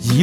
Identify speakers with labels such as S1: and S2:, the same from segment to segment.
S1: 一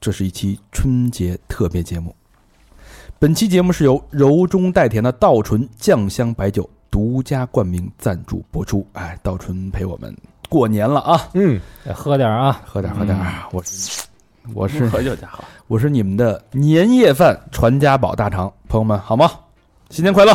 S1: 这是一期春节特别节目。本期节目是由柔中带甜的稻醇酱香白酒独家冠名赞助播出。哎，稻醇陪我们过年了啊，
S2: 嗯，喝点啊，
S1: 喝点喝点，我我 是
S3: 喝酒家伙，
S1: 我是你们的年夜饭传家宝大肠，朋友们好吗？新年快乐！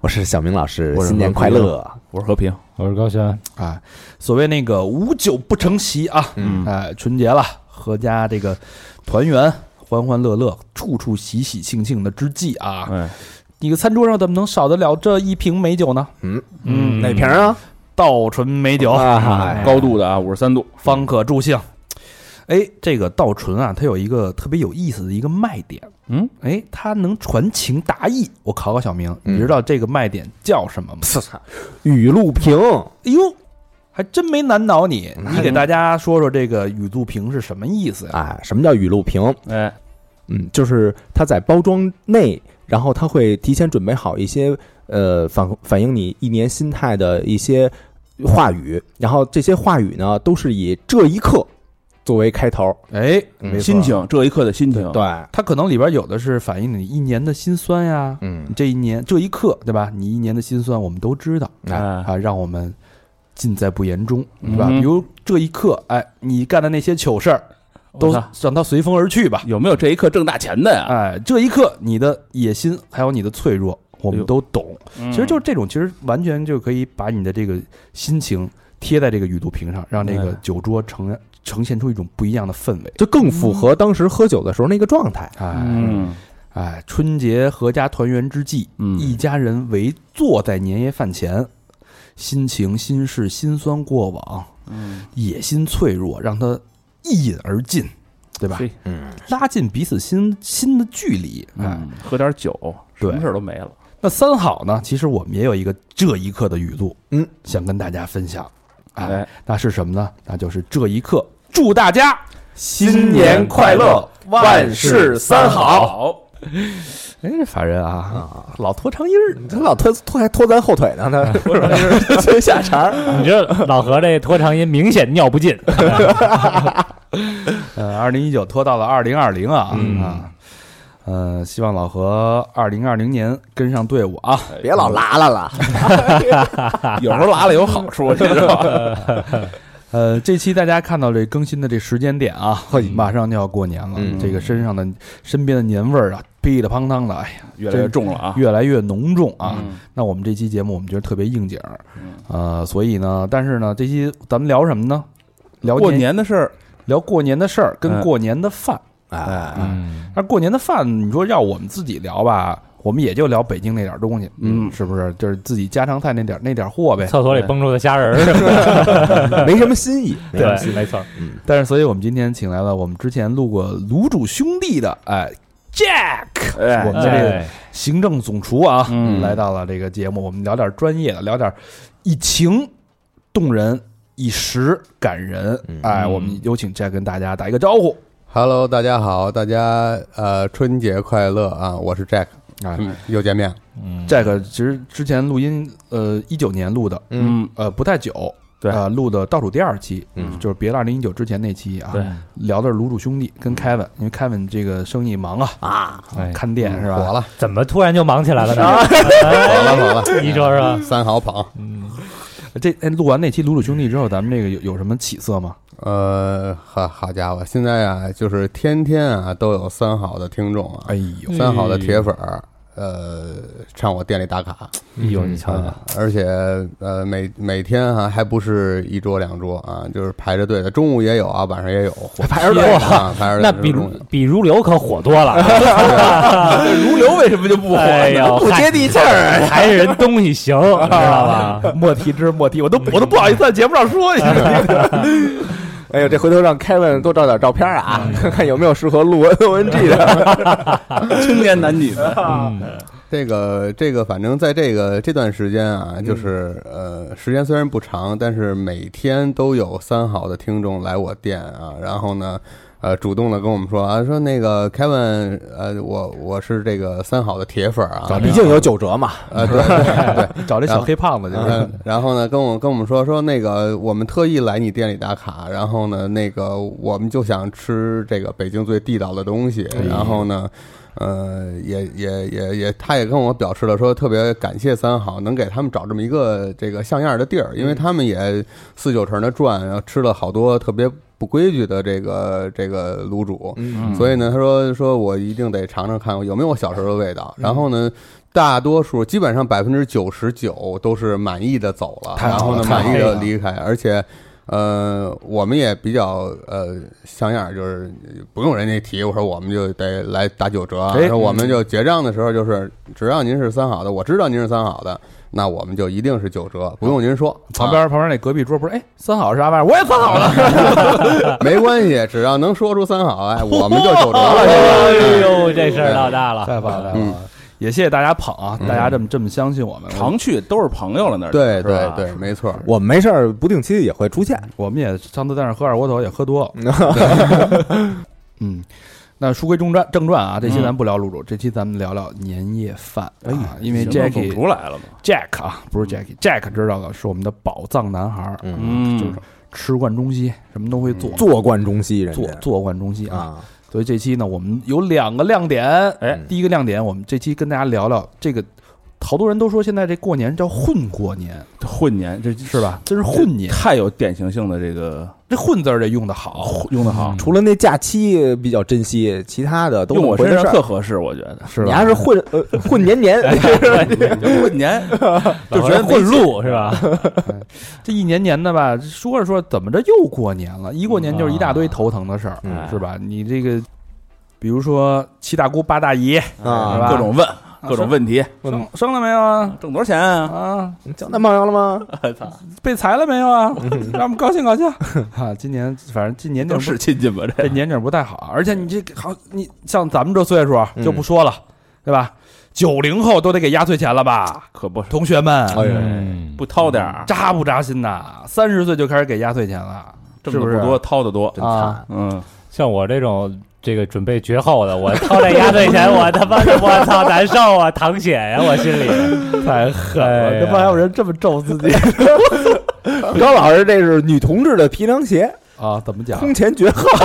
S4: 我是小明老师，
S3: 我是
S4: 新年快乐！
S3: 我是和平，
S2: 我是高轩，
S1: 啊，所谓那个无酒不成席啊，嗯，哎，春节了，阖家这个团圆，欢欢乐乐，处处喜喜庆庆的之际啊，
S3: 哎，
S1: 你个餐桌上怎么能少得了这一瓶美酒呢？
S4: 嗯
S1: 嗯，
S4: 哪瓶啊？
S1: 稻醇美酒哎
S4: 啊
S3: 高度的啊，五十三度，
S1: 方可助兴。哎，这个稻醇啊，它有一个特别有意思的一个卖点，
S3: 嗯，
S1: 哎，它能传情达意。我考考小明，你
S4: 嗯
S1: 知道这个卖点叫什么吗？
S4: 雨露瓶，
S1: 哎呦，还真没难倒你。
S4: 那
S1: 你给大家说说这个语录瓶是什么意思呀、
S4: 哎，什么叫雨露瓶？
S3: 哎，
S4: 嗯，就是它在包装内，然后它会提前准备好一些呃反反映你一年心态的一些话语，然后这些话语呢都是以这一刻作为开头，
S1: 哎，
S4: 嗯
S1: 没错
S3: 心，情，这一刻的心情，
S4: 对，
S1: 它可能里边有的是反映你一年的辛酸呀，
S4: 嗯
S1: 你，这一年这一刻，对吧？你一年的辛酸，我们都知道
S3: 哎，
S1: 啊，让我们尽在不言中，对吧？
S3: 嗯
S1: 比如这一刻，哎，你干的那些糗事儿，都
S3: 我操啊
S1: 让它随风而去吧。
S3: 有没有这一刻挣大钱的呀？
S1: 哎，这一刻，你的野心还有你的脆弱，我
S3: 哎
S1: 们
S3: 呦
S1: 都懂。
S3: 其
S1: 其实就是这种，其实完全就可以把你的这个心情贴在这个语录瓶上，让这个
S3: 嗯
S1: 酒桌呈呈现出一种不一样的氛围。
S4: 就更符合当时喝酒的时候那个状态。
S1: 哎
S3: 嗯
S1: 哎，春节合家团圆之际，
S3: 嗯，
S1: 一家人围坐在年夜饭前，心情、心事、辛酸过往，
S3: 嗯
S1: 野心脆弱，让他一饮而尽，对吧
S3: 是？
S4: 嗯，
S1: 拉近彼此心心的距离。哎，
S3: 嗯，喝点酒，什
S1: 对
S3: 么事儿都没了。
S1: 那三好呢？其实我们也有一个这一刻的语录，
S4: 嗯，
S1: 想跟大家分享。哎，
S3: 哎，
S1: 那是什么呢？那就是这一刻，祝大家
S4: 新
S3: 年快乐，
S1: 万事三好。
S3: 好，
S1: 哎，这法人啊，老拖长音儿，
S4: 他老拖拖还拖咱后腿 呢，他推 下茬儿。
S2: 你这老何这拖长音明显尿不尽，
S1: 呃，二零一九拖到了二零二零啊、
S4: 嗯
S1: 啊，呃，希望老何二零二零年跟上队伍啊。
S3: 哎
S4: 别老拉 拉了，
S3: 有时候拉了有好处，你知道吗？
S1: 呃，这期大家看到这更新的这时间点啊
S4: 嘿，
S1: 马上就要过年了，
S4: 嗯
S1: 这个身上的身边的年味儿啊，噼里啪啷的，哎呀，
S3: 越来越重了啊！
S1: 越来越浓重啊。
S3: 嗯
S1: 那我们这期节目我们觉得特别应景儿，呃，所以呢，但是呢，这期咱们聊什么呢？聊
S3: 过年的事儿，
S1: 聊过年的事儿，跟
S3: 嗯啊
S1: 过年的饭。
S4: 哎，
S2: 嗯，
S1: 那过年的饭，你说要我们自己聊吧，我们也就聊北京那点儿东西，
S3: 嗯
S1: 是不是？就是自己家常菜那点儿那点儿货呗。
S2: 厕所里蹦出的虾仁儿什么
S4: 没什么新意，没什么
S2: 的，
S4: 新
S2: 对，
S4: 意
S2: 没错，
S1: 但是，所以我们今天请来了我们之前录过卤煮兄弟的，哎，Jack，
S3: 哎
S1: 我们的这个
S2: 哎
S1: 行政总厨啊，
S3: 嗯
S1: 来到了这个节目，我们聊点专业的，聊点以情动人，以实感人。
S4: 嗯
S1: 哎，我们有请 Jack 跟大家打一个招呼。
S5: Hello，大家好，大家呃，春节快乐啊！我是 Jack，
S1: 哎
S3: 嗯
S5: 又见面了。
S2: 嗯
S1: Jack 其实之前录音，呃，一九年录的，
S3: 嗯，
S1: 呃，不太久，
S3: 对
S1: 呃，录的倒数第二期，
S4: 嗯
S1: 就是别的二零一九之前那期啊，
S2: 对，
S1: 聊的是卤煮兄弟跟 Kevin，因为 Kevin 这个生意忙啊，
S4: 啊，
S2: 哎
S1: 看店是
S5: 火
S1: 吧？
S5: 了，
S2: 怎么突然就忙起来了呢？
S5: 火
S2: 哎
S5: 了，火了！
S2: 你说说，
S5: 三好跑，
S2: 嗯，
S1: 这哎，录完那期卤煮兄弟之后，咱们这个有有什么起色吗？
S5: 呃，好好家伙，现在啊，就是天天啊都有三好的听众啊，
S1: 哎呦，
S5: 三好的铁粉儿，
S2: 嗯
S5: 呃，上我店里打卡，
S2: 哎呦，你瞧瞧，
S5: 啊，而且呃，每每天啊还不是一桌两桌啊，就是排着队的，中午也有啊，晚上也有，
S2: 排着队
S5: 啊，排着队
S2: 那
S5: 是
S2: 比
S5: 中午
S2: 比如流可火多了，
S3: 如流为什么就不火
S2: 哎
S3: 呢？
S2: 呦，
S4: 不接地气儿。
S2: 还是人东西行，知道吧？
S1: 莫提之莫提，我都我都不好意思在节目上说。
S4: 哎呦，这回头让 Kevin 多照点照片啊，看看有没有适合录 ONG 的。
S3: 青年男女们，
S2: 嗯
S5: 这个这个，反正在这个这段时间啊，就是、呃，时间虽然不长，但是每天都有三好的听众来我店啊，然后呢，呃，主动的跟我们说啊，说那个 Kevin，呃，我我是这个三好的铁粉啊，
S4: 毕竟有九折嘛，
S5: 呃，对对对，
S1: 找这小黑胖子去了。
S5: 嗯，然后呢，跟我跟我们说说那个，我们特意来你店里打卡，然后呢，那个我们就想吃这个北京最地道的东西，然后呢，呃，也也也也，他也跟我表示了说特别感谢三好能给他们找这么一个这个像样的地儿，因为他们也四九城的转，然后吃了好多特别不规矩的这个这个卤煮，
S4: 嗯
S5: 所以呢，他说说我一定得尝尝看有没有我小时候的味道。然后呢，大多数基本上百分之九十九都是满意的走了，
S4: 太
S5: 然
S4: 好
S5: 后
S4: 了
S5: 呢
S4: 太好
S5: 满意
S2: 了
S5: 的离开，而且。呃，我们也比较呃像样儿，就是不用人家提，我说我们就得来打九折啊，
S1: 哎
S5: 说我
S4: 嗯
S5: 们就结账的时候就是，只要您是三好的，我知道您是三好的，那我们就一定是九折，不用您说，
S1: 旁
S5: 啊
S1: 边旁边那隔壁桌不是哎三好是啥玩意儿？我也三好了。
S5: 没关系，只要能说出三 好，哎，我们就九折了。
S2: 哎
S5: 这个
S2: 呦，这事儿闹大 了，
S1: 太棒了，太棒
S5: 嗯
S1: 了！也谢谢大家捧啊，大家这么这么相信我们，
S3: 常去都是朋友了 那儿，
S5: 对
S3: 是吧
S5: 对，对，没错。
S4: 我们没事儿不定期也会出现。
S1: 我们也上次在那儿喝二锅头也喝 多了。 嗯，那书归正传，正传啊，这期咱不聊卤煮，这期咱们聊聊年夜饭啊，因为
S3: 行那总
S1: Jacky
S3: 厨来了嘛，
S1: Jack 啊，不是 Jacky，Jack 知道的是我们的宝藏男孩儿，
S4: 嗯，
S3: 嗯，
S1: 吃惯中西，什么都会嗯做，
S4: 坐惯中西人家
S1: 做做惯中西啊。
S4: 啊，
S1: 所以这期呢，我们有两个亮点，
S3: 哎
S1: 第一个亮点，我们这期跟大家聊聊这个，好多人都说现在这过年叫混过年，
S3: 混年这
S1: 是吧？真是混年，
S3: 太有典型性的这个
S1: 这混字儿这用的好，
S3: 用的好，
S4: 除了那假期比较珍惜，其他的都
S3: 用我
S4: 那么回
S3: 身
S4: 事
S3: 上
S4: 儿
S3: 特合适，我觉得
S1: 是
S4: 你
S1: 吧？
S4: 还是混呃混年 年，
S3: 混年
S2: 老
S3: 就觉
S2: 是
S3: 得
S2: 混路是吧？
S1: 这一年年的吧，说着说着怎么着又过年了，一过年就是
S3: 嗯啊
S1: 一大堆头疼的事儿，
S4: 嗯
S1: 是吧？你这个，比如说七大姑八大姨，
S4: 啊
S1: 是吧啊
S3: 各种问各种问题，
S1: 生生了没有啊？
S3: 挣多少钱啊？
S1: 啊，
S4: 交男朋友了吗？
S3: 我操，
S1: 被裁了没有 啊？让我们高兴高兴 啊！今年反正今年
S3: 都
S1: 就是
S3: 亲戚吧？这
S1: 这年景不太好，而且你这个好，你像咱们这岁数啊
S3: 嗯
S1: 就不说了，对吧？九零后都得给压岁钱了吧，
S3: 可不是
S1: 同学们，
S4: 哎呦，
S2: 嗯，
S3: 不掏点儿，
S1: 扎不扎心呐？三十岁就开始给压岁钱了，
S3: 挣
S1: 是
S3: 的
S1: 不是
S3: 不多，掏的多，
S4: 真
S1: 啊
S4: 惨！
S3: 嗯，
S2: 像我这种这个准备绝后的，我掏这压岁钱，我他妈的我操难受啊，淌血呀，我心里
S1: 太
S2: 狠了这帮
S1: 还有 人这么咒自己
S4: 高老师，这是女同志的皮凉鞋，
S1: 啊？怎么讲？
S4: 空前绝后。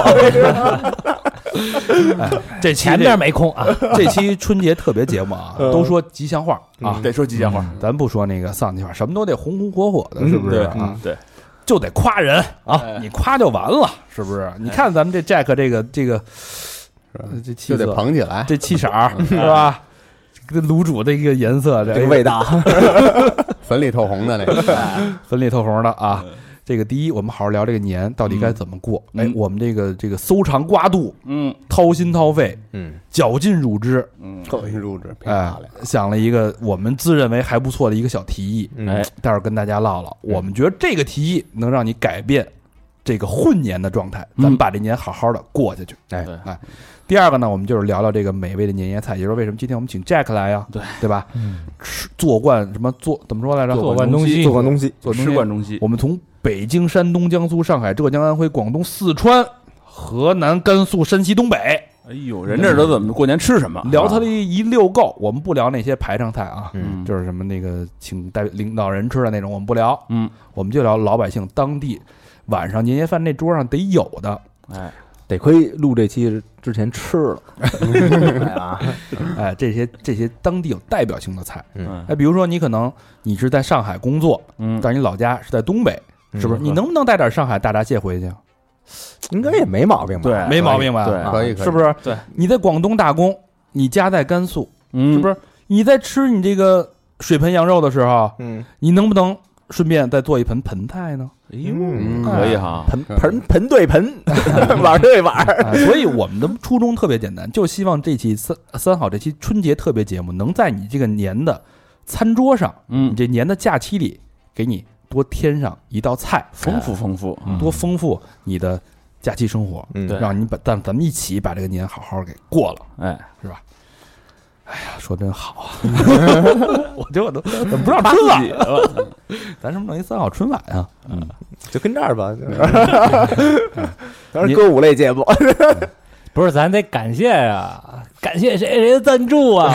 S1: 这期
S2: 前面没空 啊，
S1: 这期春节特别节目啊，
S4: 嗯
S1: 都说吉祥话啊
S4: 嗯，
S3: 得说吉祥话，
S1: 咱不说那个丧气话，什么都得红红火火的，是不是
S4: 嗯
S1: 啊？
S3: 对，
S1: 就得夸人啊
S3: 哎，
S1: 你夸就完了，是不是？你看咱们这 Jack 这个这个
S5: 吧
S1: 呃这气
S5: 就得
S1: 色，
S5: 捧起来。
S1: 这气色儿是吧？这个卤煮的一个颜色，
S4: 这
S1: 这
S4: 个味道，
S5: 粉里透红的 那个，
S1: 粉里透红的啊。这个第一，我们好好聊这个年到底该怎么过。
S3: 嗯
S1: 哎，我们这个这个搜肠刮肚，
S3: 嗯
S1: 掏心掏肺，
S4: 嗯，
S1: 绞尽乳汁，
S3: 嗯，
S5: 特别入职，漂
S1: 哎
S5: 亮。，
S1: 想了一个我们自认为还不错的一个小提议，
S2: 嗯
S3: 哎，
S1: 待会儿跟大家唠唠。我们觉得这个提议能让你改变这个混年的状态，
S2: 嗯
S1: 咱们把这年好好的过下去。哎
S3: 对
S1: 哎，第二个呢，我们就是聊聊这个美味的年夜菜，也就是为什么今天我们请 Jack 来呀，
S3: 对
S1: 对吧？吃做惯什么做怎么说来着？
S2: 做惯东西
S4: 做，惯东西，
S1: 做
S3: 吃惯中西，
S1: 我们从北京、山东、江苏、上海、浙江、安徽、广东、四川、河南、甘肃、山西、东北，
S3: 哎呦，人这都怎么过年吃什么？
S1: 聊他
S3: 是
S1: 的
S3: 吧，
S1: 一溜够。我们不聊那些排场菜啊，
S3: 嗯，
S1: 就是什么那个请代领导人吃的那种，我们不聊，
S3: 嗯，
S1: 我们就聊老百姓当地晚上年夜饭那桌上得有的。
S3: 哎，
S4: 得亏录这期之前吃了，哎啊，
S1: 哎，这些这些当地有代表性的菜，
S3: 嗯
S1: 哎，比如说你可能你是在上海工作，
S3: 嗯，
S1: 但是你老家是在东北，是不是？
S3: 嗯
S1: 你能不能带点上海大闸蟹回去啊？
S4: 应该也没毛病吧？
S3: 对，
S1: 没毛病吧？
S3: 哎对
S1: 啊
S5: 可以可以
S1: 是不是？
S3: 对，
S1: 你在广东打工，你家在甘肃，
S3: 嗯，
S1: 是不
S3: 是？
S1: 是？你在吃你这个水盆羊肉的时候，
S4: 嗯，
S1: 你能不能顺便再做一盆盆菜呢？
S3: 哎呦，
S4: 嗯
S3: 可以哈，
S4: 盆盆盆对盆， 碗对碗，
S1: 哎，所以我们的初衷特别简单，就希望这期三三好这期春节特别节目能在你这个年的餐桌上，
S3: 嗯
S1: 你，这年的假期里给你多添上一道菜，
S3: 丰富丰富，
S1: 哎，多丰富你的假期生活，
S4: 嗯，
S3: 对
S1: 让你把咱咱们一起把这个年好好给过了。
S3: 哎，
S1: 哎呀，说真好啊！ 我觉得我都怎么不知道春晚了？咱是不是弄一三好春晚啊？
S4: 就跟这儿吧，就是 啊当然歌舞类节目，
S2: 不是，咱得感谢啊，感谢谁谁的赞助啊，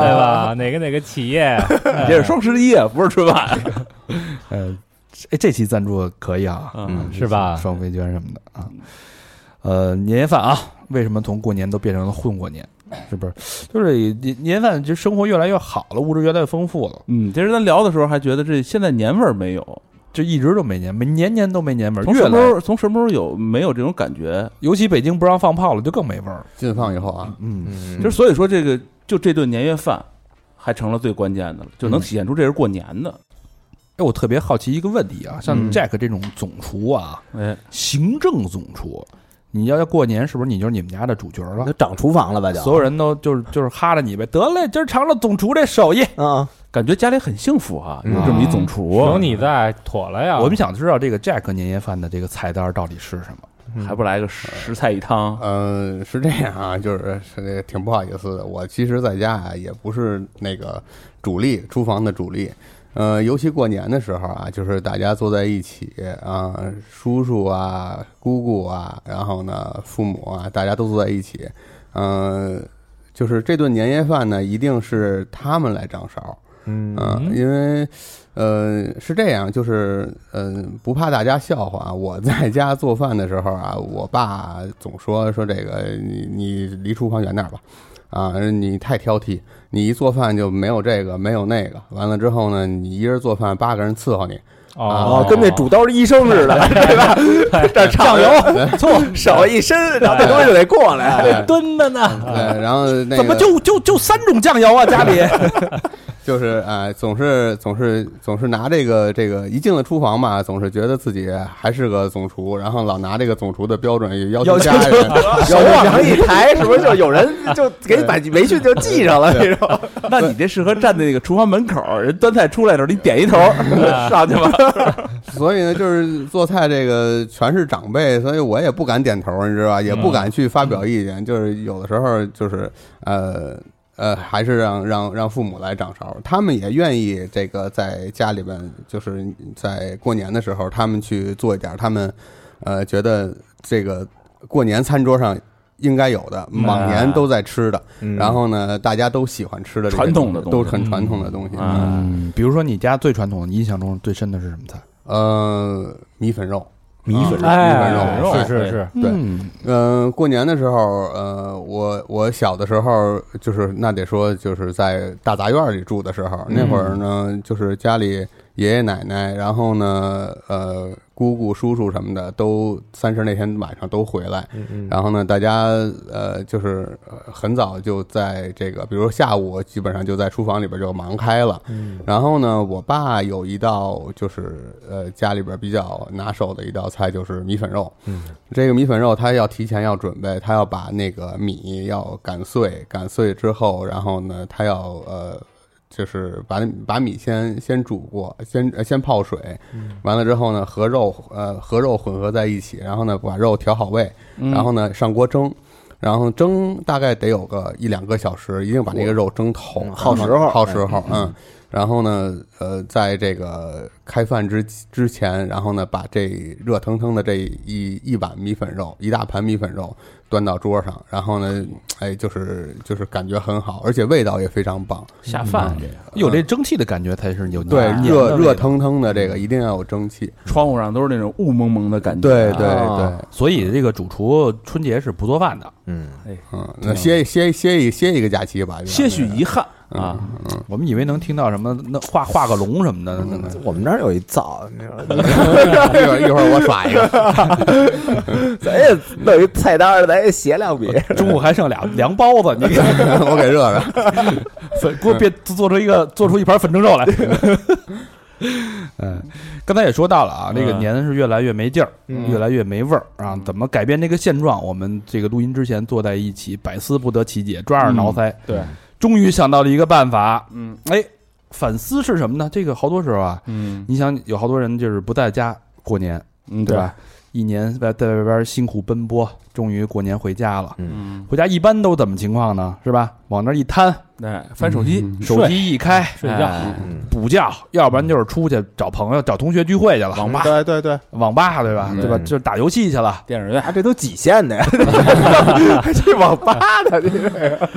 S2: 对吧？哪个哪个企业？
S3: 这是双十一，啊不是春晚。
S1: 呃，这这期赞助可以啊，
S3: 嗯
S2: 是吧
S1: 双飞娟什么的啊。呃，年夜饭啊，为什么从过年都变成了混过年？是不是？就是年年夜饭，就生活越来越好了，物质越来越丰富了，
S3: 嗯，其实咱聊的时候还觉得这现在年味儿没有，
S1: 就一直都没年，每年年都没年味儿。
S3: 从
S1: 越
S3: 什么
S1: 来
S3: 时，候从什么时候有没有这种感觉？
S1: 尤其北京不让放炮了，就更没味儿。
S5: 禁放以后啊，
S1: 嗯，
S4: 嗯
S3: 其实所以说这个就这顿年夜饭。还成了最关键的了，就能体现出这是过年的。
S1: 哎，我特别好奇一个问题啊，像
S4: 嗯
S1: Jack 这种总厨啊，
S3: 哎，
S1: 行政总厨，你要要过年，是不是你就是你们家的主角了
S4: 就？长厨房了吧，就
S1: 所有人都就是就是哈着你呗，得嘞，今儿尝尝总厨这手艺。
S4: 啊，
S3: 感觉家里很幸福啊，有
S4: 嗯
S3: 这么一总厨，
S2: 有你在，妥了呀。
S1: 我们想知道这个 Jack 年夜饭的这个菜单到底是什么？
S3: 还不来个十菜一汤？
S5: 嗯、是这样啊，就是是挺不好意思的。我其实在家啊，也不是那个主力，厨房的主力。呃，尤其过年的时候啊，就是大家坐在一起啊、叔叔啊、姑姑啊，然后呢，父母啊，大家都坐在一起。嗯、就是这顿年夜饭呢，一定是他们来掌勺。
S4: 嗯
S5: 嗯，因为呃是这样，就是嗯、呃、不怕大家笑话，啊我在家做饭的时候啊，我爸总说说这个你你离厨房远点儿吧，啊你太挑剔，你一做饭就没有这个没有那个，完了之后呢，你一人做饭八个人 伺候你，
S4: 哦，跟那主刀医生似的，哦对吧？ 这酱油、哎醋手一伸，然后这东西就得过来。
S2: 蹲着呢，
S5: 对，呃然后那个
S1: 怎么就就就三种酱油啊？ 家里
S5: 就是哎，总是总是总是拿这个这个一进了厨房嘛，总是觉得自己还是个总厨，然后老拿这个总厨的标准要求
S1: 要求
S5: 家人，
S4: 手往上一抬，是不是就有人就给你把围裙就系上了那种？
S3: 那你这适合站在那个厨房门口，人端菜出来的时候，你点一头上去吧。
S5: 所以呢，就是做菜这个全是长辈，所以我也不敢点头，你知道
S3: 嗯
S5: 吧？也不敢去发表意见，就是有的时候就是呃呃，还是让让让父母来掌勺，他们也愿意这个在家里边，就是在过年的时候，他们去做一点，他们呃觉得这个过年餐桌上。应该有的，
S3: 嗯
S5: 往年都在吃的，
S4: 嗯
S5: 然后呢，大家都喜欢吃的这些
S3: 传统的
S5: 东西
S3: 东西
S5: 都是很传统的东西。
S3: 嗯
S1: 嗯，比如说你家最传统的，你印象中最深的是什么菜？
S5: 呃，米粉肉，米粉
S2: 哎
S5: 米粉肉，，
S2: 是是是，
S5: 对，嗯、过年的时候，呃，我我小的时候，就是那得说，就是在大杂院里住的时候，那会儿呢，就是家里爷爷奶奶，然后呢，呃，姑姑、叔叔什么的，都三十那天晚上都回来，然后呢，大家呃，就是呃很早就在这个，比如说下午，基本上就在厨房里边就忙开了。然后呢，我爸有一道就是呃家里边比较拿手的一道菜就是米粉肉。嗯，这个米粉肉他要提前要准备，他要把那个米要擀碎，擀碎之后，然后呢，他要呃。就是把把米先先煮过，先呃先泡水，
S4: 嗯
S5: 完了之后呢，和肉呃和肉混合在一起，然后呢把肉调好味，然后呢上锅蒸，然后蒸大概得有个一两个小时，一定把那个肉蒸透，
S4: 嗯耗
S5: 然后
S4: 时候
S5: 耗时候，嗯。然后呢，呃，在这个开饭之之前，然后呢，把这热腾腾的这一一碗米粉肉，一大盘米粉肉端到桌上，然后呢，哎，就是就是感觉很好，而且味道也非常棒。
S3: 下饭这个
S1: 有这蒸汽的感觉才是有
S5: 对，
S1: 年啊的
S5: 热
S1: 味道
S5: 热。腾腾的这个一定要有蒸汽。
S3: 窗户上都是那种雾蒙蒙的感觉。
S5: 对对对
S4: 啊，
S1: 所以这个主厨春节是不做饭的。
S4: 嗯，
S5: 嗯，那歇一歇一歇一歇一个假期吧，就
S3: 些许遗憾啊，
S1: 我们以为能听到什么那画画个龙什么的，那
S4: 我们这儿有一灶，你说
S5: 一 会儿一会儿我耍一个，
S4: 咱也弄一菜单儿，咱也写两 笔。
S5: 嗯
S1: 中午还剩俩凉包子，你给
S5: 我给热热。
S1: 粉，给我别做出一个做出一盘粉蒸肉来。 嗯，刚才也说到了啊，这个
S3: 嗯
S1: 年是越来越没劲儿，
S4: 嗯
S1: 越来越没味儿啊。怎么改变这个现状？我们这个录音之前坐在一起，百思不得其解，抓耳挠腮。嗯
S3: 对，
S1: 终于想到了一个办法，
S3: 嗯，
S1: 哎，反思是什么呢？这个好多时候啊，
S3: 嗯
S1: 你想有好多人就是不在家过年，
S3: 嗯
S1: 对？吧？一年在在外边辛苦奔波，终于过年回家了。
S3: 嗯，
S1: 回家一般都怎么情况呢？是吧？往那儿一摊，
S3: 哎，翻手机，
S1: 手机一开，
S3: 睡觉
S1: 嗯哎
S4: 嗯
S1: 补觉，要不然就是出去找朋友、找同学聚会去了，网吧、
S5: 对对对，
S1: 网吧对吧？
S3: 嗯
S1: 对吧？
S4: 对
S1: 就是打游戏去了。
S3: 电影院
S4: 啊，这都几线 的呀？还去网吧的？这个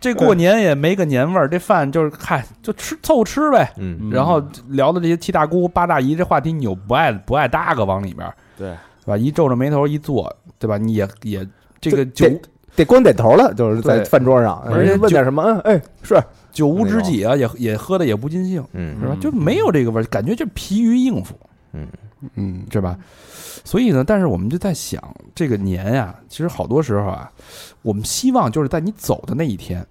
S1: 这过年也没个年味儿，这饭就是嗨，就吃凑吃呗。
S4: 嗯
S3: 嗯
S1: 然后聊的这些七大姑八大姨这话题，你又不爱不爱搭个往里边儿，
S3: 对
S1: 对吧？一皱着眉头一坐，对吧？你也也这个
S4: 这
S1: 酒
S4: 得光点头了，就是在
S1: 对
S4: 饭桌上，
S1: 而且
S4: 人问点什么，嗯，哎，是，
S1: 酒无知己啊，也也喝的也不尽兴，
S4: 嗯
S1: 是吧？
S3: 嗯
S1: 就没有这个味儿，感觉就疲于应付，
S5: 嗯，
S1: 是吧？所以呢，但是我们就在想，这个年呀、其实好多时候啊，我们希望就是在你走的那一天，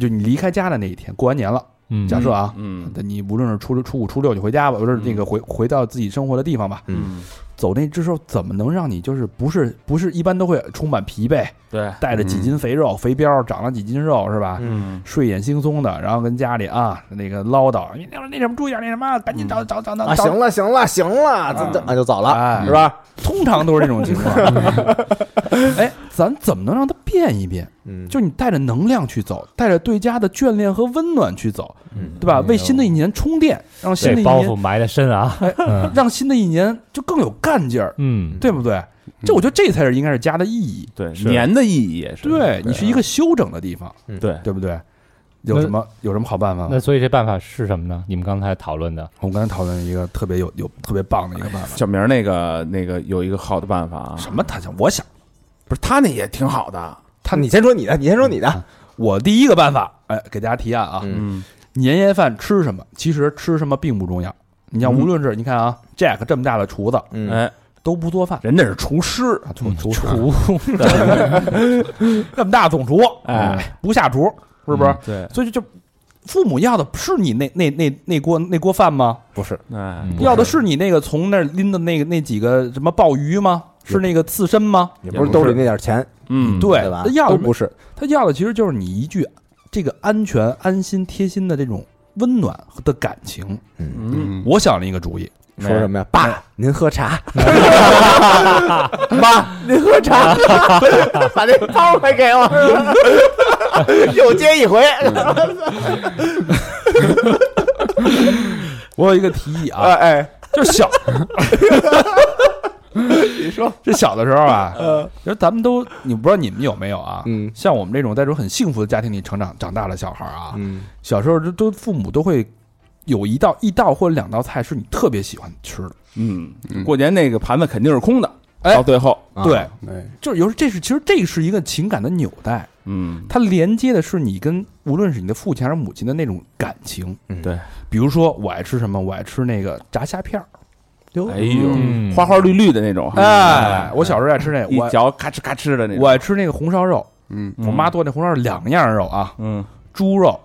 S1: 就你离开家的那一天，过完年了，
S2: 嗯
S1: 假设啊，
S3: 嗯
S1: 那你无论是初初五、初六，你回家吧，不是那个回回到自己生活的地方吧，
S3: 嗯，
S1: 走那之后，怎么能让你就是不是不是一般都会充满疲惫，
S3: 对，
S1: 带着几斤肥肉、肥膘，长了几斤肉，是吧？
S3: 嗯
S1: 睡眼惺忪的，然后跟家里啊那个唠叨，你那那什么注意点，那什么赶紧
S3: 嗯
S1: 找找找找
S4: 啊，
S1: 找
S4: 行了，行了，行了，这这啊就走了，
S1: 哎
S4: 是，吧？
S1: 通常都是这种情 况。哎，咱怎么能让它变一变？
S4: 嗯
S1: 就你带着能量去走，带着对家的眷恋和温暖去走，
S4: 嗯
S1: 对吧？为新的一年充电，让新的
S2: 这
S1: 一
S2: 包
S1: 年
S2: 袱埋的深啊，
S1: 让新的一年就更有干劲儿，
S2: 嗯，
S1: 对不对？这我觉得这才是应该是家的意义。
S3: 对，
S2: 是嗯
S3: 年的意义也是，
S1: 对你是一个休整的地方，
S3: 对，
S1: 对不对？有什么有什么好办法吗
S2: 那？所以这办法是什么呢？你们刚才讨论的，
S1: 我们刚才讨论一个特别有有特别棒的一个办法。
S3: 小明儿那个那个有一个好的办法
S2: 哎
S3: 啊，
S1: 什么他想？我想
S3: 不是他那也挺好的，
S4: 他，你先说你的，你先说你的，
S1: 我第一个办法，哎，给大家提案啊，
S4: 嗯
S3: 嗯
S1: 年夜饭吃什么？其实吃什么并不重要。你像
S3: 嗯
S1: 无论是你看啊，Jack 这么大的厨子
S4: 嗯
S3: 哎，
S1: 都不做饭，
S3: 人家是厨师，
S1: 啊总厨
S2: 厨
S1: 这么大总厨，
S3: 哎，嗯
S1: 不下厨，是不是？
S3: 对，
S1: 所以就父母要的是你那那那那锅那锅饭吗？不是，
S3: 哎，
S2: 嗯
S1: 要的是你那个从那儿拎的那个那几个什么鲍鱼吗？是那个刺身吗？
S4: 也不是兜里那点钱，
S3: 嗯，
S1: 对
S4: 对吧
S1: 他？要
S4: 都
S1: 的
S4: 不是，
S1: 他要的其实就是你一句这个安全、安心、贴心的这种温暖的感情。
S4: 嗯，
S3: 嗯，
S1: 我想了一个主意，
S4: 说什么呀？爸，您喝 茶，
S1: 妈，
S4: 您喝 茶，把那包还给我， 又接一回，
S1: 我有一个提议啊，
S4: 哎，
S1: 就是小，你说这小的时候啊，就是咱们都，你不知道你们有没有啊？
S4: 嗯
S1: 像我们这种在这种很幸福的家庭里成长长大的小孩啊，
S4: 嗯
S1: 小时候都都父母都会有一道一道或者两道菜是你特别喜欢吃的，
S3: 嗯
S5: 嗯，
S3: 过年那个盘子肯定是空的，
S1: 哎
S3: 到最后，
S4: 啊
S1: 对，
S5: 哎，
S1: 就是有时候这是其实这是一个情感的纽带，
S3: 嗯，
S1: 它连接的是你跟无论是你的父亲还是母亲的那种感情。
S4: 嗯
S3: 对，
S1: 比如说我爱吃什么，我爱吃那个炸虾片儿。
S3: 哎呦
S2: 嗯，
S3: 花花绿绿的那种，嗯
S1: 哎，我小时候爱吃那，
S3: 一
S1: 我
S3: 嚼咔哧咔哧的那种，
S1: 我爱吃那个红烧肉。
S5: 嗯，
S1: 我妈做那红烧肉两样肉啊，
S3: 嗯，
S1: 猪肉，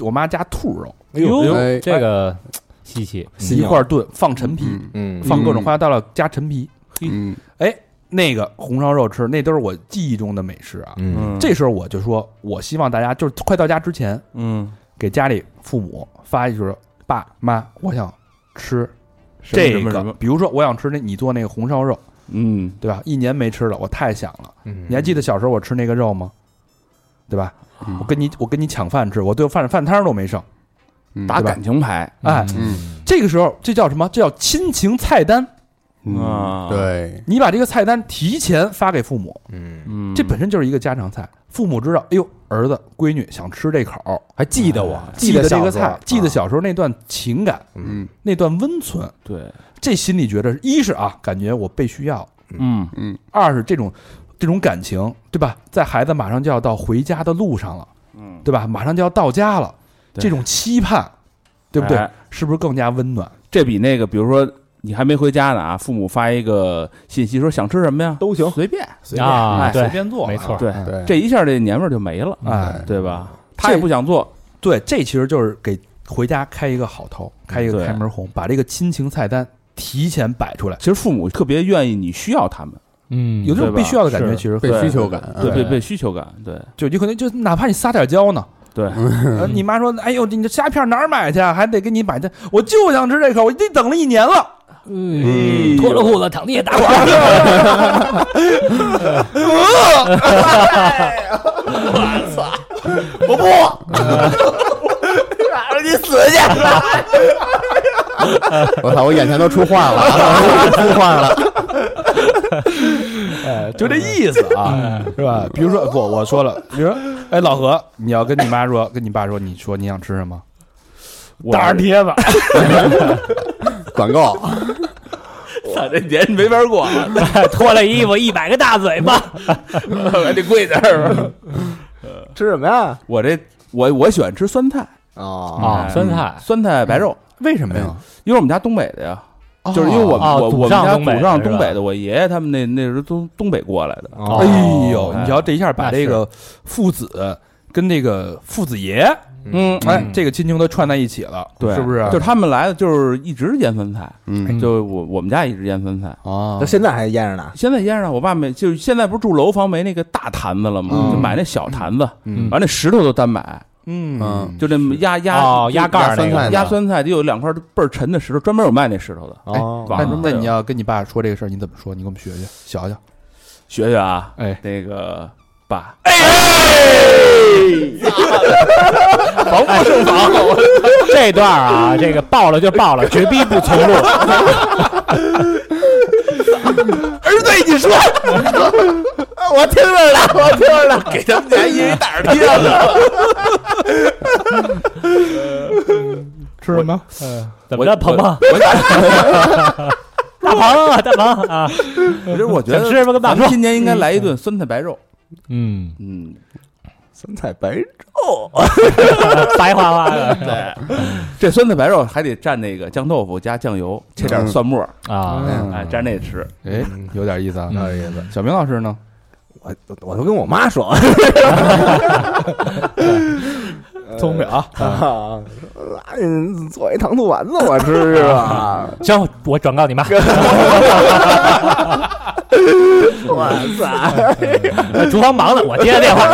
S1: 我妈加兔肉
S2: 哎呦
S5: 哎
S2: 这个稀奇，
S1: 一块儿炖，放陈皮，
S5: 嗯
S4: 嗯
S1: 放各种花椒大料加陈皮。
S5: 嗯
S1: 哎，那个红烧肉吃，那都是我记忆中的美食啊。
S4: 嗯
S3: 嗯，
S1: 这时候我就说，我希望大家就是快到家之前，
S3: 嗯，
S1: 给家里父母发一句说：“爸妈，我想吃
S3: 什么
S1: 这
S3: 什么什
S1: 个
S3: 么，，
S1: 比如说我想吃那你做那个红烧肉，
S3: 嗯，
S1: 对吧？一年没吃了，我太想了。
S4: 嗯
S1: 你还记得小时候我吃那个肉吗？对吧？我跟你我跟你抢饭吃，我对饭饭摊儿都没剩。
S5: 嗯
S3: 打
S1: 对吧
S3: 感情牌
S1: 哎，
S5: 嗯
S1: 这个时候这叫什么？这叫亲情菜单。
S5: 嗯
S3: 啊，，
S5: 对，
S1: 你把这个菜单提前发给父母，
S4: 嗯，
S3: 嗯，
S1: 这本身就是一个家常菜。父母知道，哎呦，儿子闺女想吃这口儿，
S4: 还记得
S3: 哎
S4: 我，
S1: 记得
S4: 得
S1: 这个
S4: 小时候
S1: 菜，记得，小时候那段情感，
S5: 嗯
S1: 那段温存，
S3: 对，
S1: 这心里觉得，一是啊，感觉我被需要；
S3: 嗯
S5: 嗯
S1: 二是这种这种感情，对吧？在孩子马上就要到回家的路上了，
S3: 嗯，
S1: 对吧？马上就要到家了，
S3: 对
S1: 这种期盼，对不对
S3: 哎？
S1: 是不是更加温暖？
S3: 这比那个，比如说你还没回家呢啊，父母发一个信息说想吃什么呀，
S4: 都行
S3: 随便，
S2: 啊，
S1: 哎随
S2: 对，
S1: 便做，
S2: 没错嗯
S3: 对，
S5: 对，
S3: 这一下这年味儿就没了，
S1: 哎，
S3: 对吧？他也不想做，
S1: 对，这其实就是给回家开一个好头，开一个
S3: 对
S1: 开门红，把这个亲情菜单提前摆出来，
S3: 其实父母特别愿意你需要他们，
S2: 嗯，
S1: 有这种
S3: 对吧
S1: 被需要的感觉，
S2: 是
S1: 其实
S5: 被
S1: 会
S5: 需求感，
S3: 对
S5: 啊
S3: 被被需求感，对，
S1: 就有可能就哪怕你撒点娇呢，
S3: 对，
S1: 呃你妈说，哎呦，你这虾片哪儿买去啊？还得给你买去，我就想吃这口，我得等了一年了。
S2: 嗯，脱了裤子躺地下打滚儿，
S5: 我不，
S4: 哎
S5: 你死去！我操！我眼前都出画了啊，出画了。
S1: 哎，就这意思啊，是吧？比如说，我我说了，比如说，哎，老何，你要跟你妈说， 跟你爸说，你说你想吃什么？
S3: 我
S2: 大耳贴吧，
S5: 管够，
S3: 操这年没法过了，
S2: 脱了衣服一百个大嘴巴，
S3: 还得跪点儿。
S4: 吃什么呀？
S3: 我这我我喜欢吃酸菜，
S4: 哦
S5: 啊，
S2: 啊，酸菜
S3: 酸菜白肉，
S1: 哎嗯
S3: 哎
S1: 为什么呀？
S3: 因为我们家东北的呀，
S1: 哦
S3: 就是因为我们
S2: 哦
S3: 我我们
S2: 祖上
S3: 家
S2: 东北
S3: 祖上
S2: 是吧
S3: 东北的，我爷爷他们那那时候都东北过来的，
S4: 哦
S1: 哎呦，
S3: 哎
S1: 你瞧这一下把
S2: 那
S1: 这
S2: 是
S1: 个父子 跟这个父子爷，
S3: 嗯
S1: 哎，这个亲情都串在一起了，
S3: 对，
S1: 是不是？
S3: 就他们来的就是一直腌酸菜，
S5: 嗯
S3: 就我我们家一直腌酸菜。
S1: 啊
S4: 那，现在还腌着呢。
S3: 现在腌上，我爸每就是现在不是住楼房没那个大坛子了吗？
S5: 嗯
S3: 就买那小坛子，
S5: 嗯
S3: 完那石头都单买，
S1: 嗯，
S3: 就那压压
S2: 哦，压盖儿那
S5: 压酸菜
S2: 个
S5: 呢
S3: 压酸菜得有两块倍儿沉的石头，专门有卖那石头的，
S4: 哦，
S1: 那
S3: 网上
S1: 那
S3: 有
S1: 你要跟你爸说这个事儿，你怎么说？你给我们学学，学学。
S3: 学学啊，
S1: 哎，
S3: 那个爸，
S2: 这段儿啊，这个爆了就爆了，绝逼不重 录。
S5: 儿子，你 说，我听着了，我听着
S4: 哎
S5: 了，给他们家一人打耳贴了。
S1: 吃什么？
S2: 怎么着，鹏鹏？大鹏 啊，大鹏啊，
S3: 我就是我觉
S2: 想
S3: 得
S2: 吃什么跟
S3: 咱
S2: 爸
S3: 们
S2: 说。
S3: 今年应该来一顿酸菜白肉，
S2: 嗯，
S3: 嗯，
S4: 酸菜白肉
S2: 呃白花花的
S3: 这酸菜白肉还得蘸那个酱豆腐加酱油，切点蒜末，
S2: 啊，
S3: 哎，蘸那吃，
S1: 哎，有点意思啊，
S2: 嗯
S1: 意思。小明老师呢？
S4: 我我都跟我妈说，
S1: 聪明啊，
S4: 啊，嗯，做一糖醋丸子我吃是吧？
S2: 行，我转告你妈，
S4: 我操！
S2: 厨房呃忙了，我接个 电话。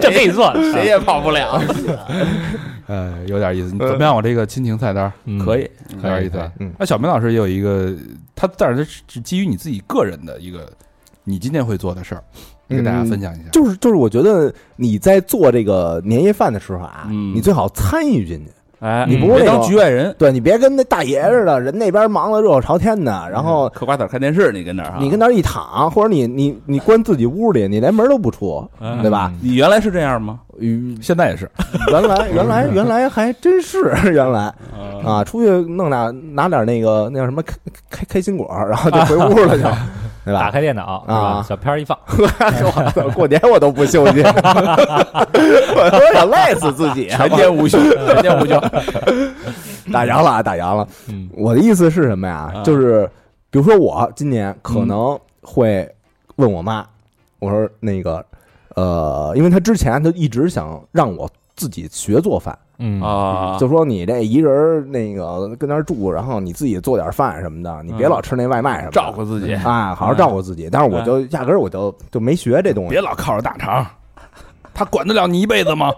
S2: 这给你做啊了，
S5: 谁也跑不了。
S1: 呃，有点意思。你怎么样？我这个亲情菜单儿
S3: 嗯可以，
S1: 有点意思
S4: 可以
S1: 啊
S4: 可以嗯。
S1: 那小明老师也有一个，他但是他是只基于你自己个人的一个，你今天会做的事儿，跟大家
S3: 嗯
S1: 分享一下。
S4: 就是就是，我觉得你在做这个年夜饭的时候啊，
S3: 嗯
S4: 你最好参与进去。
S3: 哎，
S4: 你不
S3: 别
S4: 是那
S3: 当
S4: 种
S3: 局外人，
S4: 对你别跟那大爷似的，人那边忙得热火朝天的，然后
S3: 嗑瓜子儿看电视，你跟那儿哈，
S4: 你跟那儿一躺，或者你你你关自己屋里，你连门都不出，
S3: 嗯
S4: 对吧？
S3: 你原来是这样吗？
S4: 嗯
S1: 现在也是，
S4: 原来原来原来还真是原来
S3: 嗯
S4: 啊，出去弄点拿点那个那叫什么开开开心果，然后就
S3: 啊
S4: 回屋 了就，对
S2: 打
S4: 吧？
S2: 开电脑是吧
S4: 啊
S2: 小片儿一放，
S4: 我操， 过年我都不休 息，我都想累死自己。啊
S3: 全天无 休，全天无休。
S4: 打烊了，啊，打烊了。
S2: 嗯
S4: 我的意思是什么
S3: 啊
S4: 呀？就是比如说我今年可
S3: 嗯
S4: 能会问我妈，我说那个呃，因为她之前她一直想让我自己学做饭，
S2: 嗯
S3: 啊，
S4: 就说你这一人儿那个跟那儿住，然后你自己做点饭什么的，你别
S3: 嗯
S4: 老吃那外卖什么的，
S3: 照顾嗯自己，
S4: 啊，好好照顾自己。但是我就压根儿我就就没学这东西
S1: 别，老靠着大肠儿，他管得了你一辈子吗？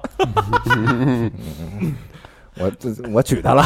S4: 我这我娶她了。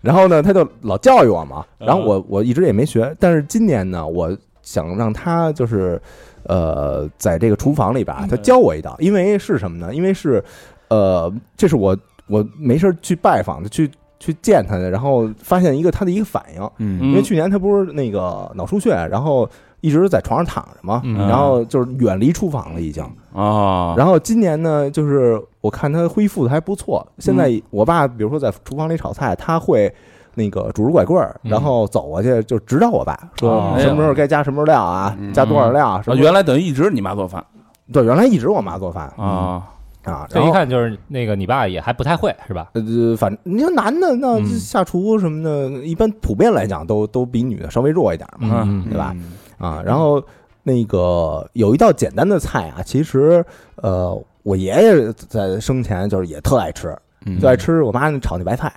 S4: 然后呢，他就老教育我嘛，然后我我一直也没学，但是今年呢，我想让他就是，呃，在这个厨房里吧，他教我一道，因为是什么呢？因为是，呃，这是我我没事儿去拜访他，去去见他的，然后发现一个他的一个反应，
S1: 嗯
S3: 嗯
S4: 因为去年他不是那个脑出血，然后一直在床上躺着嘛，
S2: 嗯
S4: 然后就是远离厨房了已经。
S3: 啊，
S4: 然后今年呢，就是我看他恢复的还不错。现在我爸比如说在厨房里炒菜，他会那个拄着拐棍儿，
S2: 嗯
S4: 然后走过去就指导我爸
S2: 哦
S4: 说什么时候该加什么时候料啊，
S5: 嗯
S4: 加多少料啊。什
S3: 啊
S4: 么
S3: 原来等于一直你妈做饭
S4: 对原来一直我妈做饭
S3: 啊，
S4: 啊，
S2: 这
S4: 然
S2: 一
S4: 后
S2: 看就是那个你爸也还不太会是吧？
S4: 呃，反正你说男的那
S2: 嗯
S4: 下厨什么的，一般普遍来讲都都比女的稍微弱一点嘛。
S2: 嗯
S4: 对吧？啊，然后那个有一道简单的菜啊，其实呃，我爷爷在生前就是也特爱吃，
S1: 嗯
S4: 就爱吃我妈那炒那白菜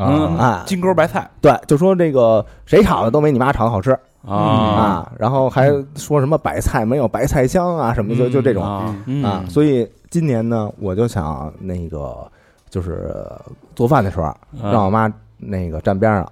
S3: 嗯
S4: 啊，
S1: 金钩白菜，
S4: 对，就说这个谁炒的都没你妈炒的好吃
S3: 啊
S4: 啊，然后还说什么白菜没有白菜香啊什么的，就就这种
S3: 啊，
S1: 嗯
S4: 啊，所以今年呢，我就想那个就是做饭的时候，嗯
S3: 嗯
S4: 让我妈那个站边上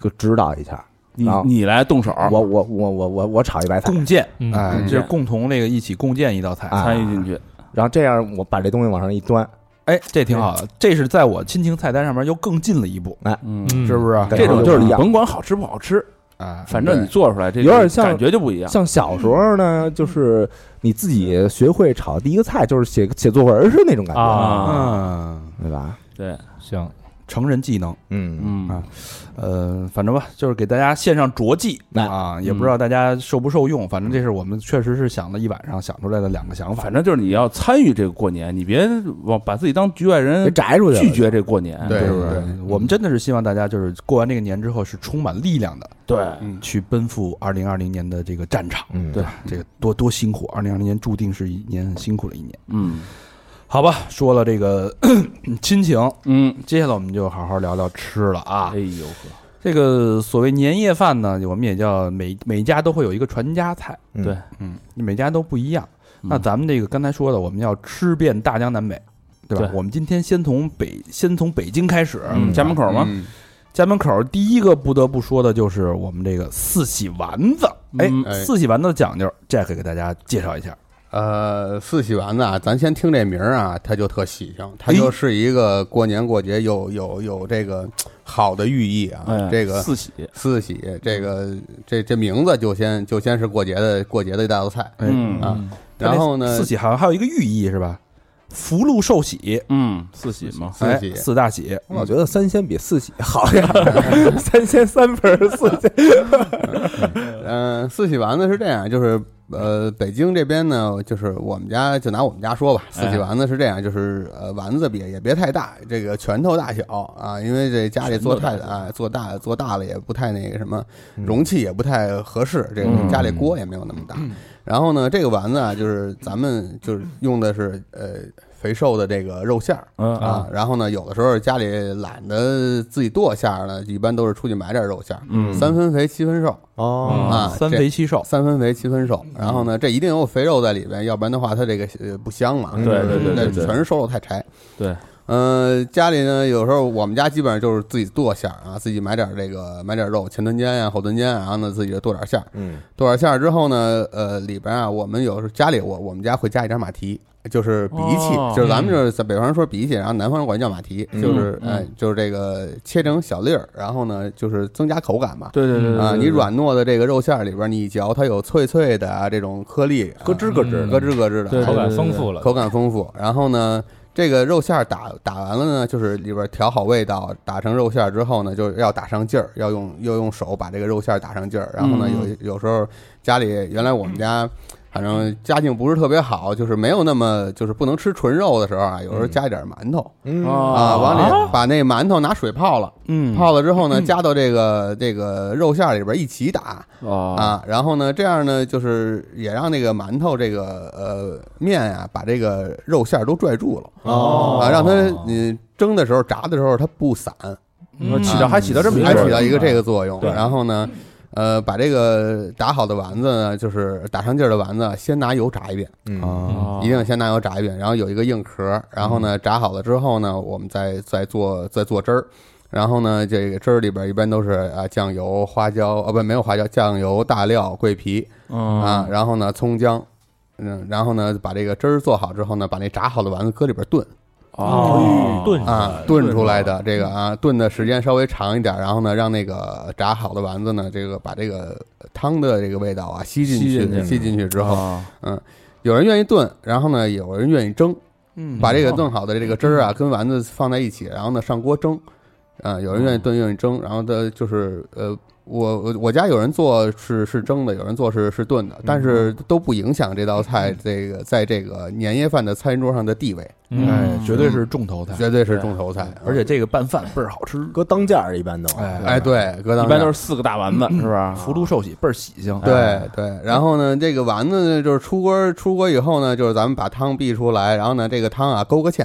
S4: 给指导一下，
S3: 嗯你
S4: 啊
S3: 你来动手，
S4: 我我我我我我炒一白菜，
S1: 共建，
S2: 嗯
S4: 哎
S1: 就，是共同那个一起共建一道菜。
S4: 啊
S3: 参与进去，
S4: 然后这样我把这东西往上一端，
S1: 哎，这挺好的，这是在我亲情菜单上面又更进了一步，
S3: 嗯，
S2: 嗯
S1: 是不
S5: 啊
S1: 是？
S4: 对
S3: 这种就
S4: 就
S3: 是
S4: 一
S3: 你
S4: 样
S3: 甭管好吃不好吃，
S1: 啊，
S3: 反正你做出来这
S4: 有点
S3: 个
S4: 像
S3: 感觉就不一样。
S4: 像小时候呢，就是你自己学会炒第一个菜，就是写写作文儿是那种感觉，
S2: 啊
S1: 嗯，
S4: 对吧？
S3: 对，
S2: 行，
S1: 成人技能，
S4: 嗯，
S3: 嗯
S1: 呃，反正吧，就是给大家献上拙技
S4: 哎
S1: 啊，也不知道大家受不受用，反正这是我们确实是想了一晚上想出来的两个想法。
S3: 反正就是你要参与这个过年，你别往把自己当局外
S4: 给
S3: 人，
S4: 摘出去了
S3: 拒绝这过年。
S5: 对
S1: 是不是？我们真的是希望大家就是过完这个年之后是充满力量的，
S3: 对，
S5: 嗯
S1: 去奔赴二零二零年的这个战场。
S4: 嗯，
S3: 对
S1: 这个多多辛苦，二零二零年注定是一年很辛苦的一年。
S3: 嗯
S1: 好吧，说了这个咳咳 亲情，
S3: 嗯，
S1: 接下来我们就好好聊聊吃了啊
S3: 哎。呦呵，
S1: 这个所谓年夜饭呢，我们也叫每每家都会有一个传家菜，
S4: 嗯
S3: 对
S1: 嗯，每家都不一样。
S3: 嗯
S1: 那咱们这个刚才说的，我们要吃遍大江南北，对吧？
S3: 对
S1: 我们今天先从北先从北京开始，
S4: 嗯
S3: 家门口吗？
S5: 嗯
S1: 家门口第一个不得不说的就是我们这个四喜丸子。哎，
S3: 嗯
S5: 哎
S1: 四喜丸子的讲究，Jack 给大家介绍一下。
S5: 呃，四喜丸子啊，咱先听这名儿啊，它就特喜庆，它就是一个过年过节有有有这个好的寓意啊。
S3: 哎
S5: 这个
S3: 四喜，
S5: 四喜，这个这这名字就先就先是过节的过节的一大道菜。
S1: 哎
S3: 嗯
S5: 啊然后呢
S1: 四，喜好像还有一个寓意是吧？福禄寿喜，
S3: 嗯，四喜嘛，
S5: 四喜
S1: 哎、四大喜。
S4: 我觉得三鲜比四喜好点儿， 三鲜三盆儿四鲜，
S5: 嗯、四喜丸子是这样，就是呃，北京这边呢，就是我们家就拿我们家说吧，四
S3: 哎
S5: 喜丸子是这样，就是呃，丸子别也别太大，这个拳头大小啊，因为这家里做太啊做大做大了也不太那个什么，容器也不太合适，这个
S3: 嗯
S5: 家里锅也没有那么大。然后呢，这个丸子啊，就是咱们就是用的是呃肥瘦的这个肉馅儿。
S3: 嗯
S5: 啊，然后呢，有的时候家里懒得自己剁馅儿呢，一般都是出去买点肉馅儿，
S3: 嗯
S5: 三分肥七分瘦
S4: 哦，
S5: 啊，
S1: 嗯三
S5: 这
S1: 肥七瘦，
S5: 三分肥七分
S3: 嗯
S5: 瘦，然后呢，这一定有肥肉在里边，要不然的话它这个呃不香嘛。
S4: 对
S3: 嗯对对对对
S5: 嗯全是瘦肉太柴。
S3: 对，
S5: 呃，家里呢有时候我们家基本上就是自己剁馅儿啊，自己买点这个买点肉，前臀尖呀、后臀尖啊，然后呢自己就剁点馅儿，
S4: 嗯，
S5: 剁点馅儿之后呢，呃，里边啊我们有时候家里我我们家会加一点马蹄。就是荸荠，
S3: 哦
S5: 就是咱们就是在北方人说荸荠，然后南方人管叫马蹄，就是
S3: 嗯
S5: 哎，就是这个切成小粒儿，然后呢就是增加口感嘛。
S3: 对对对对
S5: 啊，
S3: 对
S5: 你软糯的这个肉馅儿里边，你一嚼，它有脆脆的啊，这种颗粒，啊
S4: 咯吱咯吱
S2: 嗯
S5: 咯吱咯吱
S3: 对
S5: 的，
S2: 口
S5: 啊
S2: 感丰富了，
S5: 口感丰富。然后呢，这个肉馅儿打打完了呢，就是里边调好味道，打成肉馅儿之后呢，就是要打上劲儿，要用要用手把这个肉馅儿打上劲儿。然后呢，
S3: 嗯
S5: 有有时候家里原来我们家。反正家境不是特别好，就是没有那么就是不能吃纯肉的时候啊，有时候加一点馒头、
S4: 嗯，
S5: 啊，
S3: 啊
S5: 往里把那馒头拿水泡了，
S1: 嗯
S5: 泡了之后呢，加到这个这个肉馅儿里边一起打，
S3: 啊
S5: 啊，然后呢，这样呢，就是也让那个馒头这个呃面啊，把这个肉馅儿都拽住了、
S4: 哦
S5: 啊，让它你蒸的时候、炸的时候它不散，
S3: 嗯起到还起到这么一个
S5: 还
S3: 作
S5: 起到
S3: 用
S5: 一个这
S3: 啊
S5: 个作用。
S3: 对
S5: 然后呢，呃，把这个打好的丸子呢，就是打上劲儿的丸子，先拿油炸一遍，
S4: 嗯，
S3: 哦
S1: 啊，
S5: 一定先拿油炸一遍，然后有一个硬壳，然后呢，炸好了之后呢，我们再再做再做汁儿。然后呢，这个汁儿里边一般都是啊酱油、花椒，哦不，没有花椒，酱油、大料、桂皮，啊，
S3: 啊
S5: 然后呢，葱姜，嗯，然后呢，把这个汁儿做好之后呢，把那炸好的丸子搁里边炖
S3: 哦
S2: 炖
S5: 啊，炖出来的这个啊，炖的时间稍微长一点，然后呢，让那个炸好的丸子呢，这个把这个汤的这个味道啊吸进
S3: 吸进
S5: 去，
S3: 去
S5: 吸进去之后，
S3: 啊
S5: 有人愿意炖，然后呢，有人愿意蒸，
S1: 嗯
S5: 把这个炖好的这个汁儿啊跟丸子放在一起，然后呢上锅蒸，啊，有人愿意炖，愿意蒸，然后的就是呃。我我我家有人做是是蒸的，有人做是是炖的，但是都不影响这道菜这个在这个年夜饭的餐桌上的地位，
S2: 嗯
S1: 哎，绝对是重头菜，
S5: 绝对是重头菜。
S1: 而且这个拌饭倍儿好吃，
S4: 搁当间儿一般都，
S1: 哎
S5: 哎，对，搁当嗯
S3: 一般
S5: 家
S3: 都是四个大丸子，是吧？
S1: 福禄寿喜倍儿喜
S3: 啊
S1: 庆。
S5: 对对，然后呢，这个丸子呢，就是出锅出锅以后呢，就是咱们把汤避出来，然后呢，这个汤啊勾个芡，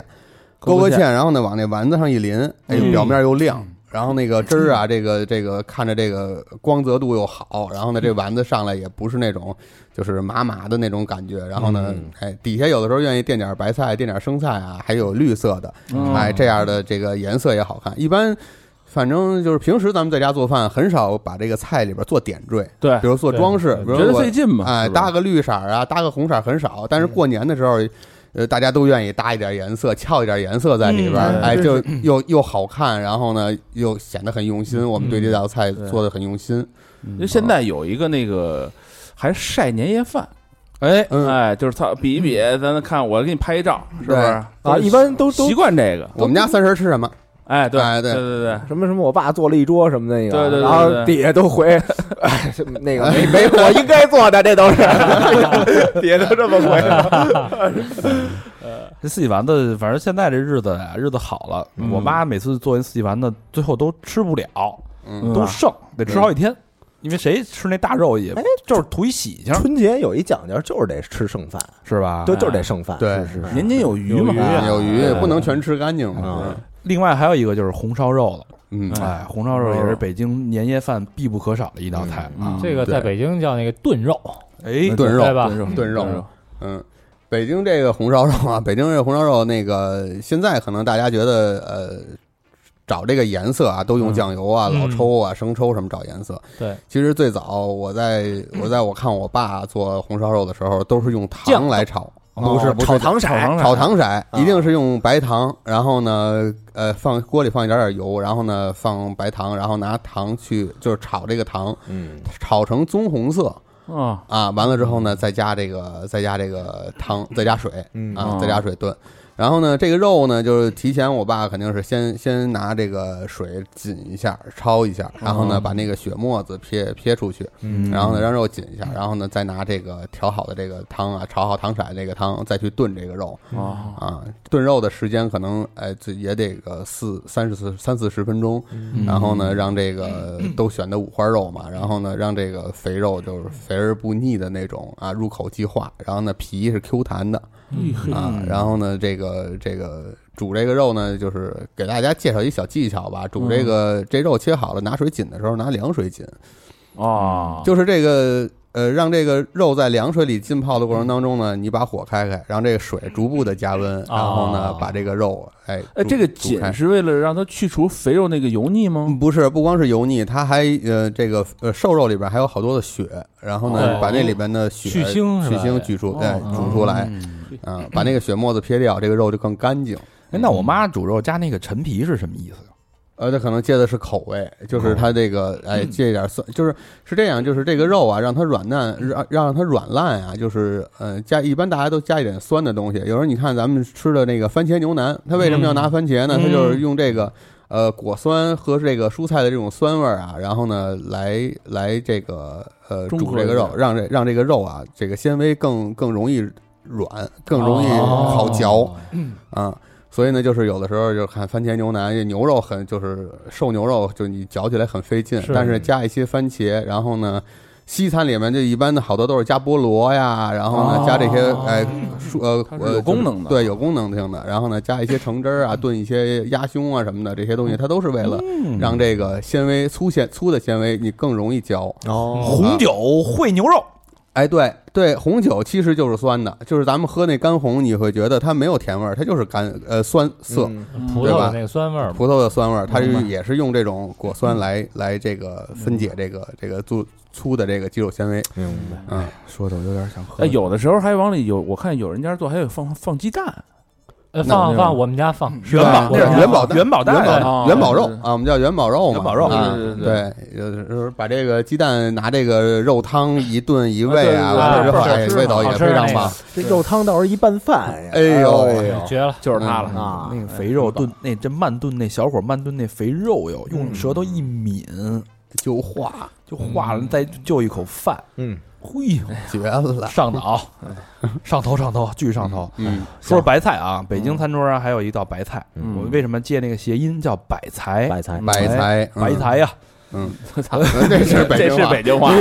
S5: 勾
S3: 勾个
S5: 个
S3: 芡嗯
S5: 芡，然后呢往那丸子上一淋，哎呦，表面又亮，然后那个 汁儿啊，这个这个看着这个光泽度又好，然后呢，这丸子上来也不是那种就是麻麻的那种感觉，然后呢
S4: 嗯，
S5: 哎，底下有的时候愿意垫点白菜，垫点生菜啊，还有绿色的，
S3: 嗯
S5: 哎，这样的这个颜色也好看。一般反正就是平时咱们在家做饭，很少把这个菜里边做点缀，
S3: 哎对
S5: 比，如做装饰，比如
S3: 觉得
S5: 我
S3: 费劲嘛，
S5: 哎，
S3: 是吧
S5: 搭个绿色儿啊，搭个红色儿很少，但是过年的时候。呃，大家都愿意搭一点颜色，翘一点颜色在里边儿，
S3: 嗯
S5: 哎，
S3: 对
S5: 就又又好看，然后呢又显得很用心。我们对这道菜
S3: 对
S5: 做的很用心，
S3: 因为现在有一个那个还晒年夜饭，
S1: 哎，
S5: 嗯，
S3: 哎，就是他比一比，咱们看，我给你拍一照，是不是？
S4: 啊，一般都都
S3: 习惯这个，
S5: 我们家三十吃什么？
S3: 哎，对
S5: 哎对
S3: 对对对，
S4: 什么什么，我爸做了一桌什么那个，
S3: 对对对
S4: 然后
S3: 对
S4: 底下都回，哎，什么那个没
S5: 没
S4: 我应该做的，这都是底下都这么回。
S1: 这四喜丸子，反正现在这日子呀，日子好了，
S4: 嗯
S1: 我妈每次做完四喜丸子，最后都吃不了，
S5: 嗯
S1: 都剩，得吃好几天，因为谁吃那大肉也
S4: 哎
S1: 就是图一喜庆，
S4: 春节有一讲究，就是得吃剩饭，
S1: 是吧？
S4: 对，就是得剩饭。
S5: 对
S4: 是是
S3: 年年有余嘛
S2: 有，余啊
S5: 有鱼哎
S4: 对
S5: 不能全吃干净嘛
S4: 啊。
S1: 另外还有一个就是红烧肉了，
S5: 嗯
S3: 哎
S1: 哎，红烧肉也是北京年夜饭必不可少的一道菜啊。
S2: 这个
S5: 对
S2: 在北京叫那个炖肉，
S5: 嗯
S1: 哎，
S5: 炖肉
S2: 对吧？
S3: 肉
S5: 炖肉
S3: 炖肉，
S5: 嗯，北京这个红烧肉啊，北京这个红烧肉，那个现在可能大家觉得呃，找这个颜色啊，都用酱油啊、
S2: 嗯
S5: 老抽啊、生抽什么找颜色。
S2: 对，
S5: 其实最早 我在我在我看我爸啊做红烧肉的时候，都是用糖
S2: 酱
S5: 来炒，
S4: 不是
S5: 不
S4: 哦炒
S5: 是
S4: 糖色，
S2: 嗯
S5: 炒糖色，
S2: 啊
S5: 一定是用白糖，然后呢，呃，放锅里放一点点油，然后呢放白糖，然后拿糖去就是炒这个糖，
S4: 嗯，
S5: 炒成棕红色。
S3: 啊，
S5: 啊，完了之后呢，再加这个，再加这个汤，再加水，
S4: 嗯
S3: 哦，
S5: 啊再加水炖。然后呢，这个肉呢，就是提前我爸肯定是先先拿这个水紧一下，焯一下，然后呢把那个血沫子撇撇出去，
S1: 嗯
S5: 然后呢让肉紧一下，然后呢再拿这个调好的这个汤啊，炒好糖色这个汤再去炖这个肉
S3: 哦
S5: 啊，炖肉的时间可能哎这也得个四三十四三四十分钟，然后呢，让这个都选的五花肉嘛，然后呢，让这个肥肉就是肥而不腻的那种啊，入口即化。然后呢，皮是 Q 弹的
S3: 嘿嘿
S5: 啊，然后呢，这个这个煮这个肉呢，就是给大家介绍一小技巧吧。煮这个这肉切好了，拿水紧的时候拿凉水紧，
S2: 啊嗯
S3: 哦，
S5: 就是这个呃，让这个肉在凉水里浸泡的过程当中呢，你把火开开，让这个水逐步的加
S2: 嗯
S5: 温，然后
S2: 啊
S5: 呢，把这个肉哎
S3: 哎，
S2: 呃
S5: 煮
S3: 这个
S5: 煮开
S3: 碱是为了让它去除肥肉那个油腻吗？
S5: 嗯，不是，不光是油腻，它还呃，这个呃瘦肉里边还有好多的血，然后呢，
S2: 哦
S5: 把那里边的血
S2: 去腥是
S5: 去
S2: 吧嗯
S5: 腥去除，对，哎
S3: 哦
S5: 煮出来，啊，把那个血沫子撇掉，这个肉就更干净。
S1: 哎，那我妈煮肉加那个陈皮是什么意思呀？
S5: 呃，它可能借的是口味，
S3: 哦
S5: 就是它这个，哎，
S3: 嗯
S5: 借一点酸，就是是这样，就是这个肉啊，让它软烂，让让它软烂啊，就是呃，加一般大家都加一点酸的东西。有时候你看咱们吃的那个番茄牛腩，它为什么要
S3: 嗯
S5: 拿番茄呢？它就是用这个呃果酸和这个蔬菜的这种酸味儿啊，然后呢来来这个呃
S3: 中
S5: 煮
S3: 和
S5: 这个
S3: 一下
S5: 肉，让这让这个肉啊，这个纤维更更容易软，更容易
S3: 哦
S5: 好嚼。啊，所以呢，就是有的时候就看番茄牛腩，这牛肉很就是瘦牛肉，就你嚼起来很费劲，
S2: 是
S5: 但是加一些番茄，然后呢，西餐里面就一般的好多都是加菠萝呀，然后呢、
S3: 哦
S5: 加这些哎蔬呃
S3: 它是
S5: 呃
S3: 有功能的
S5: 对有功能性的，然后呢加一些橙汁儿啊，炖一些鸭胸啊什么的这些
S3: 嗯
S5: 东西，它都是为了嗯
S1: 嗯
S5: 让这个纤维粗纤粗的纤维你更容易嚼。
S3: 嗯
S4: 哦，
S1: 红酒烩牛肉，
S5: 哎，对对，红酒其实就是酸的，就是咱们喝那干红，你会觉得它没有甜味儿，它就是干呃酸涩。
S4: 嗯
S2: 葡萄的那个酸味儿嘛，
S5: 葡萄的酸味儿，它
S2: 明白
S5: 也是用这种果酸来来这个分解这个这个粗粗的这个肌肉纤维。
S4: 明白。
S5: 嗯，
S1: 说的我有点想喝
S3: 哎，有的时候还往里有，我看有人家做还有放放鸡蛋，
S2: 呃
S5: 那
S2: 放
S3: 那
S2: 放
S3: 种
S2: 我们家放
S1: 元宝，
S2: 我
S5: 啊那
S2: 们家
S5: 是元宝蛋
S1: 元宝
S5: 元
S1: 蛋，哎
S5: 宝
S3: 哦
S5: 哎元宝肉
S3: 是
S5: 啊，我们叫元宝肉嘛。
S1: 元宝肉
S5: 啊
S3: 对对
S5: 对，有的时候把这个鸡蛋拿这个肉汤一炖一煨啊，
S3: 对对对
S5: 完了之后
S3: 好吃
S5: 哎，味道也
S2: 好吃啊
S5: 非常
S2: 那个
S5: 棒。
S4: 这肉汤倒是一拌饭呀，
S5: 哎呦
S2: 绝了，
S3: 就是它
S5: 嗯
S3: 了。
S4: 啊
S1: 那个肥肉炖那这慢炖那小火慢炖那肥肉哟，用舌头一抿
S5: 就化
S1: 就化了，再就一口饭，
S4: 嗯，
S1: 嘿呦，
S5: 绝了。
S1: 上脑，上头上头，巨上头。
S5: 嗯，
S1: 说说白菜啊，北京餐桌上还有一道白菜，
S4: 嗯
S1: 我为什么借那个谐音叫白菜？
S4: 白
S2: 哎
S4: 菜
S3: 哎
S5: 白菜，嗯
S1: 白，菜呀。
S5: 嗯，
S3: 操
S5: 这是北
S3: 这
S5: 京
S3: 是
S5: 话
S3: 北京话，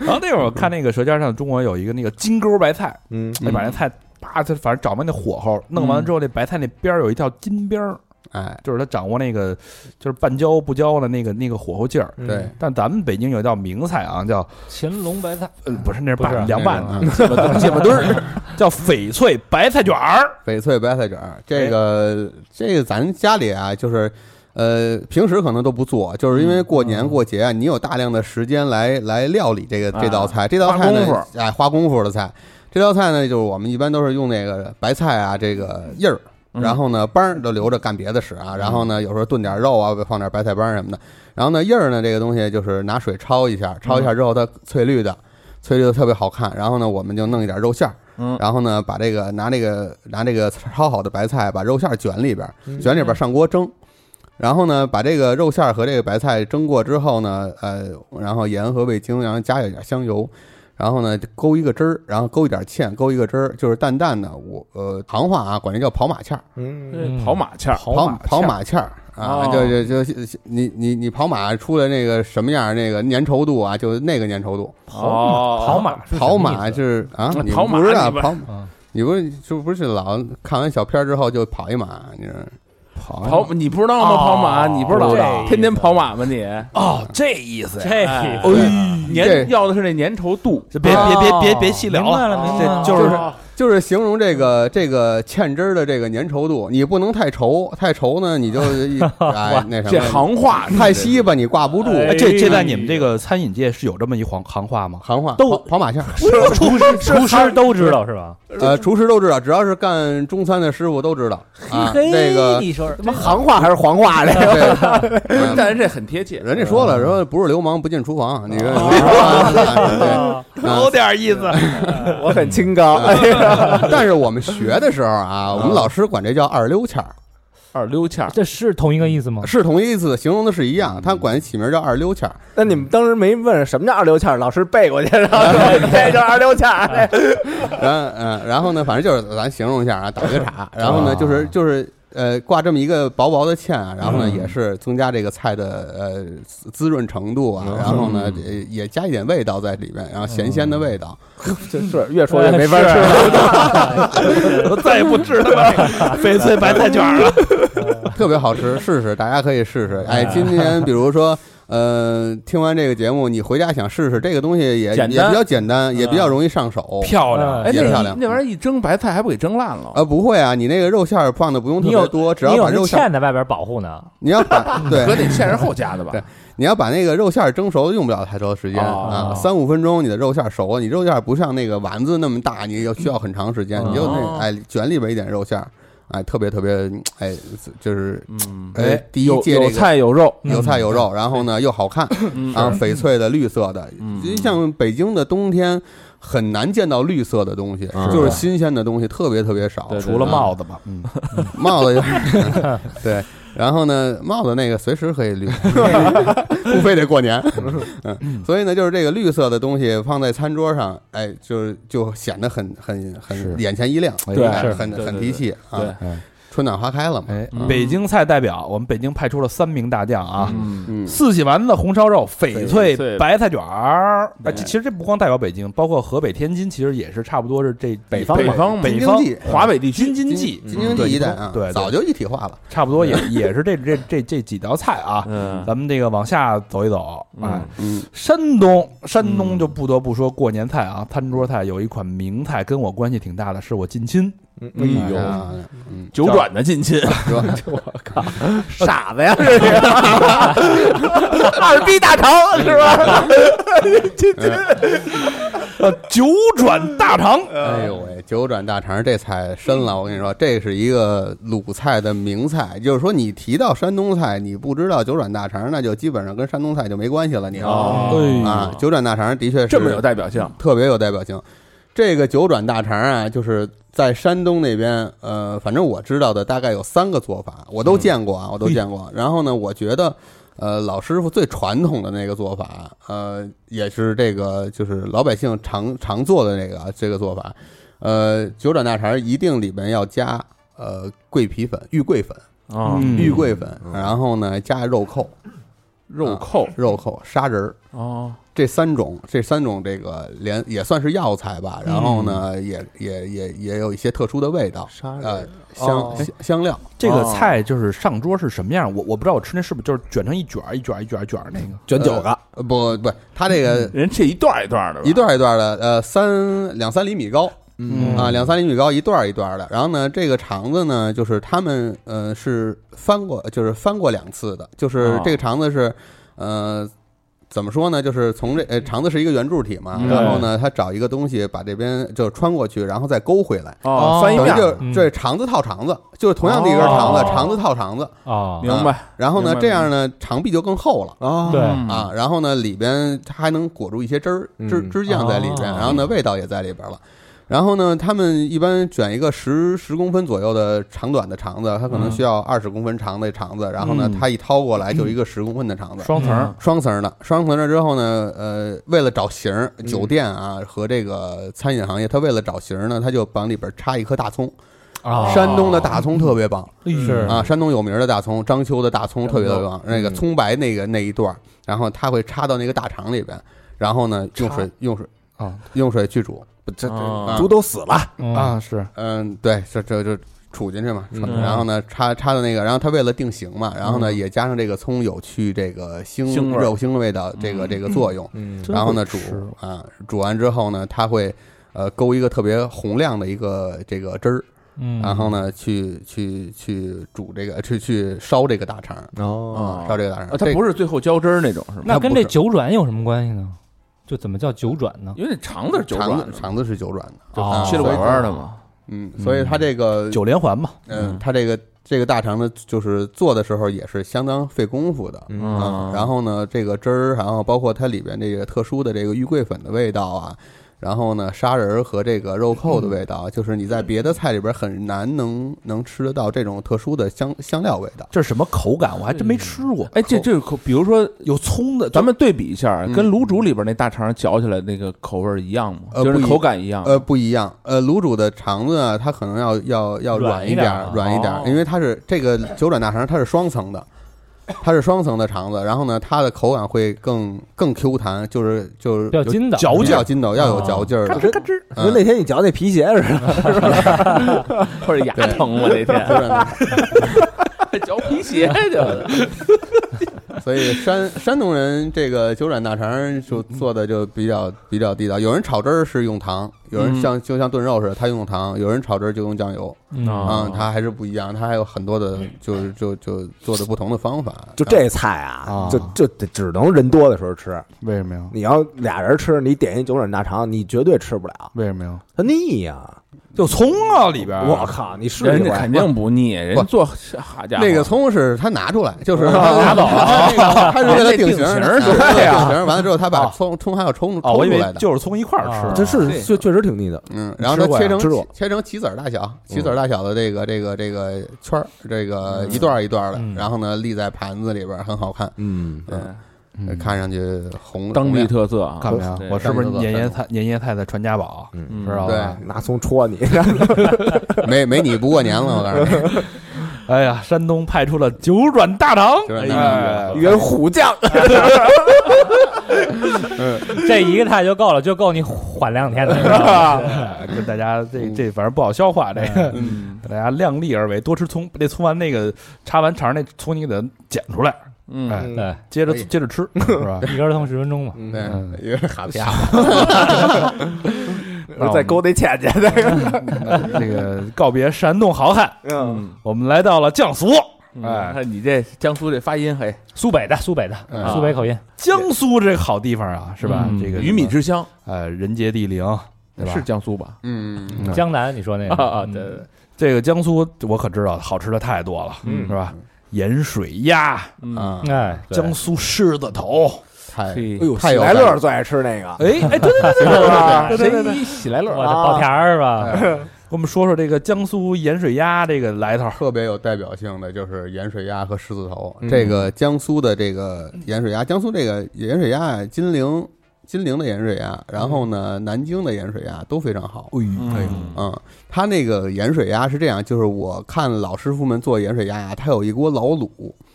S1: 然后那会儿我看那个《舌尖上的中国》有一个那个金钩白菜，
S4: 嗯
S1: 那把那菜啪，它反正找嘛那火候，弄完了之后，那白菜那边儿有一条金边儿，
S5: 哎，
S1: 就是他掌握那个就是半焦不焦的那个那个火候劲儿。
S4: 嗯
S5: 对，
S1: 但咱们北京有一道名菜啊，叫
S2: 乾隆白菜，
S1: 呃不是那是
S2: 不
S1: 拌
S2: 是
S1: 凉拌的
S5: 那
S1: 芥末 墩儿芥末墩儿，叫翡翠白菜卷儿。
S5: 翡翠白菜卷儿，这个这个咱家里啊，就是呃，平时可能都不做，就是因为过年过节啊，你有大量的时间来来料理这个
S3: 啊
S5: 这道菜，这道菜
S1: 花功
S5: 呢，哎，花功夫的菜。这道菜呢，就是我们一般都是用那个白菜啊，这个叶儿，
S3: 嗯
S5: 然后呢，帮儿都留着干别的使啊。然后呢，有时候炖点肉啊，放点白菜帮儿什么的。然后呢，叶儿呢，这个东西就是拿水焯一下，焯一下之后它翠绿的，翠绿的特别好看。然后呢，我们就弄一点肉馅儿，
S3: 嗯
S5: 然后呢，把这个拿这个拿这个焯好的白菜，把肉馅儿卷里边儿，
S4: 嗯
S5: 卷里边儿上锅蒸。然后呢，把这个肉馅儿和这个白菜蒸过之后呢，呃，然后盐和味精，然后加一点香油，然后呢勾一个汁儿，然后勾一点芡，勾一个汁儿，就是淡淡的，我呃行话啊，管这叫跑马芡儿，
S4: 嗯，
S2: 嗯
S3: 跑马芡儿，
S5: 跑跑马芡儿啊，
S3: 哦
S5: 就就就你你你跑马出来那个什么样儿，那个粘稠度啊，就那个粘稠度，
S3: 哦
S2: 跑马是什么意思
S5: 跑马是啊，你
S3: 跑马
S5: 不知道
S3: 你不
S5: 跑
S2: 嗯，
S5: 你不是就不是老看完小片儿之后就跑一马，你是跑一马
S3: 跑，你不知道吗？
S2: 哦
S3: 跑马，你不知
S2: 不知
S3: 道
S2: 道，
S3: 天天跑马吗？你
S1: 哦，这意思呀。
S2: 这
S3: 哎
S2: 个
S5: 这
S3: 粘要的是那粘稠度，
S1: 这别别别别别细聊
S2: 明白了明白
S1: 这
S2: 了
S1: 就是
S5: 就是形容这个这个芡汁儿的这个粘稠度，你不能太稠，太稠呢 你就哎那什
S3: 这
S5: 么，
S3: 行话
S5: 太稀吧你挂不住。
S1: 哎
S2: 哎
S1: 这这在你们这个餐饮界是有这么一行行话 吗？
S5: 行话
S1: 都
S5: 跑跑马线，
S2: 厨师厨师都知道是吧？
S5: 呃，厨师都知道，只要是干中餐的师傅都知道啊。这个
S2: 你说
S4: 他妈行话还是黄话嘞？
S5: 对， 嗯
S3: 但是这很贴切。
S5: 人家说了，说不是流氓不进厨房，你说
S2: 啊
S5: 有
S1: 点意思。
S4: 我很清高，哎
S5: 但是我们学的时候啊，我们老师管这叫二溜签儿，
S3: 二溜欠儿，
S2: 这是同一个意思吗？
S5: 是同义词，形容的是一样，他管起名叫二溜签儿。
S4: 那你们当时没问什么叫二流欠儿，老师背过去，然后说哎这叫二流欠儿。
S5: 然后嗯，然后呢，反正就是咱形容一下啊，打个
S2: 哦
S5: 岔。然后呢，就是就是呃，挂这么一个薄薄的芡啊，然后呢，也是增加这个菜的呃滋滋润程度
S2: 哦
S5: 啊，然后呢也也加一点味道在里面，然后咸鲜的味道。
S4: 这是越说
S2: 哎
S4: 越没法吃了。
S1: 我再也不吃他妈 翡翠白菜卷啊 了。
S2: 嗯
S5: 特别好吃，试试，大家可以试试。哎，今天比如说，呃，听完这个节目，你回家想试试这个东西也，也
S3: 简单
S5: 比较简单，也比
S2: 嗯
S5: 较容易上手。
S1: 漂
S2: 亮
S3: 哎，那
S5: 也漂亮
S3: 那玩意儿一蒸，白菜还不给蒸烂了？
S5: 啊，不会啊，你那个肉馅儿放的不用特
S2: 你有
S5: 别多，只
S2: 你
S5: 要
S2: 有
S5: 把
S2: 那
S5: 肉馅儿，
S2: 芡在外边保护呢，
S5: 你要把
S3: 哥，
S5: 对，
S3: 那芡是后加的吧？
S5: 对你要把那个肉馅儿蒸熟，用不了太长时间
S3: 哦
S5: 啊，三五分钟你的肉馅儿熟了。你肉馅儿不像那个丸子那么大，你要需要很长时间，你就那
S3: 哦
S5: 哎卷里边一点肉馅儿，哎，特别特别哎，就是
S3: 嗯，
S5: 哎第一
S3: 有
S5: 届这
S3: 有
S5: 个嗯
S3: 菜有肉，
S5: 有菜有肉，然后呢又 好看。
S3: 嗯
S5: 啊，翡翠的、绿色的，
S3: 嗯
S5: 因为像北京的冬天很难见到绿色的东西，就是新鲜的东西特别特别少，
S3: 嗯
S5: 嗯
S3: 对对
S1: 除了帽子吧，
S5: 帽 子有点， 对，然后呢，帽子那个随时 可以绿， 不非得过年，嗯，所以呢，就是这个绿色的东西放在餐桌上，哎，就是就显得很很
S1: 是
S5: 很眼前一亮，
S1: 对
S5: 哎
S2: 是
S5: 很
S3: 对
S5: 很
S3: 对
S5: 提气啊
S3: 嗯对，
S1: 哎
S5: 春暖花开了嘛，
S1: 哎
S3: 嗯，
S1: 北京菜代表，我们北京派出了三名大将啊。
S3: 嗯，
S5: 嗯，
S1: 四喜丸子、红烧肉、翡
S3: 翡翠
S1: 翠白菜卷儿，啊，
S3: 哎
S1: 这其实这不光代表北京，包括河北、天津，其实也是差不多是这
S4: 北方
S3: 北
S4: 嘛
S3: 方嘛
S1: 北
S5: 京
S1: 方嗯
S5: 冀
S3: 华北地
S1: 京
S3: 区，嗯
S1: 津冀
S5: 金，京
S1: 对
S5: 冀一带啊，
S1: 对对
S5: 早就一体化了，
S1: 差不多也也是这这这这几道菜啊。
S3: 嗯，
S1: 咱们这个往下走一走，哎
S3: 嗯，
S5: 嗯，
S1: 山东，山东
S3: 嗯
S1: 就不得不说过年菜啊，餐桌菜有一款名菜跟我关系挺大的，是我近亲，
S3: 哎
S4: 嗯
S3: 呦，
S5: 啊嗯，
S3: 九转的近亲，
S5: 是 吧？
S4: 傻子呀，这是 二逼大肠是吧？
S1: 呃，九转大肠，
S5: 哎呦喂，九转大肠这菜深了，我跟你说，这是一个鲁菜的名菜。就是说，你提到山东菜，你不知道九转大肠，那就基本上跟山东菜就没关系了。你知道吗
S1: 哎
S5: 啊，九转大肠的确是
S3: 哦嗯这么有代表性，
S5: 特别有代表性。这个九转大肠啊，就是在山东那边，呃，反正我知道的大概有三个做法，我都见过啊，
S1: 嗯
S5: 我都见过。 然后呢，我觉得，呃，老师傅最传统的那个做法，呃，也是这个就是老百姓常常做的那个啊这个做法，呃，九转大肠一定里面要加呃桂皮粉、玉桂粉、
S3: 啊
S1: 嗯
S5: 玉桂粉，然后呢加肉蔻，
S3: 肉扣
S5: 肉蔻、砂仁儿
S3: 哦，
S5: 这三种，这三种这个连也算是药材吧，然后呢，也也也也有一些特殊的味道，
S4: 沙
S5: 呃，
S4: 哦
S5: 香香香料，
S1: 这个
S4: 啊
S3: 哦
S1: 菜就是上桌是什么样，我我不知道我吃那是不是就是卷成一卷儿一卷儿一卷儿一卷儿那个。
S4: 卷九个，
S5: 呃不不，它这个
S3: 人这一段儿一段儿的吧，
S5: 一段儿一段儿的，呃，三两三厘米高，
S4: 嗯
S5: 啊，两三厘米高，一段儿一段儿的。然后呢，这个肠子呢，就是他们呃是翻过，就是翻过两次的，就是
S3: 哦
S5: 这个肠子是呃怎么说呢？就是从这呃肠子是一个圆柱体嘛，
S3: 嗯
S5: 然后呢，他找一个东西把这边就穿过去，然后再勾回来。
S3: 哦，翻一
S5: 等于
S3: 面儿，
S5: 就这肠子套肠子，就是同样的一根肠子，肠子套肠子。
S2: 哦
S3: 明白
S5: 然后呢
S3: 明，白
S5: 这样呢，肠壁就更厚了。
S4: 啊
S2: 对
S3: 嗯
S5: 啊，然后呢，里边它还能裹住一些汁儿、汁
S4: 嗯
S5: 汁酱在里边，
S2: 哦
S5: 然后呢，味道也在里边了。然后呢，他们一般卷一个十十公分左右的长短的肠子，它可
S3: 嗯
S5: 能需要二十公分长的肠子，然后呢
S1: 嗯，
S5: 它一掏过来就一个十公分的肠子，
S1: 双层儿，
S5: 双层的，双层的之后呢，呃，为了找型儿，
S3: 嗯
S5: 酒店啊和这个餐饮行业，它为了找型儿呢，它就往里边插一颗大葱，
S2: 哦嗯
S5: 山东的大葱特别棒，
S2: 是
S5: 啊，山东有名的大葱，章丘的大葱特别的棒，那个
S4: 嗯
S5: 葱白那个那一段儿，然后它会插到那个大肠里边，然后呢用水用水
S1: 啊
S5: 用水去煮，不这
S3: 哦
S5: 啊
S4: 猪都死了，
S2: 啊，
S1: 啊，是
S5: 嗯对，这这这杵进去嘛，
S4: 嗯
S5: 然后呢插插到那个，然后它为了定型嘛，然后呢
S4: 嗯
S5: 也加上这个葱有去这个腥
S3: 腥味儿
S5: 肉腥味道这个这个作用，
S4: 嗯
S5: 然后呢煮
S1: 真会吃
S5: 啊煮完之后呢，它会呃勾一个特别洪亮的一个这个汁儿，
S2: 嗯
S5: 然后呢，去去去煮这个，去去烧这个大肠
S4: 哦，
S5: 啊，烧这个大肠。
S3: 啊，它
S5: 这
S3: 不是最后浇汁儿那种是吗？
S2: 那跟
S5: 不
S2: 这
S5: 是
S2: 九转有什么关系呢？就怎么叫九转呢？
S3: 因为那肠子是九
S5: 肠
S3: 转
S5: 子，肠啊子是九转的，
S2: 哦
S3: 切了拐弯儿的嘛，
S5: 嗯，所以它这个，
S1: 九连环嘛，
S5: 嗯，它这个这个大肠呢，就是做的时候也是相当费功夫的。
S4: 嗯
S5: 啊
S3: 嗯，，
S5: 然后呢，这个汁儿，然后包括它里边这个特殊的这个玉桂粉的味道啊，然后呢，砂仁儿和这个肉蔻的
S3: 嗯
S5: 味道，就是你在别的菜里边很难能能吃得到这种特殊的香香料味道。
S1: 这是什么口感？我还真没吃过。
S3: 哎，这这口，比如说
S1: 有葱的，
S3: 咱们对比一下，
S5: 嗯
S3: 跟卤煮里边那大肠嚼起来那个口味儿一样吗？
S5: 呃
S3: 就是
S5: 不一
S3: 口感一
S2: 啊
S3: 样？
S5: 呃，不一样。呃，卤煮的肠子啊，它可能要要要
S2: 软
S5: 软
S2: 一
S5: 点
S2: 点
S5: 儿
S2: 儿，
S5: 软一点儿
S3: 哦，
S5: 因为它是这个九转大肠，它是双层的，它是双层的肠子，然后呢，它的口感会更更 Q 弹，就是就是
S2: 比较筋道，哦
S1: 嚼
S5: 有
S1: 劲
S5: 较筋道，要有嚼劲儿的。
S4: 跟跟那天你嚼那皮鞋似的，
S3: 或者牙疼吗？那
S5: 九
S3: 天
S5: 转大肠
S3: 嚼皮鞋去，
S5: 所以山山东人这个九转大肠就做的就比较比较地道。有人炒汁儿是用糖，有人
S3: 嗯
S5: 像就像炖肉似的，他用糖；有人炒汁儿就用酱油。
S2: 嗯
S5: 啊、
S3: 哦
S5: 它还是不一样，它还有很多的，就是就就做的不同的方法。
S4: 就这菜啊
S1: 啊，
S4: 就就得只能人多的时候吃。
S1: 为什么呀？
S4: 你要俩人吃，你点一九转大肠，你绝对吃不了，
S1: 为什么呀？
S4: 它腻呀！
S1: 有葱啊里边儿。
S4: 我靠，你试
S3: 人
S4: 一
S3: 家
S4: 回
S3: 肯定不腻，人家做好家伙，
S5: 那个葱是他拿出来，就是
S3: 拿
S5: 拿
S3: 走了
S5: 他 那个他是为了定型
S3: 定型
S5: 儿，
S3: 儿是吧
S5: 啊为了
S3: 呀
S5: 定型儿完了之后，他把葱葱还要冲
S1: 哦，
S5: 冲
S1: 我以
S5: 出
S1: 为
S5: 来的，
S1: 就是葱一块儿吃的。
S2: 啊
S4: 这
S3: 这
S4: 是
S3: 个
S4: 确确实挺腻的。
S5: 嗯，然后
S4: 吃过
S5: 他
S4: 呀
S5: 切成
S4: 吃过
S5: 切成棋子儿大小，棋子儿大小的这个这个这个圈儿，这个一段儿一段儿的
S2: 嗯，
S5: 然后呢立在盘子里边儿，很好看，
S4: 嗯，
S3: 对
S1: 嗯
S5: 看上去红
S3: 当地
S5: 红亮
S3: 特色啊，
S1: 看没有
S3: 对？
S1: 我是不是
S5: 山东
S1: 年夜菜年夜菜的传家宝？
S3: 嗯
S1: 知道吧？
S4: 拿葱戳你，
S5: 没没你不过年了，我告诉你，
S1: 哎呀，山东派出了九转大肠，
S5: 九转大肠
S1: 哎呀
S4: 原虎将。
S2: 这一个菜就够了，就够你缓两天的，是 吧？
S1: 哎跟大家这
S5: 嗯
S1: 这反正不好消化这个。
S3: 嗯
S1: 大家量力而为，多吃葱。把这葱完那个插完肠，那葱你给它剪出来，
S3: 嗯，
S1: 哎
S2: 对，
S1: 接着
S5: 可以
S1: 接着 吃，是吧？
S2: 一根葱十分钟嘛。
S4: 嗯
S1: 嗯
S5: 对，有点哈
S1: 家
S5: 皮。
S1: 伙，
S4: 我再勾搭倩倩那个，
S1: 那嗯个告别山东好汉，
S4: 嗯，
S1: 我们来到了江苏。
S3: 哎，看你这江苏这发音，嘿，
S2: 苏北的，苏北的，
S5: 嗯
S2: 苏北口音，
S1: 江苏这个好地方啊，是吧？
S2: 嗯
S1: 这个
S3: 鱼米之乡
S1: 呃人杰地灵，对吧？
S3: 是江苏 吧？
S5: 嗯，
S1: 嗯
S2: 江南，你说那个
S3: 啊啊，
S2: 嗯
S3: 对对，对
S1: 这个江苏我可知道，好吃的太多了，
S3: 嗯
S1: 是吧？盐水鸭、
S3: 嗯
S5: 啊，
S2: 哎，对
S1: 江苏狮子头，
S5: 太
S3: 嘿
S4: 哎呦，
S5: 太
S4: 喜
S5: 有
S4: 来
S5: 感
S4: 乐
S5: 觉
S4: 儿最爱吃那个，
S1: 哎哎，对对对对
S4: 是吧
S1: 对对对对，
S3: 谁喜来乐
S2: 我
S3: 儿？
S4: 啊
S2: 的哎爆田儿吧，
S5: 哎
S1: 我们说说这个江苏盐水鸭这个来头，
S5: 特别有代表性的就是盐水鸭和狮子头
S4: 嗯。
S5: 这个江苏的这个盐水鸭，江苏这个盐水鸭啊金陵金陵的盐水鸭，然后呢，南京的盐水鸭都非常好。
S1: 哎呦，
S5: 嗯，它那个盐水鸭是这样，就是我看老师傅们做盐水鸭呀，它有一锅老卤，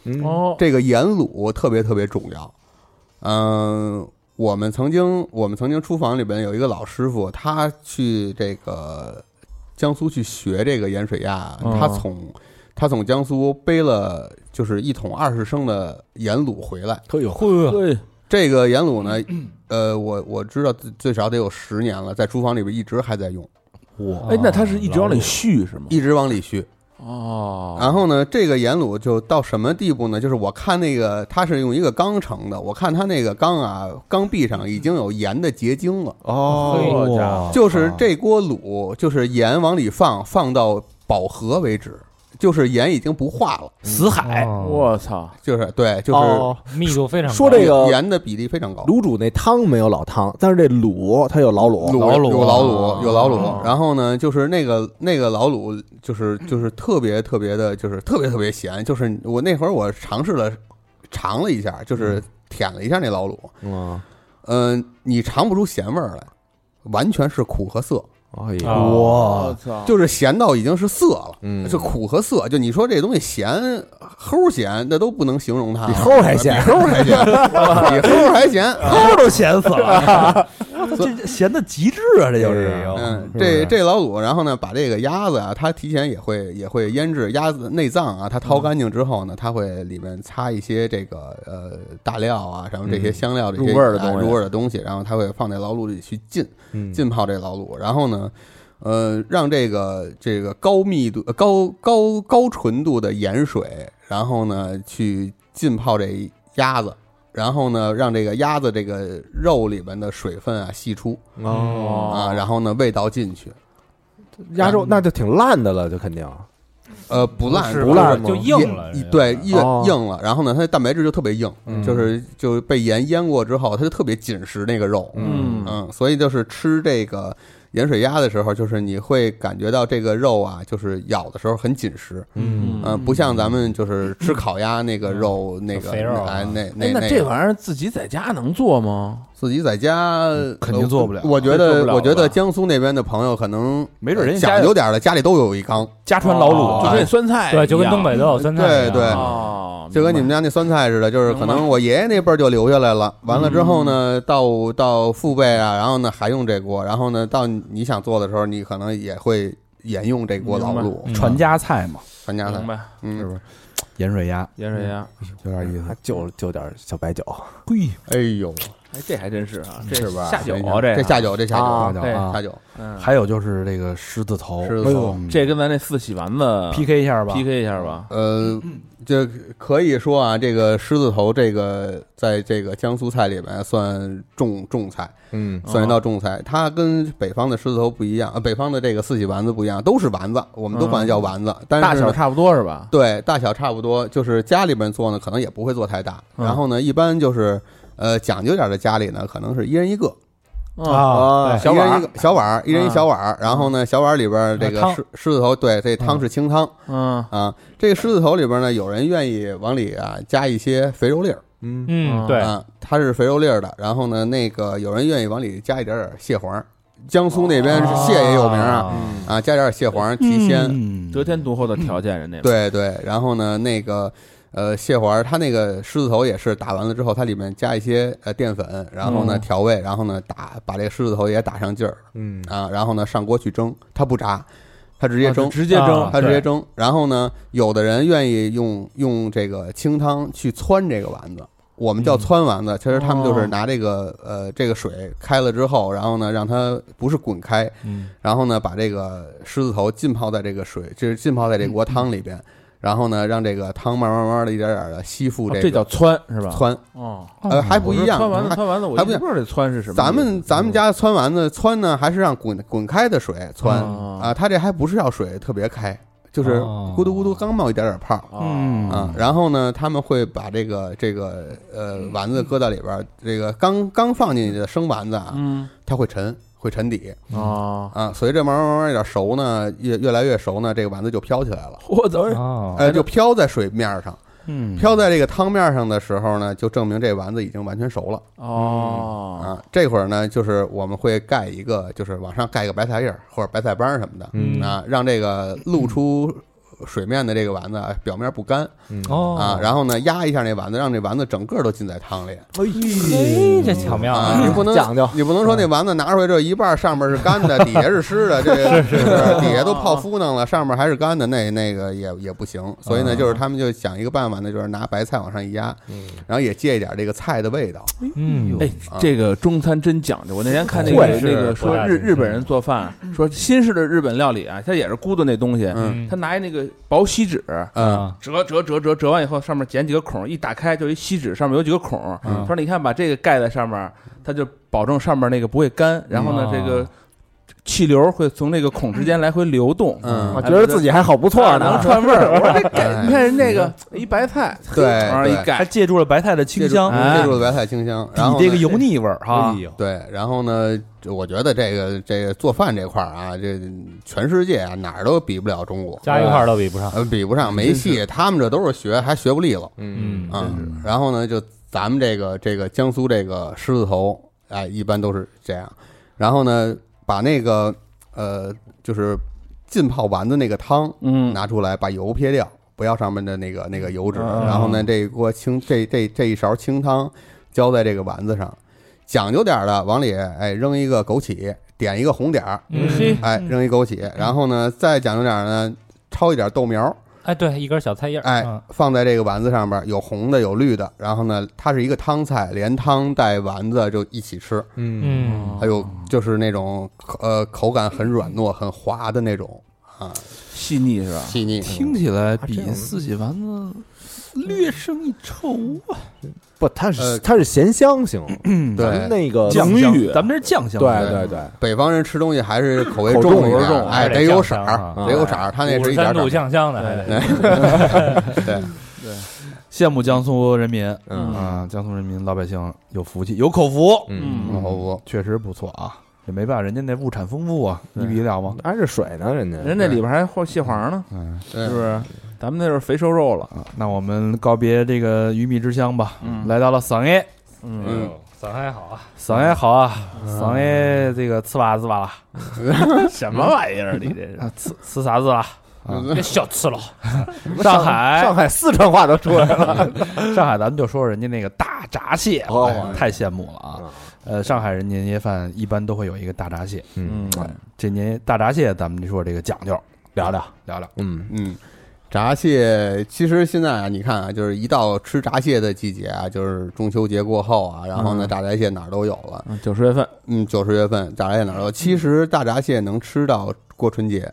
S4: 嗯
S2: 哦，
S5: 这个盐卤特别特别重要。嗯、我们曾经我们曾经厨房里边有一个老师傅，他去这个江苏去学这个盐水鸭，
S3: 嗯
S5: 他从他从江苏背了就是一桶二十升的盐卤回来。
S4: 特有
S3: 对，
S5: 这个盐卤呢，呃，我我知道最最少得有十年了，在厨房里边一直还在用，
S1: 哇，
S3: 哎，那它是一直往里续是吗？
S5: 一直往里续。
S3: 哦，
S5: 然后呢，这个盐卤就到什么地步呢？就是我看那个，它是用一个缸盛的，我看它那个缸啊，缸壁上已经有盐的结晶了，
S4: 哦，
S2: 好家伙
S5: 就是这锅卤，就是盐往里放，放到饱和为止，就是盐已经不化了，
S1: 死海，
S2: 哇，
S3: 我操，
S5: 就是对，就是、
S4: 哦
S2: 密度非常高
S4: 说这个
S5: 盐的比例非常高。
S4: 卤煮那汤没有老汤，但是这卤它有老卤，啊
S5: 卤
S1: 老卤啊
S5: 有老卤有老
S3: 哦
S5: 卤，然后呢，就是那个那个老卤，就是就是特别特别的，就是特别特别咸。就是我那会儿我尝试了，尝了一下，就是舔了一下那老卤，
S4: 嗯，
S5: 嗯，你尝不出咸味儿来，完全是苦和涩，
S4: 哎
S2: 啊
S4: 呀，
S5: 哦
S3: 我
S1: 哇，
S3: 操，
S5: 就是咸到已经是涩了，
S4: 嗯
S5: 是苦和涩。就你说这东西咸，齁咸，那都不能形容它了，
S4: 比齁还咸
S5: 比齁还咸，比齁 还咸。
S1: 齁都咸死 了，这咸的极致啊，这就是哦
S4: 对啊
S5: 嗯，
S4: 是不
S5: 这
S4: 是
S5: 这老卤，然后呢，把这个鸭子啊，它提前也会也会腌制鸭子内脏啊，它掏干净之后呢，它会里面擦一些这个呃大料啊，什么这些香料这些
S3: 嗯入味儿的
S5: 哎
S3: 东西
S5: 入味儿的东西，然后它会放在老卤里去浸。
S4: 嗯
S5: 浸泡这老卤，然后呢，呃，让这个这个高密度、呃高高高纯度的盐水，然后呢去浸泡这鸭子，然后呢让这个鸭子这个肉里面的水分啊析出
S4: 哦，
S5: 啊，然后呢味道进去，
S4: 鸭肉那就挺烂的了，就肯定
S5: 呃不烂
S2: 是
S4: 不
S2: 吧
S4: 烂吗
S2: 就硬了
S5: 一，对硬
S4: 哦
S5: 硬了，然后呢它的蛋白质就特别硬，
S4: 嗯
S5: 就是就是被盐腌过之后，它就特别紧实那个肉，
S3: 嗯
S5: 嗯，所以就是吃这个盐水鸭的时候，就是你会感觉到这个肉啊，就是咬的时候很紧实，
S4: 嗯
S5: 嗯、
S3: 哎
S5: 不像咱们就是吃烤鸭那个肉、那个
S2: 肥肉啊
S5: 哎那
S3: 嗯哎
S5: 那，
S3: 那这玩
S5: 意
S3: 意儿自己在家能做吗？
S5: 自己在家
S1: 肯定做不了
S5: 呃我觉
S3: 做
S5: 得
S3: 不了
S5: 我觉
S3: 吧
S5: 得江苏那边的朋友可能呃
S1: 没准人家家
S5: 讲究点儿的，家里都有一缸，
S1: 家传老啊
S3: 哦就
S1: 卤，
S3: 跟那酸菜一样，
S2: 对，就跟东北都有酸菜一样，
S5: 哎对对
S3: 哦，
S5: 就跟你们家那酸菜似的，就是可
S3: 明
S5: 能我爷爷那辈儿就留下来了。完了之后呢，到到父辈啊，然后呢还用这锅，然后呢到你想做的时候，你可能也会沿用这锅老
S3: 明
S2: 嗯
S5: 卤
S1: 传家菜嘛，
S5: 传家菜
S3: 明。白，
S5: 嗯，
S1: 是？盐水鸭，
S3: 盐水鸭，
S1: 有点意思。
S4: 还啊就就点小白酒，
S1: 嘿，
S5: 哎呦，
S3: 哎，这还真是啊，这
S5: 嗯是吧？
S3: 下酒
S5: 这
S3: 这个
S5: 这下酒，这下
S4: 啊
S1: 大
S5: 酒，
S3: 对
S1: 脚啊
S5: 下，酒，
S3: 嗯，
S1: 还有就是这个狮子头，
S5: 哎狮子头
S1: 哎呦
S3: 这跟咱那四喜丸子
S1: PK 一下吧
S3: PK 一下吧，
S5: 呃，这可以说啊，这个狮子头这个在这个江苏菜里面算重重菜，
S4: 嗯
S5: 算一道重菜。它跟北方的狮子头不一样，呃，北方的这个四喜丸子不一样，都是丸子，我们都管它叫丸子，嗯但是
S3: 大
S5: 呢
S3: 小差不多是吧？
S5: 对，大小差不多，就是家里边做呢，可能也不会做太大。
S3: 嗯
S5: 然后呢，一般就是呃讲究点的家里呢，可能是一人一个
S1: 啊，
S3: 小
S5: 小
S3: 碗
S5: 碗
S3: 儿
S5: 嗯一个小碗儿，一人一小碗儿。然后呢，小碗儿里边儿这
S2: 汤
S5: 个狮狮子头，对，这汤是清汤
S3: 嗯
S5: 啊。这个狮子头里边呢，有人愿意往里啊加一些肥肉粒儿
S4: 嗯
S2: 嗯，对，
S5: 啊，它是肥肉粒儿的。然后呢，那个有人愿意往里加一点点蟹黄儿，江苏那边是蟹也
S2: 哦
S5: 有名啊啊，加点点蟹黄儿提鲜。
S1: 嗯
S3: 得天独厚的条件，人家
S5: 对对，然后呢，那个呃蟹黄儿，它那个狮子头也是打完了之后，它里面加一些呃淀粉，然后呢
S3: 嗯
S5: 调味，然后呢打把这个狮子头也打上劲儿
S4: 嗯
S5: 啊，然后呢上锅去蒸，它不炸，它直接蒸，
S3: 直接
S2: 啊
S3: 蒸，
S5: 它直接
S2: 对
S5: 蒸。然后呢，有的人愿意用用这个清汤去汆这个丸子。我们叫汆丸子，其实他们就是
S3: 哦
S5: 拿这个呃这个水开了之后，然后呢让它不是滚开，
S2: 嗯
S5: 然后呢，把这个狮子头浸泡在这个水，就是浸泡在这锅汤里边，然后呢，让这个汤慢慢慢慢的一点点的吸
S3: 嗯
S5: 附
S3: 哦
S1: 啊
S5: 个
S3: 这叫汆是吧？
S5: 汆，
S3: 哦，
S5: 呃，还不一样
S3: 汆丸。子，
S5: 还
S3: 汆丸子，我一
S5: 还啊不
S3: 直
S5: 一样
S3: 不知道这汆是什么意思。啊
S5: 咱们咱们家汆丸子汆呢，还是让滚滚开的水
S2: 嗯
S5: 汆
S3: 哦
S5: 啊，它这还不是要水特别开，就是
S1: 哦
S5: 咕嘟咕嘟刚冒一点点泡。
S3: 嗯，
S5: 啊，然后呢，他们会把这个这个呃丸子搁到里边儿，这个刚刚放进去的生丸子啊，
S3: 嗯
S5: 它会沉，会沉底，
S3: 哦，
S5: 啊，随着慢慢慢慢有点熟呢，越越来越熟呢，这个丸子就飘起来了，
S3: 我操！
S5: 哎
S2: 哦，
S5: 呃，就飘在水面上。
S3: 嗯
S5: 飘在这个汤面上的时候呢，就证明这丸子已经完全熟了
S3: 哦，
S5: 啊。这会儿呢，就是我们会盖一个，就是往上盖一个白菜叶儿或者白菜帮儿什么的，
S4: 嗯
S5: 啊，让这个露出水面的这个丸子啊表面不干
S4: 嗯，
S2: 哦
S5: 啊，然后呢压一下那丸子，让这丸子整个都浸在汤里
S4: 哎
S1: 哎
S2: 嘿，这巧妙
S5: 啊，你
S2: 啊！
S5: 不能
S4: 嗯讲究
S5: 你不能说那丸子拿出来之后一半上面是干的，底下是湿的，这个是哦底下都泡芙弄了，上面还是干的，那那个也也不行。所以呢，就是他们就想一个办法呢，就是拿白菜往上一压，
S4: 嗯
S5: 然后也借一点这个菜的味道。
S2: 嗯，
S3: 哎，
S5: 啊
S3: 这个中餐真讲究。我那天看那个
S4: 会
S3: 那
S2: 是
S3: 个说
S2: 不太
S3: 日
S2: 行
S3: 日本人做饭，说新式的日本料理啊，他也是咕嘟那东西，
S5: 嗯
S3: 他拿一那个薄锡纸。
S5: 嗯
S2: 啊
S3: 折折折折折完以后，上面剪几个孔，一打开就一锡纸，上面有几个孔。
S5: 嗯
S3: 他说：“你看，把这个盖在上面，它就保证上面那个不会干。然后
S5: 哦
S3: 呢，
S2: 嗯
S3: 这个气流会从那个孔之间来回流动。
S5: 嗯
S4: 我，觉得自己还好不错
S3: 能
S4: 呢，
S3: 串味儿。我说这
S5: 哎嗯
S3: 盖，你看人那个一白菜，
S5: 对
S3: 往上
S5: 对
S3: 一盖
S1: 还，借助了白菜的清香，哎
S3: 哎
S5: 借助了白菜清香，然后
S1: 你这个
S5: 呢
S1: 油腻味儿哈
S4: 哎，呦
S5: 对，然后呢，这我觉得这个这个做饭这块儿啊，这全世界啊哪儿都比不了中国，
S2: 加一块儿都比不上。
S5: 呃比不上没戏，他们这都是学还学不利落。
S2: 嗯
S5: 啊、然后呢，就咱们这个这个江苏这个狮子头，哎，一般都是这样。然后呢，把那个呃，就是浸泡丸子那个汤
S3: 嗯，
S5: 拿出来，把油撇掉，不要上面的那个那个油脂。
S3: 啊
S5: 然后呢，这一锅清这这这一勺清汤浇在这个丸子上，讲究点儿的往里哎扔一个枸杞，点一个红点儿，
S2: 嗯，
S5: 哎扔一枸杞，然后呢再讲究点儿呢，焯一点豆苗。
S2: 哎，对，一根小菜叶儿，
S5: 哎
S2: 嗯，
S5: 放在这个丸子上边，有红的，有绿的。然后呢，它是一个汤菜，连汤带丸子就一起吃。
S4: 嗯，
S2: 嗯，
S5: 还有就是那种呃口感很软糯、很滑的那种啊，
S3: 细腻是吧？
S5: 细腻。
S1: 听起来
S4: 啊这
S1: 比
S4: 样
S1: 四喜丸子
S5: 嗯
S1: 略胜一筹啊。
S4: 不，它
S5: 呃
S4: 是它是咸香型，咱们
S5: 对，
S4: 那个
S1: 酱
S4: 浓
S1: 香
S4: 郁，
S1: 咱们这是酱香，
S4: 对对对，
S5: 北方人吃东西还是口味
S4: 口重
S5: 一
S4: 口味
S5: 点，
S4: 重
S5: 哎，
S2: 还
S5: 得
S2: 是得
S5: 有
S2: 哦酱
S5: 色
S2: 香
S5: 儿，
S4: 啊
S5: 得有色儿。他那是一点
S2: 三
S5: 儿哎嗯
S2: 度
S5: 点儿。
S2: 酱香的，还得
S5: 对，
S1: 羡慕江苏人民
S4: 嗯
S1: 啊，江苏人民老百姓有福气，有口福，
S4: 嗯，
S5: 口服
S1: 确实不错啊。也没办法，人家那物产丰富啊，
S3: 对
S1: 你比得了吗？
S4: 还是水呢，人家
S3: 人那里边还和蟹黄呢，
S1: 嗯
S3: 是不
S5: 对，
S3: 是？咱们那是肥瘦肉了。
S1: 啊，那我们告别这个鱼米之乡吧，
S3: 嗯
S1: 来到了桑耶，
S2: 哎
S3: 嗯，
S5: 嗯，
S2: 咱还好啊，
S1: 桑耶好啊，桑耶这个吃吧吃吧了，
S3: 什么玩意儿？你这是
S1: 啊吃吃啥子了？
S5: 嗯
S2: 这小吃了，
S1: 上海
S4: 上海四川话都出来了，
S1: 上海咱们就说说人家那个大闸蟹，
S4: 哦
S1: 哎太羡慕了啊！呃，上海人年夜饭一般都会有一个大闸蟹，
S3: 嗯，
S1: 这年大闸蟹咱们就说这个讲究，
S4: 聊聊，
S1: 聊聊。
S4: 嗯
S5: 嗯。闸蟹其实现在啊，你看啊，就是一到吃闸蟹的季节啊，就是中秋节过后啊，然后呢，
S3: 嗯
S5: 大闸蟹哪儿都有了。
S3: 嗯九十月份
S5: 嗯，九十月份大闸蟹哪儿都有。
S4: 嗯
S5: 其实大闸蟹能吃到过春节，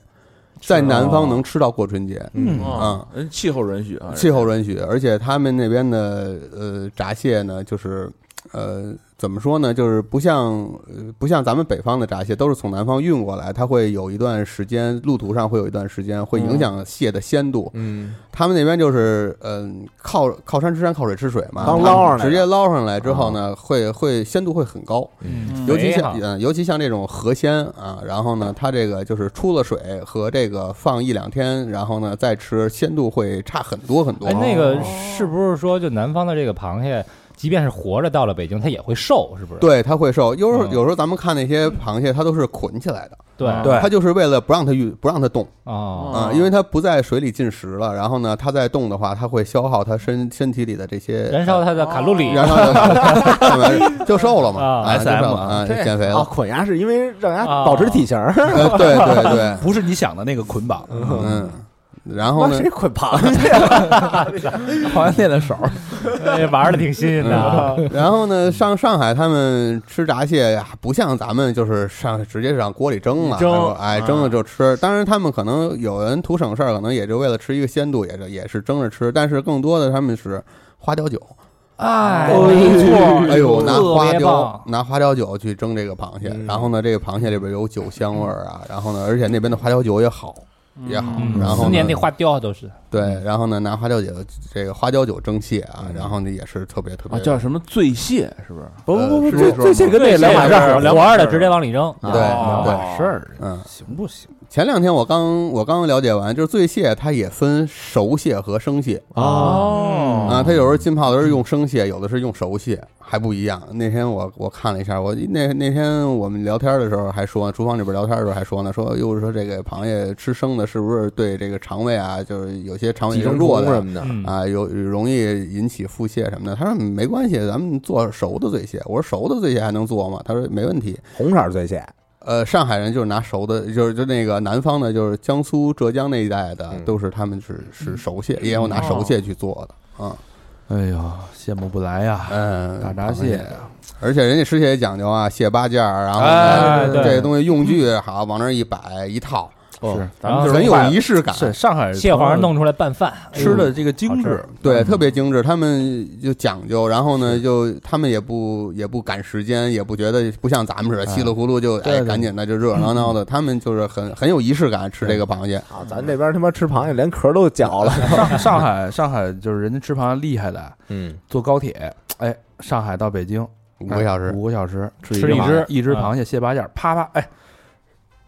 S5: 在南
S4: 哦
S5: 方能吃到过春节，
S4: 哎
S1: 嗯
S5: 啊，
S3: 哦人气候允许啊，
S5: 气候允许，而且他们那边的呃闸蟹呢，就是呃怎么说呢，就是不像呃不像咱们北方的闸蟹都是从南方运过来，它会有一段时间路途上会有一段时间会影响蟹的鲜度。
S4: 嗯
S5: 他们那边就是嗯、靠靠山吃山靠水吃水嘛，
S4: 刚
S5: 他们
S4: 捞上来啊
S5: 直接捞上来之后呢，会会鲜度会很高。
S2: 嗯
S5: 尤其像
S2: 肥哈
S5: 嗯，尤其像这种河鲜啊，然后呢，它这个就是出了水和这个放一两天，然后呢再吃，鲜度会差很多很多。
S2: 哎，那
S5: 哦
S2: 个是不是说就南方的这个螃蟹，即便是活着到了北京，它也会瘦，是不是？
S5: 对，它会瘦。有时候
S2: 嗯
S5: 有时候咱们看那些螃蟹，它都是捆起来的，
S2: 对
S1: 对
S5: 它就是为了不让它运，不让它动
S2: 哦，
S5: 啊
S3: 哦，
S5: 因为它不在水里进食了。然后呢，它再动的话，它会消耗它身身体里的这些
S2: 燃烧它的卡路里，
S5: 燃烧 的，就瘦了嘛
S2: 啊
S5: 啊，就瘦
S1: SM
S5: 了
S1: 啊
S5: 啊，就
S4: 对
S5: 减肥
S4: 啊，
S5: 了。
S4: 捆牙是因为让牙保持体型儿，
S5: 呃 对对对，
S1: 不是你想的那个捆绑，
S5: 嗯，然后
S4: 妈
S5: 呢
S4: 谁？捆啊螃蟹呀？
S1: 螃蟹的手，
S2: 哎玩的挺新鲜的啊，
S5: 然后呢，上上海他们吃闸蟹呀，不像咱们就是上直接上锅里蒸了，
S3: 蒸
S5: 然后哎蒸了就吃。当然，他们可能有人图省事儿，可能也就为了吃一个鲜度，也就也是蒸着吃。但是更多的他们是花雕酒，
S2: 哎，
S5: 哦
S4: 没
S2: 错
S5: 哎呦，拿
S2: 特
S5: 花
S2: 别
S5: 雕
S2: 棒
S5: 拿花雕酒去蒸这个螃蟹，
S4: 嗯
S5: 然后呢，这个螃蟹里边有酒香味儿啊，然后呢，而且那边的花雕酒也好也好，然
S2: 嗯
S5: 后
S2: 十年那
S5: 呢，
S2: 花雕都是，
S5: 对，然后呢，拿花雕酒这个花雕酒蒸蟹啊，然后呢也是特别特
S3: 啊，
S5: 别
S3: 叫什么醉蟹是不是？
S4: 不不不不，
S5: 呃是
S4: 这
S5: 这
S4: 这跟那两码事
S3: 这
S4: 儿，
S3: 是两
S2: 活
S3: 码
S2: 着
S3: 事
S2: 的
S3: 儿
S2: 直接往里扔，哦
S5: 对
S1: 两
S5: 对
S1: 码事儿，
S5: 嗯。
S1: 行不行？
S5: 前两天我刚我刚了解完，就是醉蟹它也分熟蟹和生蟹
S2: 嗯
S4: 啊，
S3: 哦
S5: 啊，它有时候浸泡的是用生蟹，有的是用熟蟹，还不一样。那天我我看了一下，我那那天我们聊天的时候还说，厨房里边聊天的时候还说呢，说又是说这个螃蟹吃生的，是不是对这个肠胃啊，就是有些肠胃
S4: 寄生
S5: 弱
S4: 虫什
S5: 的呀
S4: 么的，
S2: 嗯
S5: 啊，有容易引起腹泻什么的。他说没关系，咱们做熟的醉蟹。我说熟的醉蟹还能做吗？他说没问题。
S4: 红色醉蟹
S5: 呃，上海人就是拿熟的，就是就那个南方的，就是江苏、浙江那一带的，
S4: 嗯
S5: 都是他们是
S1: 嗯
S5: 是熟蟹，也有拿
S1: 哦
S5: 熟蟹去做的啊。
S1: 哎呦，羡慕不来呀！
S5: 嗯，
S1: 大闸蟹
S5: 螃而且人家吃蟹也讲究啊，蟹八件儿，然后呢
S2: 哎
S5: 就是
S2: 对
S5: 这个东西用具好往那儿一摆一套，
S1: 是
S2: 然后啊就是
S5: 很有
S2: 把
S5: 仪式感。
S1: 啊哦是上海
S2: 蟹黄弄出来拌饭，
S1: 吃的这个精
S2: 好
S1: 致
S2: 吃，
S5: 对，特别精致，他们就讲究，然后呢，就他们也不也不赶时间，也不觉得不像咱们似的稀里糊涂就
S1: 对
S5: 哎
S1: 对嗯
S5: 赶紧的就热热闹闹的，他们就是很很有仪式感吃这个螃蟹，
S4: 啊，咱这边他妈吃螃蟹连壳都嚼了，
S1: 上上海上海就是人家吃螃蟹厉害的，
S4: 嗯，
S1: 坐高铁，哎，上海到北京
S5: 五个小时，
S1: 五个小时吃
S2: 吃一
S1: 螃
S2: 只
S1: 一
S5: 嗯
S1: 只螃蟹蟹八件，啪啪，哎，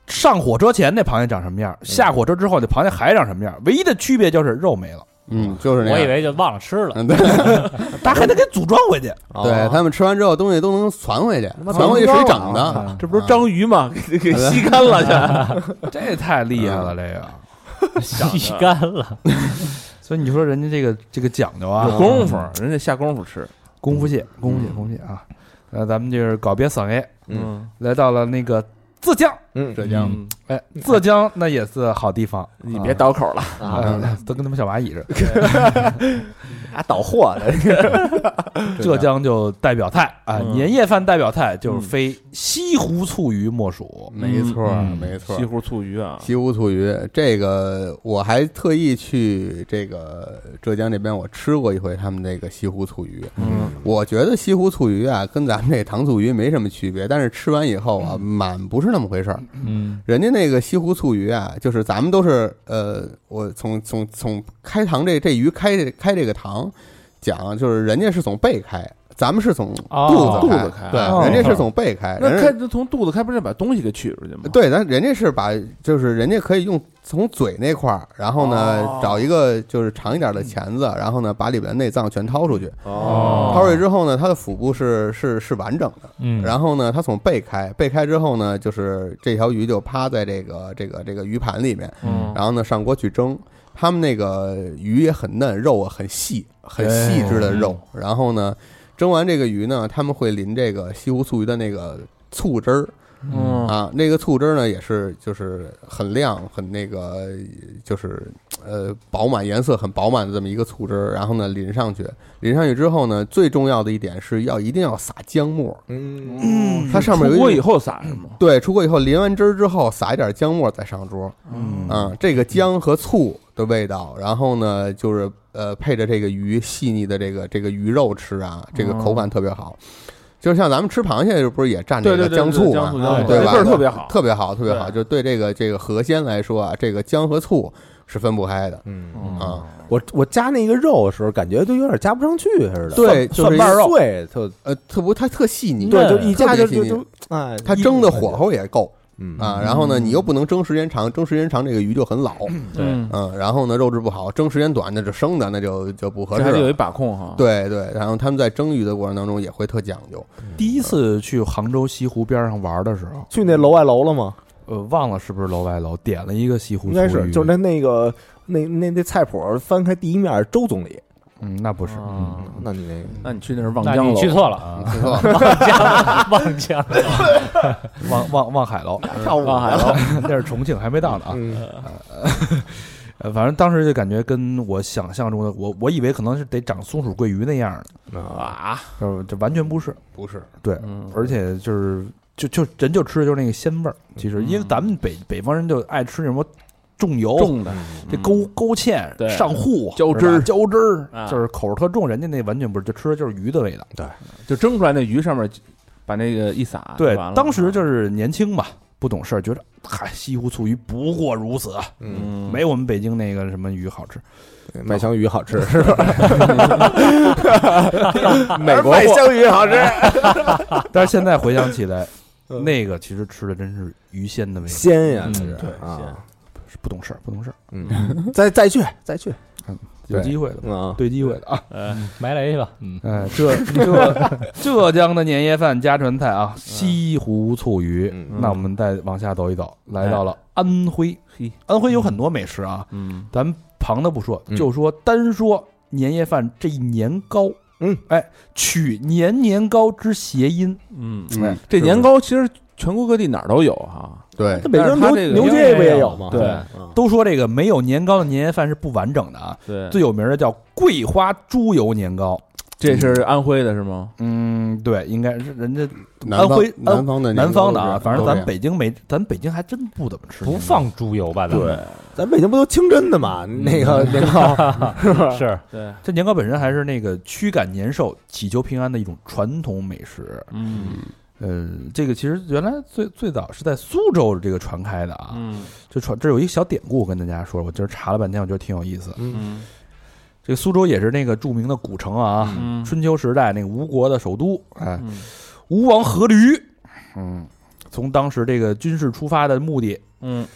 S1: 上火车前那螃蟹长什么样，
S5: 嗯
S1: 下火车之后那螃蟹还长什么样，唯一的区别就是肉没了，
S5: 嗯，就是那样。
S2: 哎我以为就忘了吃了。
S5: 嗯，对，
S1: 它还得给组装回去，
S2: 哦
S4: 哦
S5: 对他们吃完之后东西都能传回去，传回去水涨
S2: 啊
S4: 啊
S5: 的，
S3: 这不是章鱼 吗？给给吸干
S5: 哎
S3: 了去。
S5: 嗯
S1: 这太厉害了，这个。
S2: 吸干了，
S1: 所以你说人家这个这个讲究 啊，
S3: 有功夫，人家下功夫吃。
S1: 功夫蟹，功夫蟹，功夫蟹啊！那咱们就是告别上海，
S3: 嗯，
S1: 来到了那个浙江，
S4: 嗯
S5: 浙江
S3: 嗯
S1: 哎，浙江那也是好地方，
S3: 你别倒口了，
S4: 啊，
S1: 啊， 都跟他们小蚂蚁似的。
S4: 俩倒货的，
S1: 浙江就代表菜啊，
S3: 嗯
S1: 年夜饭代表菜就是非西湖醋鱼莫属。
S5: 没错儿
S1: 嗯
S5: 没错儿
S3: 西。湖醋鱼啊，
S5: 西湖醋鱼，这个我还特意去这个浙江这边，我吃过一回他们那个西湖醋鱼。
S3: 嗯，
S5: 我觉得西湖醋鱼啊，跟咱们这糖醋鱼没什么区别，但是吃完以后啊，满不是那么回事儿。
S2: 嗯，
S5: 人家那个西湖醋鱼啊，就是咱们都是呃，我从从从开膛这这鱼开这开这个膛讲，就是人家是从背开，咱们是从
S2: 哦
S5: 肚子
S3: 肚子
S5: 开
S3: 开
S5: 对，
S1: 哦
S5: 人家是从背开，
S3: 那
S5: 哎人
S3: 开
S5: 家
S3: 那从肚子开，不是把东西给取出去吗？
S5: 对，但人家是把就是人家可以用从嘴那块儿，然后呢、
S3: 哦嗯
S5: 找一个就是长一点的钳子，然后呢把里边的内脏全掏出去，
S3: 哦
S5: 掏出去之后呢，它的腹部是是是完整的。
S2: 嗯，
S5: 然后呢，它从背开，背开之后呢，就是这条鱼就趴在这个这个这个鱼盘里面，
S2: 嗯
S5: 然后呢上锅去蒸。他们那个鱼也很嫩，肉啊很细，很细致的肉。然后呢，蒸完这个鱼呢，他们会淋这个西湖醋鱼的那个醋汁儿
S3: 嗯
S5: 啊，那个醋汁儿呢也是就是很亮，很那个就是呃饱满，颜色很饱满的这么一个醋汁儿。然后呢淋上去，淋上去之后呢，最重要的一点是要一定要撒姜末，
S4: 嗯，
S3: 嗯
S5: 它上面有一
S3: 出锅以后撒什么？
S5: 对，出锅以后淋完汁儿之后，撒一点姜末再上桌。
S1: 嗯
S5: 嗯，这个姜和醋的味道，然后呢，就是呃配着这个鱼细腻的这个这个鱼肉吃啊，这个口感特别好。就是像咱们吃螃蟹，不是也蘸这
S3: 对对
S5: 个
S3: 对，
S5: 姜
S3: 醋
S5: 醋嘛，
S3: 姜
S5: 对吧？
S3: 味儿特别好。
S5: 特别好，特别好。
S3: 对
S5: 就对这个这个河鲜来说啊，这个姜和醋是分不开的
S4: 嗯，
S3: 嗯
S5: 啊。
S4: 我我加那个肉的时候，感觉就有点加不上去似的，
S5: 对，就是一
S4: 瓣肉碎，特
S5: 呃，特不它特细
S3: 嗯
S5: 腻，
S4: 对，就一
S5: 特
S4: 加就
S5: 别细
S4: 就就
S5: 腻。
S4: 哎，
S5: 它蒸的火候也够
S4: 嗯
S5: 啊，然后呢，你又不能蒸时间长，蒸时间长这个鱼就很老，
S3: 嗯，
S5: 嗯，然后呢，肉质不好，蒸时间短那就生的那就就不合
S3: 这
S5: 适
S3: 还得有一
S5: 了。
S3: 把控哈。，
S5: 对对，然后他们在蒸鱼的过程当中也会特讲究，
S1: 第一次去杭州西湖边上玩的时候，
S4: 去那楼外楼了吗？
S1: 呃，忘了是不是楼外楼，点了一个西湖醋
S4: 应
S1: 鱼，
S4: 该是，就是那那个那那那菜谱翻开第一面，周总理，
S1: 嗯，那不是，
S3: 啊
S1: 嗯
S4: 哦那你那个
S3: 那你去那是望
S2: 那
S3: 江
S2: 你
S3: 楼，
S2: 去错 了，
S5: 不错，
S2: 望江，望江，
S1: 望望望海楼，
S4: 跳舞
S3: 望海楼。
S1: 那是重庆，还没到呢啊。
S4: 嗯
S1: 呃，反正当时就感觉跟我想象中的，我我以为可能是得长松鼠桂鱼那样的，
S4: 嗯
S3: 啊，
S1: 呃，这完全不是。
S5: 不是，
S1: 对，
S3: 嗯
S1: 而且就是就就人就吃的就是那个鲜味儿。其实因为咱们北北方人就爱吃那什么重油、
S3: 嗯重的
S5: 嗯
S1: 这勾勾芡、
S3: 对
S1: 上糊、
S3: 浇
S1: 是吧
S3: 嗯汁儿
S1: 浇汁儿，
S3: 啊
S1: 就是口味特重。人家那完全不是，就吃的就是鱼的味道。
S3: 就蒸出来那鱼上面，把那个一撒，
S1: 对
S3: 就完，了啊
S1: 当时就是年轻嘛，不懂事儿，觉得嗨，西湖醋鱼不过如此，啊
S4: 嗯，
S1: 没我们北京那个什么鱼好吃。
S4: 麦香鱼好 吃是吧？美国麦香鱼好吃，
S1: 但是现在回想起来，
S4: 嗯
S1: 那个其实吃的真是鱼鲜的味道，
S4: 鲜呀，
S2: 嗯
S4: 那是
S5: 对鲜
S4: 啊，
S1: 是不懂事儿，不懂事儿，
S4: 嗯， 再再去再去，
S1: 有
S4: 对
S1: 机会的，
S4: 嗯啊，
S1: 对机会的啊。
S2: 呃，埋雷去吧，嗯，
S1: 哎，浙浙浙江的年夜饭家传菜啊，西湖醋鱼。
S4: 嗯哎
S1: 那我们再往下走一走，来到了安徽。
S3: 嘿，
S1: 安徽有很多美食啊，
S3: 嗯，
S1: 咱旁的不说，
S4: 嗯
S1: 就说单说年夜饭这一年糕。
S4: 嗯，
S1: 哎，取年年糕之谐音，
S3: 嗯，
S5: 嗯，
S3: 这年糕其实全国各地哪儿都有啊哈，
S5: 对
S4: 那，北京
S3: 但
S4: 牛
S3: 是它这个
S4: 牛街不也有吗？
S3: 对
S4: 嗯
S1: 都说这个没有年糕的年夜饭是不完整的啊。
S3: 对，
S1: 最有名的叫桂花猪油年糕。
S3: 这是安徽的是吗？
S1: 嗯，对，应该是人家
S5: 南
S1: 安
S5: 方
S1: 徽
S5: 南方的
S1: 南方的啊，
S5: 年糕都这样
S1: 反正
S5: 都
S1: 咱
S5: 这样
S1: 北京没，咱北京还真不怎么吃年糕。
S2: 不放猪油吧，咱们
S4: 咱北京不都清真的嘛？那个年糕是不是？
S2: 是
S3: 对，
S1: 这年糕本身还是那个驱赶年兽、祈求平安的一种传统美食。
S3: 嗯
S1: 呃，这个其实原来最最早是在苏州这个传开的啊。
S3: 嗯
S1: 这传这有一个小典故，我跟大家说，我今儿查了半天，我觉得挺有意思。
S3: 嗯
S1: 这个苏州也是那个著名的古城啊，
S3: 嗯
S1: 春秋时代那个吴国的首都。哎，
S3: 嗯
S1: 吴王阖闾，嗯，从当时这个军事出发的目的，
S3: 嗯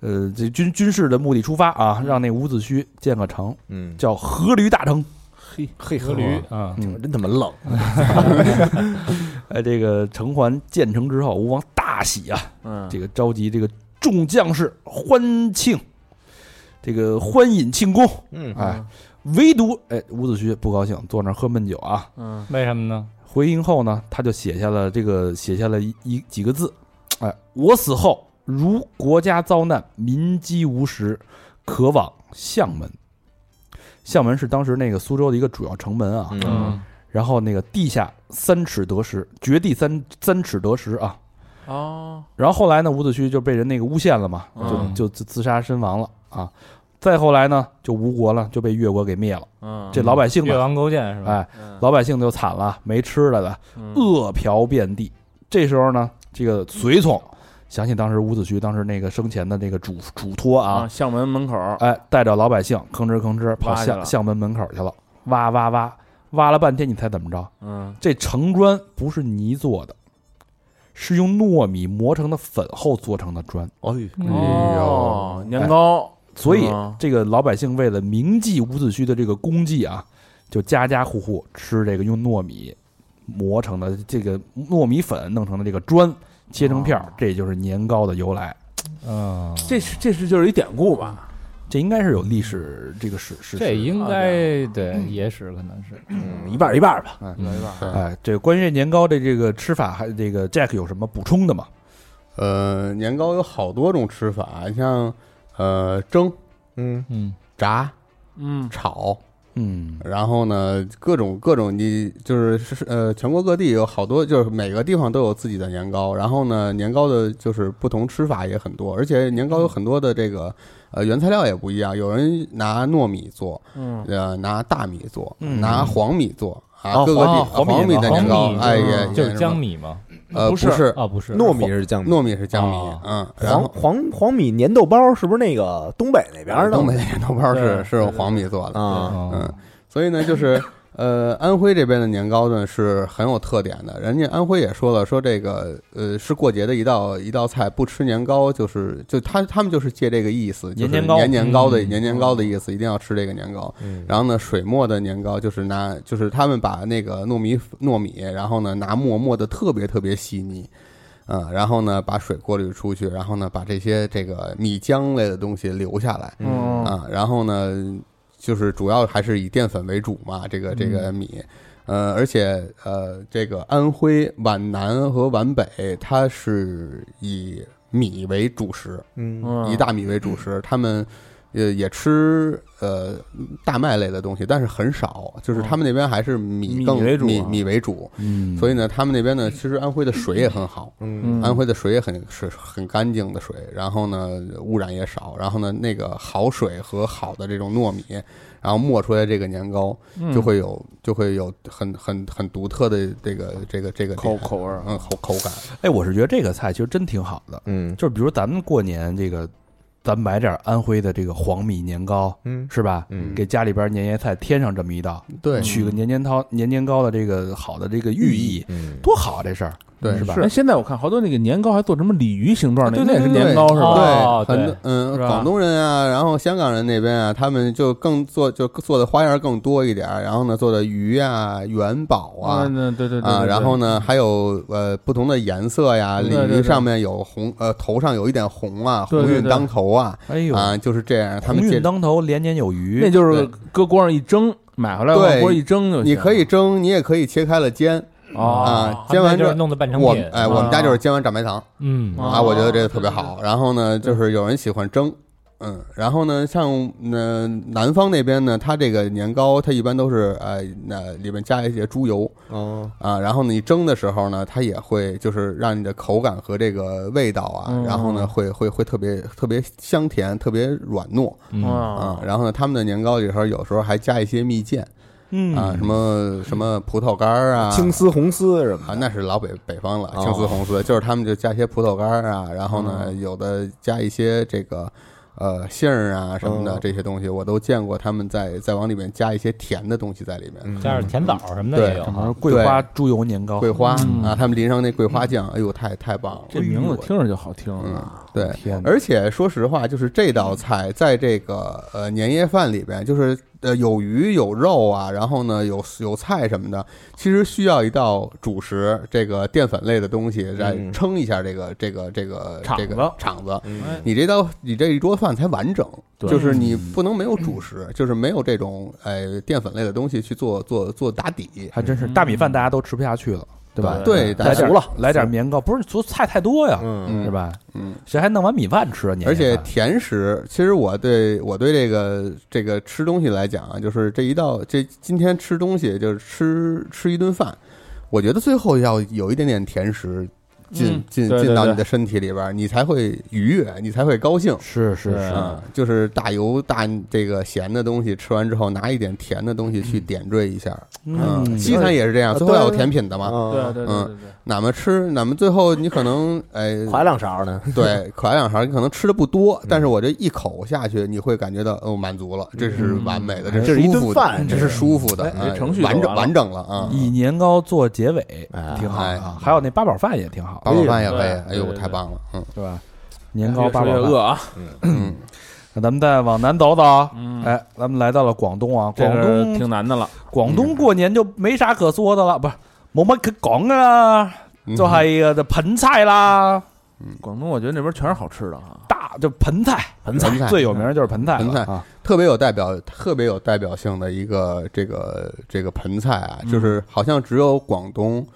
S1: 呃，这军军事的目的出发啊，让那伍子胥建个城，
S4: 嗯，
S1: 叫阖闾大城。
S4: 嘿，
S2: 河驴啊，
S1: 嗯，
S4: 真他妈冷，
S1: 哎，这个城环建成之后，吴王大喜啊，
S3: 嗯，
S1: 这个召集这个众将士欢庆，这个欢饮庆功。
S4: 嗯
S1: 哎，唯独哎伍子胥不高兴，坐那儿喝闷酒啊。
S3: 嗯
S2: 为什么呢？
S1: 回营后呢，他就写下了这个写下了一一几个字，哎，我死后如国家遭难，民饥无食，可往相门。相门是当时那个苏州的一个主要城门啊。
S4: 嗯，
S1: 然后那个地下三尺得石，掘地三三尺得石啊。
S3: 哦，
S1: 然后后来呢，伍子胥就被人那个诬陷了嘛，
S3: 嗯
S1: 就就自自杀身亡了啊。再后来呢，就吴国了，就被越国给灭了。
S3: 嗯
S1: 这老百姓
S2: 越
S1: 呢，
S2: 王勾践是吧？
S1: 哎，老百姓就惨了，没吃的了，
S3: 嗯
S1: 饿殍遍地。这时候呢，这个随从想起当时伍子胥当时那个生前的那个嘱嘱托
S3: 啊，
S1: 啊，
S3: 巷门门口
S1: 哎，带着老百姓吭哧吭哧跑
S3: 挖去
S1: 巷
S3: 了
S1: 巷门门口去了，挖挖挖，挖了半天，你猜怎么着？
S3: 嗯
S1: 这城砖不是泥做的，是用糯米磨成的粉后做成的砖。
S4: 哎
S3: 嗯哦，年糕，
S1: 所以
S3: 嗯
S1: 这个老百姓为了铭记伍子胥的这个功绩啊，就家家户户吃这个用糯米磨成的这个糯米粉弄成的这个砖，切成片儿
S3: 哦，
S1: 这就是年糕的由来。
S2: 嗯，
S3: 这是这是就是一典故吧？
S1: 这应该是有历史这个史史实
S2: 这应
S3: 啊
S2: 该对
S5: 嗯
S2: 野史可能是
S4: 嗯一半儿一半儿吧。
S2: 嗯
S1: 哎，这关于这年糕的这个吃法，还这个 Jack 有什么补充的吗？
S5: 呃，年糕有好多种吃法，你像呃蒸、
S4: 嗯
S2: 嗯
S5: 炸、
S3: 嗯
S5: 炒，
S1: 嗯
S5: 然后呢各种各种你就是是呃全国各地有好多，就是每个地方都有自己的年糕，然后呢年糕的就是不同吃法也很多，而且年糕有很多的这个呃原材料也不一样，有人拿糯米做，
S3: 嗯
S5: 呃拿大米做，
S1: 嗯
S5: 拿黄米做。啊，
S1: 哦
S5: 各个地
S1: 黄
S5: 黄
S1: 黄米
S5: 米的
S1: 黄
S5: 年糕
S2: 米，
S5: 哎，
S3: 嗯
S5: 也
S2: 就
S5: 也
S2: 是江米吗？
S5: 呃
S3: 不
S5: 不
S3: 是
S1: 哦
S5: 是
S2: 啊，不是
S4: 糯米是酱米，
S5: 糯米是江米
S2: 哦，
S5: 嗯，然
S4: 黄
S5: 后
S4: 黄黄米粘豆包是不是那个东北那边儿的？
S5: 东北那 年豆包是
S2: 对
S5: 是用黄米做
S4: 啊，
S5: 的，
S2: 哦
S5: 嗯，所以呢，就是呃，安徽这边的年糕呢是很有特点的。人家安徽也说了，说这个呃是过节的一道一道菜，不吃年糕就是就他他们就是借这个意思，就
S1: 年
S5: 是
S1: 年糕
S5: 年年糕的
S2: 嗯
S5: 年年糕的意思，一定要吃这个年糕。
S4: 嗯
S5: 然后呢，水磨的年糕就是拿，就是他们把那个糯米糯米，然后呢拿磨磨的特别特别细腻，嗯，然后呢把水过滤出去，然后呢把这些这个米浆类的东西留下来，
S3: 嗯
S5: 啊，然后呢就是主要还是以淀粉为主嘛，这
S3: 嗯
S5: 个这个米。呃，而且呃，这个安徽皖南和皖北，它是以米为主食，
S4: 嗯
S3: 嗯
S5: 以啊大米为主食，他们呃也吃呃大麦类的东西，但是很少，就是他们那边还是米
S3: 嗯米
S5: 更
S3: 为主
S5: 米
S3: 啊
S5: 米为主，
S1: 嗯
S5: 所以呢，他们那边呢，其实安徽的水也很好，
S4: 嗯
S3: 嗯
S5: 安徽的水也很是很干净的水，然后呢污染也少，然后呢那个好水和好的这种糯米，然后磨出来这个年糕，就会有就会有很很很独特的这个这个这个
S3: 口
S5: 点
S3: 口味儿，
S5: 嗯口口感，
S1: 哎，我是觉得这个菜其实真挺好的，
S4: 嗯
S1: 就是比如咱们过年这个，咱买点安徽的这个黄米年糕，
S4: 嗯
S1: 是吧？
S4: 嗯
S1: 给家里边年夜菜添上这么一道，
S5: 嗯对
S3: 嗯
S1: 取个年年糕、年年糕的这个好的这个寓意，
S4: 嗯
S1: 多好啊！这事儿，
S5: 对
S4: 是吧
S3: 哎，现在我看好多那个年糕还做什么鲤鱼形状的，
S5: 对
S3: 那
S5: 对
S3: 也是
S5: 对
S3: 年糕是吧？
S2: 哦
S5: 对，很
S2: 对
S5: 多嗯，
S2: 是吧
S5: 广东人啊，然后香港人那边啊，他们就更做就做的花样更多一点儿，然后呢，做的鱼啊、元宝啊。
S3: 嗯，对对对对
S5: 啊，
S3: 对
S5: 然后呢，还有呃不同的颜色呀，
S3: 对
S5: 鲤
S3: 对对
S5: 鱼上面有红，呃头上有一点红啊，
S3: 对
S5: 鸿
S3: 对
S5: 运
S3: 对
S5: 当头啊，
S1: 哎呦，
S5: 啊就是这样。他
S1: 鸿
S5: 们
S1: 运
S5: 介
S1: 当头，连年有余。
S3: 那就是搁锅上一蒸，买回来
S5: 对
S3: 往锅一蒸就行。
S5: 你可
S1: 啊
S5: 以蒸，你也可以切开了煎。啊
S2: 哦
S5: 煎
S2: 他
S5: 完
S2: 们
S5: 之
S2: 就
S5: 后
S2: 是弄的半成
S5: 我
S2: 品。
S5: 哎，我们家就是煎完蘸白糖
S2: 嗯
S3: 啊
S5: 啊，我觉得这个特别
S3: 对
S5: 好。然后呢，就是有人喜欢蒸，嗯，然后呢，像呃南方那边呢，它这个年糕它一般都是呃那里面加一些猪油
S4: 哦，
S5: 啊，然后呢你蒸的时候呢，它也会就是让你的口感和这个味道啊
S3: 嗯，
S5: 然后呢会会会特别特别香甜，特别软糯
S2: 嗯
S3: 啊
S5: 啊。然后呢，他们的年糕里头有时候还加一些蜜饯
S1: 嗯
S5: 啊，什么什么葡萄干儿啊，
S4: 青丝红丝什么
S5: 啊，那是老北北方了，
S4: 哦
S5: 青丝红丝，就是他们就加一些葡萄干儿啊，然后呢，有的加一些这个呃杏儿啊什么的
S4: 嗯
S5: 这些东西，我都见过他们在在往里面加一些甜的东西在里面，
S4: 的，
S2: 嗯加上甜枣什么的也有
S1: 什
S2: 哈
S1: 么桂花猪油年糕，
S5: 桂花
S3: 嗯
S5: 啊，他们淋上那桂花酱，哎呦，太太棒了，
S3: 这名字听着就好听
S5: 嗯
S3: 啊。，
S5: 对。
S1: 天哪，
S5: 而且说实话，就是这道菜在这个呃年夜饭里边，就是呃有鱼有肉啊，然后呢有有菜什么的，其实需要一道主食，这个淀粉类的东西来
S4: 嗯
S5: 撑一下这个这个这个
S3: 场
S5: 这个
S3: 子
S5: 场子。
S4: 嗯
S5: 你这道你这一桌饭才完整，
S3: 对
S5: 就是你不能没有主食，就是没有这种呃淀粉类的东西去做做做打底，
S1: 还真是大米饭大家都吃不下去了，对吧？
S5: 对，
S1: 来
S5: 大家
S1: 点了，来点年糕，不是做菜太多呀，
S4: 嗯
S5: 嗯
S1: 是吧？
S5: 嗯，
S1: 谁还弄碗米饭吃啊？年夜
S5: 而且
S1: 饭
S5: 甜食，其实我对我对这个这个吃东西来讲啊，就是这一道这今天吃东西就是吃吃一顿饭，我觉得最后要有一点点甜食进、
S3: 嗯
S5: 进
S3: 对对
S5: 进到
S3: 对
S5: 你的身体里边儿，你才会愉悦，你才会高兴。
S1: 是是
S3: 对
S1: 是，
S5: 啊，就是大油大这个咸的东西吃完之后，拿一点甜的东西去点缀一下。
S1: 嗯，
S5: 西餐也是这样，
S4: 啊
S5: 最后要有
S4: 对
S5: 甜品的嘛。
S3: 对啊对
S4: 对，
S3: 对对对，
S5: 哪么吃，哪么最后你可能哎，
S4: 怀两勺呢，
S5: 对，可爱两勺，你可能吃的
S3: 嗯
S5: 不多，但是我这一口下去，你会感觉到哦，满足了，这是完美的，
S3: 嗯
S4: 这
S5: 是
S4: 是一
S5: 舒
S4: 顿
S5: 服的，
S4: 饭，
S5: 这是舒服的，
S3: 哎
S5: 哎
S3: 程序走
S5: 完
S3: 完了嗯
S5: 整完整了啊！
S1: 以年糕做结尾
S4: 哎
S1: 挺好
S5: 哎
S1: 啊，还有那八宝饭也挺好，
S5: 八宝饭也可以，哎
S3: 对对
S5: 呦，
S3: 对
S5: 太棒了，嗯
S1: 是吧？年糕
S3: 越
S1: 八
S3: 说
S1: 宝
S3: 越
S1: 饭
S3: 饿，啊，
S5: 嗯，
S1: 那咱们再往南走走啊，
S3: 嗯
S1: 哎，咱们来到了广东啊，
S3: 这
S1: 广
S3: 个
S1: 东
S3: 挺难的了。
S1: 广东过年就没啥可说的了，不是冇乜可讲噶啦，
S5: 嗯
S1: 就系啊，就盆菜啦，
S3: 嗯广东我觉得那边全是好吃的啊，
S1: 大就盆菜，哎
S4: 盆
S5: 盆菜
S1: 最有名的就是盆菜了，
S5: 盆菜
S1: 啊，
S5: 特别有代表，特别有代表性的一个这个这个盆菜啊，
S3: 嗯
S5: 就是好像只有广东。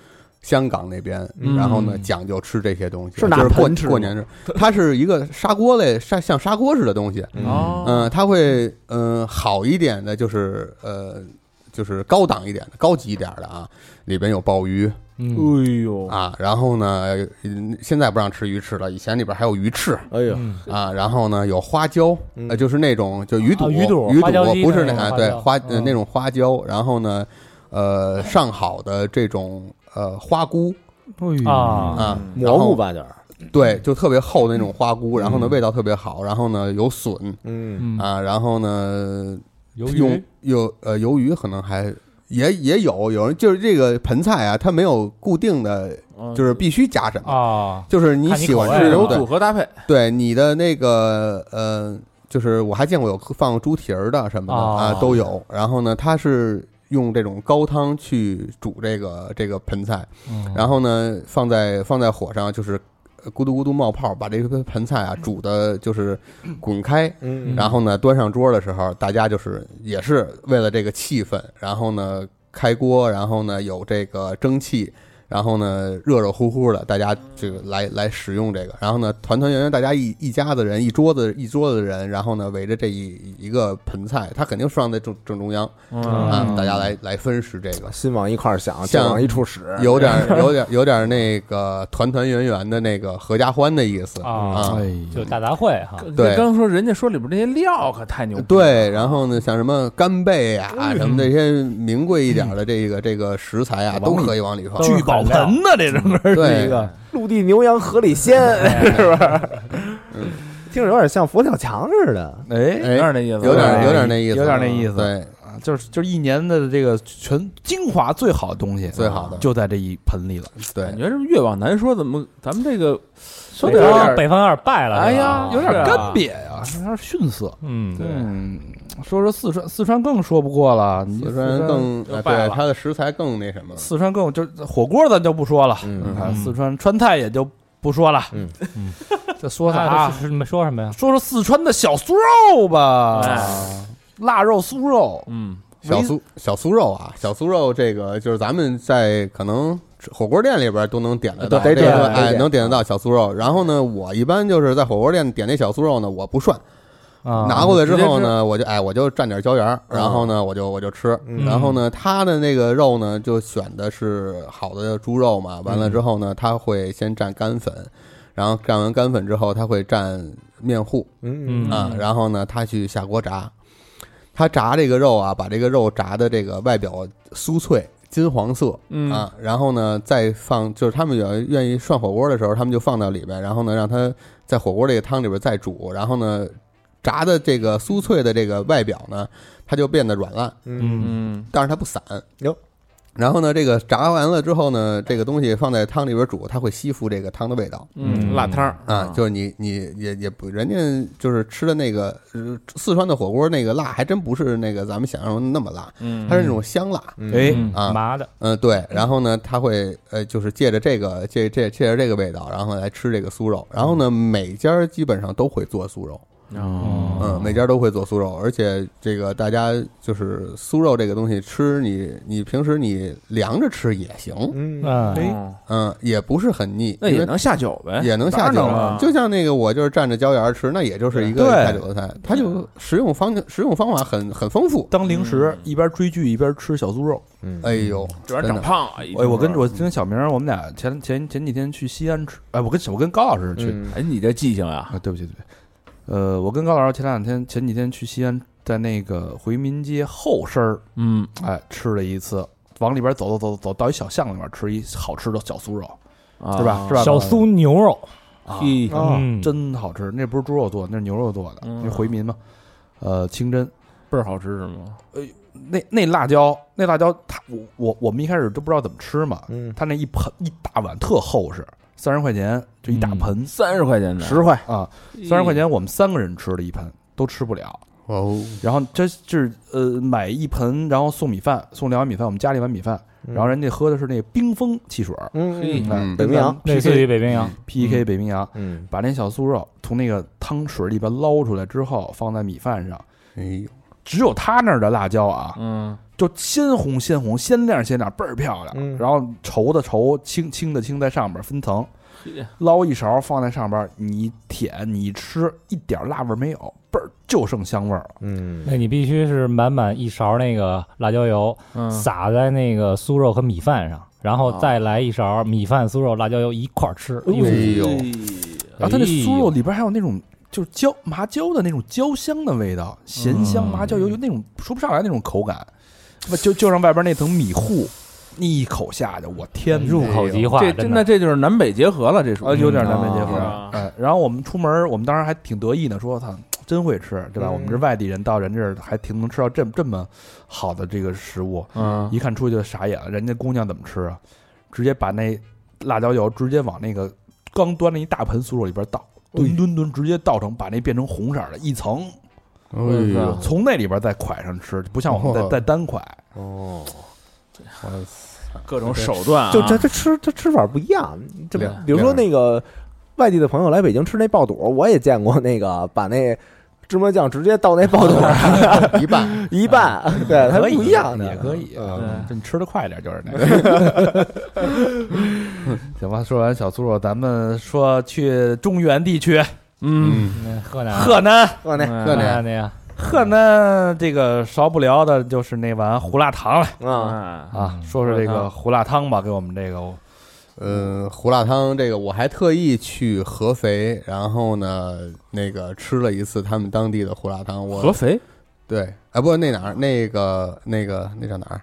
S5: 香港那边，
S4: 嗯
S5: 然后呢，讲究吃这些东西，
S4: 是拿
S5: 就是过
S4: 盆吃吗
S5: 过年时候，它是一个砂锅类，砂像砂锅似的东西，
S3: 啊
S4: 哦
S5: 嗯，它会嗯、呃好一点的，就是呃就是高档一点的、高级一点的啊，里边有鲍鱼
S2: 嗯
S3: 哎呦，
S5: 啊，然后呢，嗯现在不让吃鱼翅了，以前里边还有鱼翅
S4: 哎呦，
S2: 嗯
S5: 啊，然后呢有花椒，
S4: 嗯
S5: 呃就是那种就鱼肚、
S2: 啊鱼肚
S5: 鱼肚
S2: 花椒鸡
S5: 不是
S2: 那
S5: 那
S2: 种花椒
S5: 啊对花、呃
S2: 嗯
S5: 那种花椒，然后呢呃上好的这种呃花菇
S1: 哎呦
S3: 嗯
S2: 啊
S5: 啊，
S4: 蘑菇吧点儿，
S5: 对，就特别厚的那种花菇，然后呢味道特别好，然后呢有笋
S4: 嗯，
S2: 嗯，
S5: 啊，然后呢
S2: 鱿
S5: 用
S2: 鱼
S5: 有呃，鱿鱼可能还也也有有人就是这个盆菜啊，它没有固定的，
S3: 嗯
S5: 就是必须加什么，
S2: 啊，
S5: 就是你
S2: 看你
S5: 喜欢
S2: 口味啊
S5: 吃
S3: 是
S2: 了
S3: 有
S5: 的，
S3: 组
S5: 对
S3: 合搭配，
S5: 对，你的那个呃，就是我还见过有放猪蹄儿的什么的、
S2: 哦
S5: 啊都有。然后呢，它是用这种高汤去煮这个这个盆菜，
S2: 嗯
S5: 然后呢放在放在火上就是。呃咕嘟咕嘟冒泡，把这个盆菜啊煮的，就是滚开，
S4: 嗯，
S5: 然后呢，端上桌的时候，大家就是也是为了这个气氛，然后呢开锅，然后呢有这个蒸汽，然后呢热热乎乎的，大家这个来来使用这个，然后呢团团圆圆，大家一一家子人，一桌子一桌子人，然后呢围着这一一个盆菜，它肯定是放在正正中央
S3: 嗯
S5: 啊，大家来来分食这个。
S4: 心往一块儿想，劲
S5: 像
S4: 往一处使，
S5: 有点儿有点儿有点儿那个团团圆圆的那个合家欢的意思
S2: 啊
S5: 啊
S1: 哎，
S2: 就
S1: 呦，
S2: 大杂烩哈，
S5: 对
S3: 刚说人家说里边那些料可太牛逼了，
S5: 对，然后呢，像什么干贝呀、什么这些名贵一点的这个这个食材啊，都可以往里放。
S1: 聚宝盆呢，这整个是一个
S4: 陆地牛羊河里 鲜，是不是？嗯听着有点像佛跳墙似的，
S1: 哎，
S5: 哎
S3: 有，点那意思，
S5: 有点
S1: 哎
S5: 有点那意思，
S1: 有点那意思
S5: 对，
S1: 哎就是就是一年的这个全精华最好的东西，
S5: 最好的
S1: 就在这一盆里了。
S5: 对
S3: 感，觉是越往南说，怎么咱们这个说
S2: 北
S3: 的有点
S2: 方
S3: 儿
S2: 北方有点败了，
S1: 哎
S2: 是吧
S1: 呀，有点
S3: 是啊
S1: 干瘪呀，有点逊色。
S2: 嗯，
S5: 对
S1: 嗯，说说四川，四川更说不过了，你
S5: 四川更
S3: 就
S5: 啊
S3: 败了
S5: 对它的食材更那什么了，
S1: 四川更就是火锅咱就不说了，
S5: 嗯
S1: 啊
S2: 嗯
S1: 四川川菜也就不说了，
S4: 嗯
S2: 嗯，
S1: 这说啥
S2: 那
S1: 啊？
S2: 是是你们说什么呀？
S1: 说说四川的小酥肉吧，
S3: 哎
S1: 腊肉、酥肉，
S3: 嗯，
S5: 小酥小酥肉啊，小酥肉这个就是咱们在可能吃火锅店里边都能点得到，
S4: 对
S5: 这
S4: 对
S5: 个
S4: 对
S5: 哎
S4: 对
S5: 能点得到小酥肉。然后呢，我一般就是在火锅店点那小酥肉呢，我不涮，
S2: 啊，
S5: 拿过来之
S3: 直
S5: 后
S3: 接
S5: 呢，我就哎我就蘸点椒盐儿，然后呢我就我就吃。然后呢，它的那个肉呢就选的是好的猪肉嘛，完了之后呢，它会先蘸干粉，然后蘸完干粉之后，它会蘸面糊，
S4: 嗯
S2: 嗯
S5: 啊，然后呢，他去下锅炸，他炸这个肉啊，把这个肉炸的这个外表酥脆金黄色
S3: 嗯
S5: 啊，然后呢再放，就是他们有愿意涮火锅的时候，他们就放到里边，然后呢让它在火锅这个汤里边再煮，然后呢炸的这个酥脆的这个外表呢，它就变得软烂，
S4: 嗯
S2: 嗯
S3: 嗯
S5: 但是它不散
S4: 哟。
S5: 然后呢，这个炸完了之后呢，这个东西放在汤里边煮，它会吸附这个汤的味道。
S3: 嗯，辣汤儿
S5: 啊，就是你你也也不，人家就是吃的那个呃四川的火锅那个辣，还真不是那个咱们想象中那么辣，
S3: 嗯
S5: 它是那种香辣。
S1: 哎，
S2: 嗯
S5: 啊
S2: 麻的，
S5: 嗯，对。然后呢，它会呃，就是借着这个借借借着这个味道，然后来吃这个酥肉。然
S3: 嗯
S5: 后呢，每家儿基本上都会做酥肉，
S3: 哦
S5: 嗯，每家儿都会做酥肉，而且这个大家就是酥肉这个东西吃你你平时你凉着吃也行，
S4: 嗯
S2: 嗯，
S3: 哦
S5: 嗯，也不是很腻，
S3: 那
S5: 因
S3: 也
S5: 为
S3: 能下酒呗，
S5: 也能下
S3: 当然
S5: 酒啊
S3: 能啊了，
S5: 就像那个我就是蘸着椒盐儿吃，那也就是一个
S1: 对
S5: 下酒的菜，它就食用方食用方法很很丰富。
S1: 当零
S3: 嗯
S1: 食一边追剧一边吃小酥肉。
S4: 嗯，
S5: 哎呦，
S3: 主要
S5: 真
S3: 长
S5: 的
S3: 胖啊了。嗯一
S1: 哎，我跟
S3: 听说
S1: 我跟小明儿，我们俩前前前几天去西安吃，哎，我跟我跟高老师去，
S4: 嗯
S3: 哎，你这记性啊，
S1: 啊，对不起对不起，呃，我跟高老师前两天前几天去西安，在那个回民街后身儿，
S3: 嗯，
S1: 哎，吃了一次，往里边走走走走到一小巷里面吃一好吃的小酥肉，
S3: 啊
S1: 是吧？是吧？
S2: 小酥牛肉，
S1: 啊，
S3: 嘿
S4: 哦
S2: 嗯，
S1: 真好吃，那不是猪肉做的，那是牛肉做的，
S3: 嗯
S1: 那回民嘛，呃，清真。
S3: 倍儿好吃是吗？
S1: 那那辣椒，那辣椒，他我我我们一开始都不知道怎么吃嘛，
S4: 嗯
S1: 他那一盆一大碗特厚实，三十块钱就一大
S4: 嗯
S1: 盆
S3: 三十块钱的，
S4: 十块，
S1: 啊，三十块钱我们三个人吃了一盆，都吃不了。
S5: 哦，
S1: 然后这就是呃买一盆，然后送米饭，送两碗米饭，我们加了一碗米饭，然后人家喝的是那个冰峰汽水，
S4: 嗯
S5: 嗯
S4: 北冰洋
S2: 类似于北冰洋，
S1: PK 北冰洋，
S4: 嗯
S1: 把那小酥肉从那个汤水里边捞出来之后，放在米饭上。
S5: 哎呦，
S1: 只有他那儿的辣椒啊，
S3: 嗯，
S1: 就鲜红鲜红，鲜亮鲜亮，倍儿漂亮。
S4: 嗯
S1: 然后稠的稠，青青的青在上边儿分层，
S3: 嘿
S1: 捞一勺放在上边儿，你舔你吃，一点儿辣味儿没有，倍儿就剩香味儿了。
S4: 嗯
S2: 那你必须是满满一勺那个辣椒油，
S3: 嗯
S2: 撒在那个酥肉和米饭上，然后
S3: 啊
S2: 再来一勺米饭、酥肉、辣椒油一块儿吃。哎呦
S5: 哎呦，
S1: 然后它那酥
S2: 哎
S1: 肉
S2: 呦
S1: 里边还有那种就是椒麻椒的那种焦香的味道，咸香
S2: 嗯
S1: 麻椒油有那种说不上来那种口感，不就就让外边那层米糊，一口下去，我天哪，
S2: 入口即化，
S3: 这
S2: 真
S3: 的这就是南北结合了，这属于
S1: 啊，有点
S2: 嗯
S1: 南北结合。
S3: 啊
S1: 哎，然后我们出门儿，我们当时还挺得意呢，说他真会吃，对吧？
S4: 嗯
S1: 我们这外地人到人这儿还挺能吃到这这么好的这个食物，
S3: 嗯
S1: 一看出去就傻眼了，人家姑娘怎么吃啊？直接把那辣椒油直接往那个刚端了一大盆酥肉里边倒，吨吨吨直接倒成，把那变成红色儿的一层，
S5: 哎
S4: 嗯
S3: 呦
S1: 从那里边再蒯上吃，不像我们
S5: 哦
S1: 再再单蒯。
S4: 哦，
S1: 嗯
S3: 各种手段啊，
S4: 就这这吃这吃法不一样，这
S5: 对
S4: 比如说那个外地的朋友来北京吃那爆肚，我也见过那个把那芝麻酱直接倒那爆肚
S5: 一半，
S4: 哦一半，嗯对，它
S1: 可以
S4: 不一样的，
S1: 也可以
S4: 嗯
S3: 对
S1: 这你吃的快点，就是那个。 行吧，说完小酥肉，咱们说去中原地区，
S3: 嗯，
S5: 嗯，
S2: 那河南，
S1: 河南，
S4: 我那
S5: 河
S2: 河
S5: 南
S2: 南的呀，
S1: 河南这个少不了的就是那碗胡辣汤了
S4: 啊，
S3: 啊
S1: 啊。说说这
S3: 胡辣
S1: 个
S3: 汤
S1: 胡辣汤吧，给我们这个
S5: 呃，胡辣汤这个我还特意去合肥，然后呢，那个吃了一次他们当地的胡辣汤，
S3: 合
S5: 我
S3: 肥
S5: 对，啊，不，那哪儿，那个那个那叫哪儿？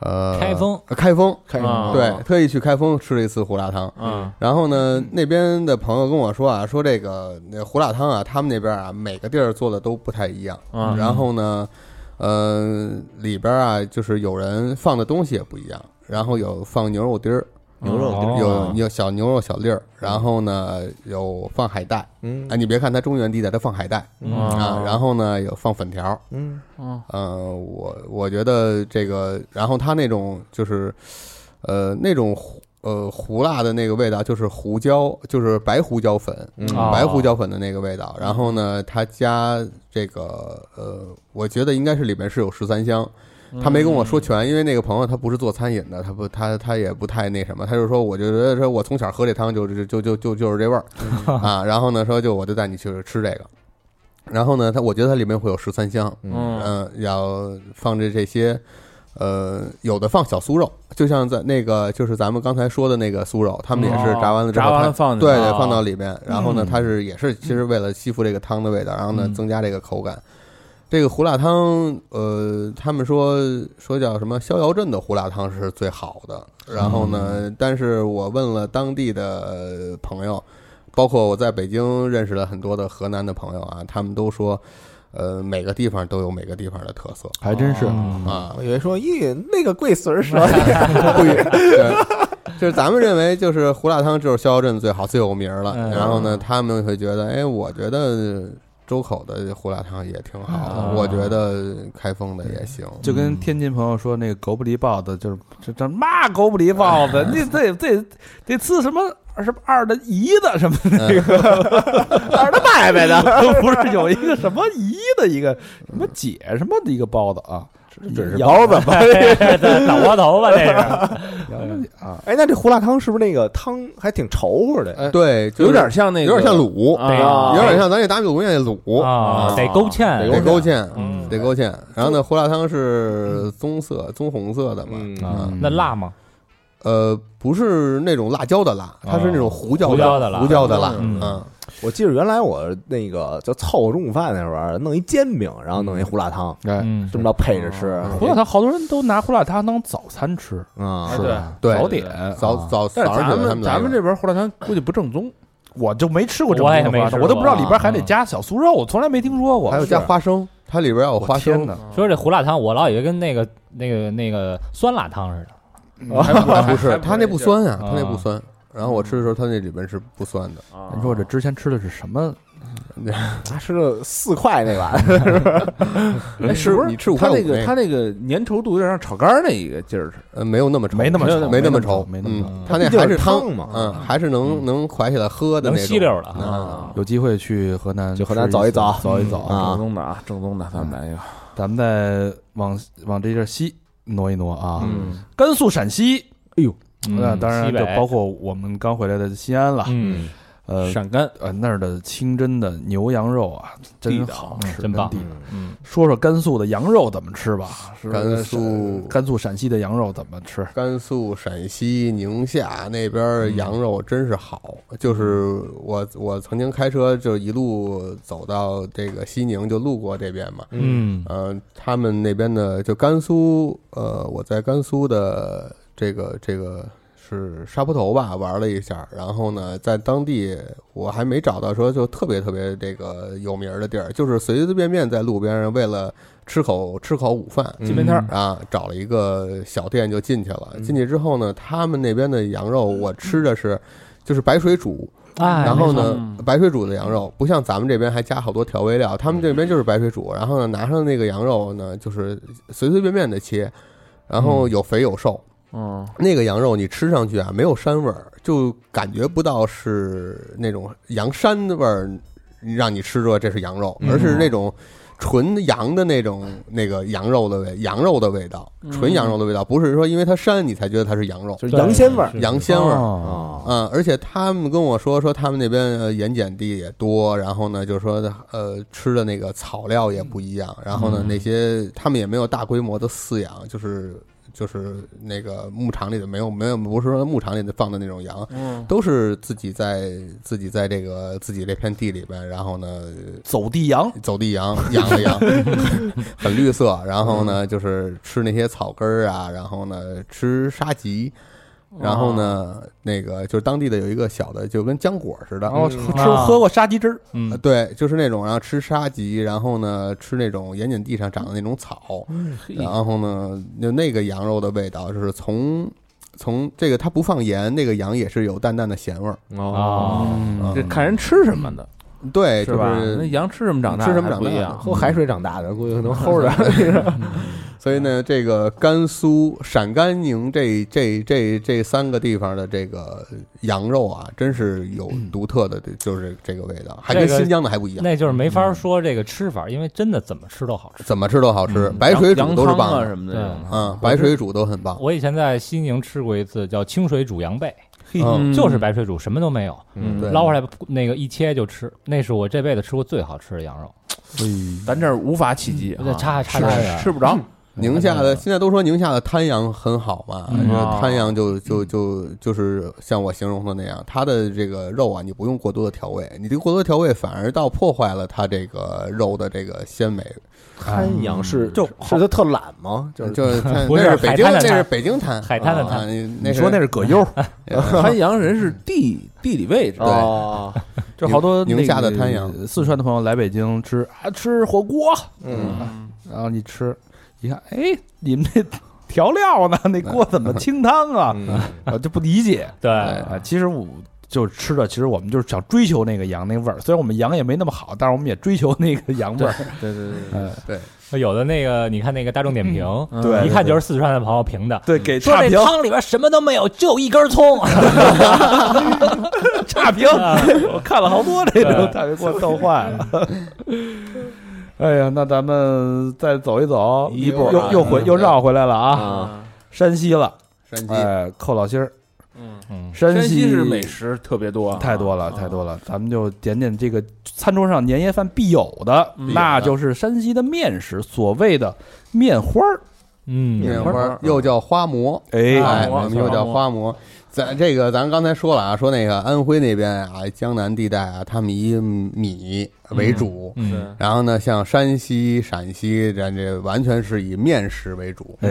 S5: 呃，
S2: 开封，
S5: 呃，开封，
S4: 开
S3: 啊
S5: 对，特意去开封吃了一次胡辣汤。
S3: 嗯
S5: 然后呢，那边的朋友跟我说啊，说这个那胡辣汤啊，他们那边啊，每个地儿做的都不太一样。
S3: 嗯
S5: 然后呢，呃，里边啊，就是有人放的东西也不一样，然后有放牛肉丁儿，
S4: 牛肉
S2: 哦
S5: 有有小牛肉小粒儿，然后呢有放海带，
S4: 嗯
S5: 哎，你别看它中原地带，它放海带
S1: 哦嗯
S5: 啊，然后呢有放粉条，
S4: 嗯
S3: 嗯
S5: 呃，我我觉得这个，然后它那种就是，呃，那种胡呃胡辣的那个味道，就是胡椒，就是白胡椒粉，
S4: 嗯
S2: 哦
S5: 白胡椒粉的那个味道。然后呢，它加这个呃，我觉得应该是里面是有十三香。他没跟我说全，因为那个朋友他不是做餐饮的，他不他他也不太那什么，他就说我就觉得说我从小喝这汤就就就就就就是这味儿啊，然后呢说就我就带你去吃这个，然后呢他我觉得它里面会有十三香，
S3: 嗯
S5: 嗯，要放置这些，呃，有的放小酥肉，就像在那个就是咱们刚才说的那个酥肉，他们也是炸完了之后
S3: 哦炸
S5: 它，
S3: 完了放进去哦
S5: 对
S2: 啊
S5: 对，放到里面，然后呢
S4: 嗯，
S5: 它是也是其实为了吸附这个汤的味道，然后呢
S3: 嗯
S5: 增加这个口感。这个胡辣汤，呃，他们说说叫什么逍遥镇的胡辣汤是最好的。然后呢，但是我问了当地的朋友，包括我在北京认识了很多的河南的朋友啊，他们都说，呃，每个地方都有每个地方的特色
S1: 还真
S4: 哦
S1: 是。
S5: 啊，
S4: 我以为说，咦，那个贵死蛇，
S5: 不远。 对，就是咱们认为就是胡辣汤就是逍遥镇最好最有名儿了，
S3: 嗯
S5: 然后呢，他们会觉得，哎，我觉得周口的胡辣汤也挺好的，
S2: 啊
S5: 我觉得开封的也行。
S1: 就跟天津朋友说那个狗不理包子，就是这这嘛狗不理包子，你得得得吃什么什么二的姨的什么那个二的伯伯的，不是有一个什么姨的一个什么姐什么的一个包子啊，
S4: 准是
S1: 包子吧，
S2: 对脑窝头吧，这是。
S1: 啊，
S4: 哎，那这胡辣汤是不是那个汤还挺稠乎的？
S5: 哎对，就是
S3: 有点像那个，
S5: 有点像卤，
S3: 啊，
S5: 有点像咱这打米卤面那卤，
S2: 啊，得勾芡，
S5: 得勾芡，
S2: 嗯
S5: 得勾芡。然后呢，胡辣汤是棕色、棕红色的嘛，
S4: 嗯
S2: 啊
S1: 嗯，
S2: 那辣吗？
S5: 呃，不是那种辣椒的辣，它是那种胡椒
S2: 胡椒的辣
S5: 胡椒的辣，
S2: 嗯
S5: 嗯，
S4: 我记得原来我那个就凑合中午饭那会儿，弄一煎饼，然后弄一胡辣汤，
S1: 哎，
S2: 嗯
S4: 这么着配着吃
S1: 哦胡辣汤 好多人都拿胡辣汤当早餐吃，
S4: 啊
S3: 哎
S1: 是
S3: 对
S1: 吧
S5: 对
S1: 早
S5: 对
S1: 点
S5: 早
S1: 啊
S5: 早
S3: 但
S5: 早
S3: 是
S5: 上
S3: 咱
S5: 起来他
S3: 们咱
S5: 来
S3: 们这边胡辣汤估计不正宗，
S1: 我就没吃过这么
S2: 我也
S1: 多的
S2: 没
S1: 胡辣
S2: 吃
S1: 汤，我都不知道
S2: 过
S1: 里边还得加小酥肉，我从来没听说过。
S5: 还有加
S1: 是啊
S5: 花生，它里边要
S1: 我
S5: 有花
S1: 天
S5: 生
S1: 哪，
S2: 说这胡辣汤，我老以为跟那个那个那个酸辣汤似的。
S3: 哦还
S5: 不是它那不酸啊，
S2: 啊
S5: 它那不酸。然后我吃的时候，它那里边是不酸的。
S3: 啊
S1: 您说我这之前吃的是什么？
S4: 他吃了四块那碗，
S3: 哎是不是
S5: 你吃五
S3: 它
S5: 块
S3: 那
S5: 五
S3: 个它那个粘稠度有点像炒肝儿那一个劲儿似的，
S5: 呃没有那么稠，
S1: 没那么稠
S5: 没那么
S1: 没那么
S5: 稠，
S1: 稠没那么稠
S5: 嗯它那还
S4: 毕竟是
S5: 汤
S4: 汤嘛
S5: 嗯，还是能能怀起来喝的
S2: 能
S5: 那种
S2: 吸溜的
S5: 啊。
S1: 有机会去河南吃一次，
S4: 去河南走一走
S1: 走一走
S4: 嗯啊
S3: 正宗的啊，正宗的，咱们来一个，
S5: 啊
S1: 咱们再往往这地儿西挪一挪啊，
S3: 嗯
S1: 甘肃、陕西，那、当然
S2: 嗯西
S1: 就
S2: 北
S1: 包括我们刚回来的西安了。
S2: 嗯，
S1: 呃
S3: 陕甘，
S1: 呃，那儿的清真的牛羊肉啊，
S3: 地
S1: 真
S3: 道
S1: 好
S2: 嗯
S1: 吃，
S2: 真棒
S1: 地道
S2: 嗯，
S1: 说说甘肃的羊肉怎么吃吧？是吧
S5: 甘肃
S1: 甘肃、陕西的羊肉怎么吃？
S5: 甘肃、陕西、宁夏那边羊肉真是好，就是我我曾经开车就一路走到这个西宁，就路过这边嘛，
S2: 嗯
S5: 呃，他们那边的就甘肃，呃，我在甘肃的这个这个是沙坡头吧玩了一下，然后呢，在当地我还没找到说就特别特别这个有名儿的地儿，就是随随便便在路边上为了吃口吃口午饭。
S2: 嗯
S3: 金边天儿，
S5: 啊，找了一个小店就进去了。进去之后呢，他们那边的羊肉我吃的是，就是白水煮，
S2: 哎，
S5: 然后
S3: 没错
S5: 呢
S3: 嗯，
S5: 白水煮的羊肉不像咱们这边还加好多调味料，他们这边就是白水煮，然后呢拿上那个羊肉呢，就是随随便便的切，然后有肥有瘦。
S3: 嗯，
S5: 那个羊肉你吃上去啊，没有膻味儿，就感觉不到是那种羊膻的味儿，让你吃着这是羊肉，
S2: 嗯
S5: 而是那种纯羊的那种那个羊肉的味，羊肉的味道，
S2: 嗯
S5: 纯羊肉的味道，不是说因为它膻你才觉得它是羊肉，
S4: 就是羊鲜味儿
S2: 对是
S5: 羊鲜味儿。
S1: 哦
S4: 啊，
S5: 嗯，而且他们跟我说说他们那边呃盐碱地也多，然后呢就说呃吃的那个草料也不一样，然后呢那些他们也没有大规模的饲养，就是就是那个牧场里的没有没有不是说牧场里的放的那种羊，
S3: 嗯
S5: 都是自己在自己在这个自己这片地里边，然后呢
S1: 走地羊，
S5: 走地羊养的羊， 很绿色。然后呢，就是吃那些草根儿啊，然后呢吃沙棘，然后呢，那个就是当地的有一个小的，就跟浆果似的，
S3: 哦
S1: 然后吃吃喝过沙棘汁儿，
S5: 呃
S3: 嗯，
S5: 对，就是那种，然后吃沙棘，然后呢吃那种盐碱地上长的那种草，然后呢就那个羊肉的味道，就是从从这个它不放盐，那个羊也是有淡淡的咸味儿，
S2: 哦
S5: 嗯
S3: 这看人吃什么的，
S5: 对，哎就是
S3: 吧？那羊吃什么长大，
S5: 吃什么长大
S3: 不一样。
S4: 喝海水长大的，估计可能齁着。
S5: 所以
S2: 嗯
S5: 呢，这个甘肃、陕甘宁这这这这三个地方的这个羊肉啊，真是有独特的，就是这个味道，还跟
S2: 嗯这个
S5: 新疆的还不一样，
S2: 那就是没法说这个吃法，因为真的怎么吃都好吃。
S5: 怎么吃都好吃，
S3: 嗯
S5: 白水
S3: 羊
S5: 煮都是
S3: 羊汤
S5: 棒
S3: 啊
S5: 的，
S3: 什么
S2: 对，
S3: 的，
S5: 嗯，白水煮都很棒，
S2: 我以前在西宁吃过一次叫清水煮羊背，
S5: 嗯，
S2: 就是白水煮，什么都没有，
S5: 嗯对
S2: 捞回来那个一切就吃，那是我这辈子吃过最好吃的羊肉，
S3: 咱这儿无法企及
S2: 那
S3: 啊，
S2: 差差
S3: 吃
S2: 太远。
S3: 吃不
S5: 嗯
S3: 着。
S5: 宁夏的现在都说宁夏的滩羊很好嘛，
S2: 嗯
S5: 这个
S3: 哦
S5: 滩 羊就就就就是像我形容的那样，它的这个肉啊，你不用过多的调味，你这个过多的调味反而倒破坏了它这个肉的这个鲜美。
S4: 滩羊是
S1: 就是
S4: 他特懒吗？就 是
S5: 就是它
S2: 不是
S5: 那是北京，
S2: 海滩的
S5: 那
S2: 滩
S5: 是北京滩，
S2: 海滩的
S5: 啊
S2: 滩
S5: 啊那
S1: 你说那
S5: 是
S1: 是葛优，
S3: 滩羊人是地地理位置，啊
S4: 哦，
S3: 就好多
S5: 宁
S3: 那个
S5: 下的滩羊
S1: 四川的朋友来北京吃啊，吃火锅，
S4: 嗯，
S1: 然后你吃，一看，哎，你们那 调料 呢？那锅怎么清汤 啊？我就不理 解
S2: 对，
S1: 啊。其实我就是吃的，其实我们就是想追求那个羊那味儿，虽然我们羊也没那么好，但是我们也追求那个羊味儿。
S3: 对对对对，
S1: 呃
S2: 有的那个你看那个大众点 评，
S1: 对
S2: 一看就是四川的朋友评 的，
S1: 对，给
S2: 说
S1: 差
S2: 这
S1: 评，
S2: 汤里边什么都没有，就一根葱，
S1: 差评，我看了好多这种
S2: 对
S1: 差评，给我逗坏 了。哎呀，那咱们再走一走，
S3: 一步啊
S1: 又又回又绕回来了啊，
S4: 啊，
S1: 山西了，
S5: 山鸡，
S1: 哎，扣老心儿，
S3: 嗯，
S2: 嗯，
S1: 山
S3: 山西是美食特别多啊，
S1: 太多了，太多了，咱们就点点这个餐桌上年夜饭必有的，
S3: 嗯
S1: 那就是山西的面食，所谓的面花儿。
S2: 嗯
S5: 面花儿又叫花馍，
S1: 哎，
S5: 哎，
S3: 花馍
S5: 我们又叫花馍。咱这个，咱刚才说了啊，说那个安徽那边啊，江南地带啊，他们以米为主，
S2: 嗯，
S5: 然后呢，像山西、陕西，咱这完全是以面食为主，
S1: 哎，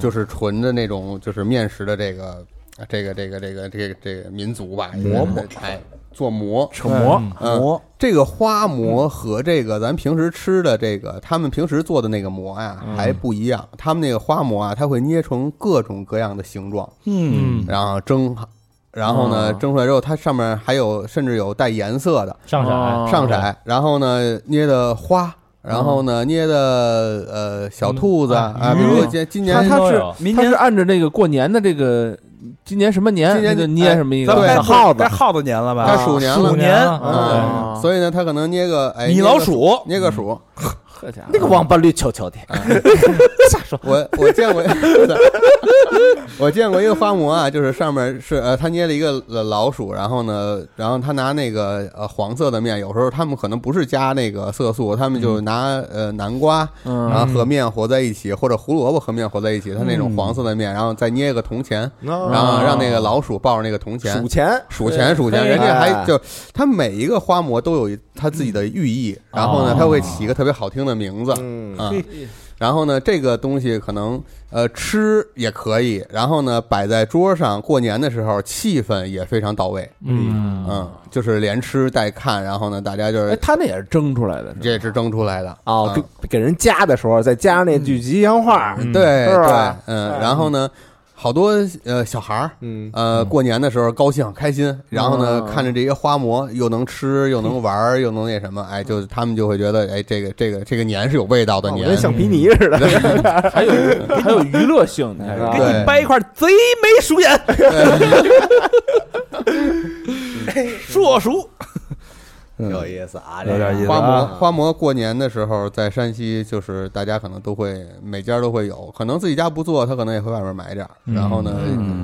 S5: 就是纯的那种，就是面食的这个、这个、这个、这个、这个、这个民族吧，
S1: 馍馍
S5: 哎，做馍，
S1: 扯馍
S5: 嗯
S1: 馍，
S5: 这个花馍和这个咱平时吃的这个，他们平时做的那个馍呀、还不一样。他们那个花馍啊，它会捏成各种各样的形状，
S1: 嗯，
S5: 然后蒸，然后呢
S3: 哦
S5: 蒸出来之后，它上面还有甚至有带颜色的
S2: 上
S3: 哦
S2: 海
S5: 上色，然后呢捏的花，然后呢捏的呃小兔子
S2: 嗯
S5: 啊，
S3: 鱼
S5: 比如说今今
S3: 它
S5: 年
S3: 它
S2: 都
S3: 是
S2: 有
S1: 明
S3: 它
S1: 年
S3: 是按照这个过年的这个今年什么年，
S5: 今年
S3: 它就捏
S5: 哎
S3: 什么一
S1: 咱
S3: 个
S1: 们该
S5: 对
S1: 不
S5: 耗子哎
S1: 该耗子年了吧？
S5: 该鼠年了
S2: 哦鼠年
S5: 嗯
S2: 啊，
S3: 啊，
S5: 所以呢，它可能捏个哎
S1: 米
S5: 捏个
S1: 老鼠，
S5: 捏个鼠，
S3: 呵家伙
S4: 那个王八绿球球的，
S5: 我我见过，我见过一个花馍啊，就是上面是呃，他捏了一个呃老鼠，然后呢，然后他拿那个呃黄色的面，有时候他们可能不是加那个色素，他们就拿呃南瓜，
S3: 嗯
S5: 然后和面和在一起，或者胡萝卜和面和在一起，他那种黄色的面，然后再捏个铜钱，然后让那个老鼠抱着那个铜钱
S4: 啊数。钱，
S5: 数钱数钱，
S4: 哎
S5: 人家还
S4: 哎
S5: 就他每一个花馍都有一他自己的寓意，然后呢，他会起一个特别好听的名字，
S4: 嗯
S5: 啊，然后呢，这个东西可能呃吃也可以，然后呢摆在桌上，过年的时候气氛也非常到位，
S2: 嗯
S5: 嗯，就是连吃带看，然后呢大家就
S3: 哎，
S5: 是
S3: 它那也是蒸出来的，
S5: 这也是蒸出来的
S4: 哦，
S5: 嗯
S4: 给给人加的时候再加上那句吉祥话，
S5: 对
S4: 是
S5: 对
S4: 吧，
S5: 嗯
S4: 哎，
S5: 然后呢好多呃小孩儿。
S4: 嗯，
S5: 呃，过年的时候高兴开心，然后呢，
S3: 嗯
S5: 看着这些花馍，又能吃，又能玩儿，又能那什么，哎，就是他们就会觉得，哎，这个这个这个年是有味道的
S4: 嗯哦
S5: 年
S4: 跟，橡皮泥似的，
S3: 还 有还有娱乐性的，还是
S4: 啊
S1: 给
S5: 对
S1: 你掰一块贼眉鼠眼， 恕我熟，
S4: 有意思啊，
S1: 有点意思
S5: 花
S1: 啊
S5: 馍，花馍过年的时候在山西，就是大家可能都会每家都会有，可能自己家不做，他可能也会外面买点儿，然后呢，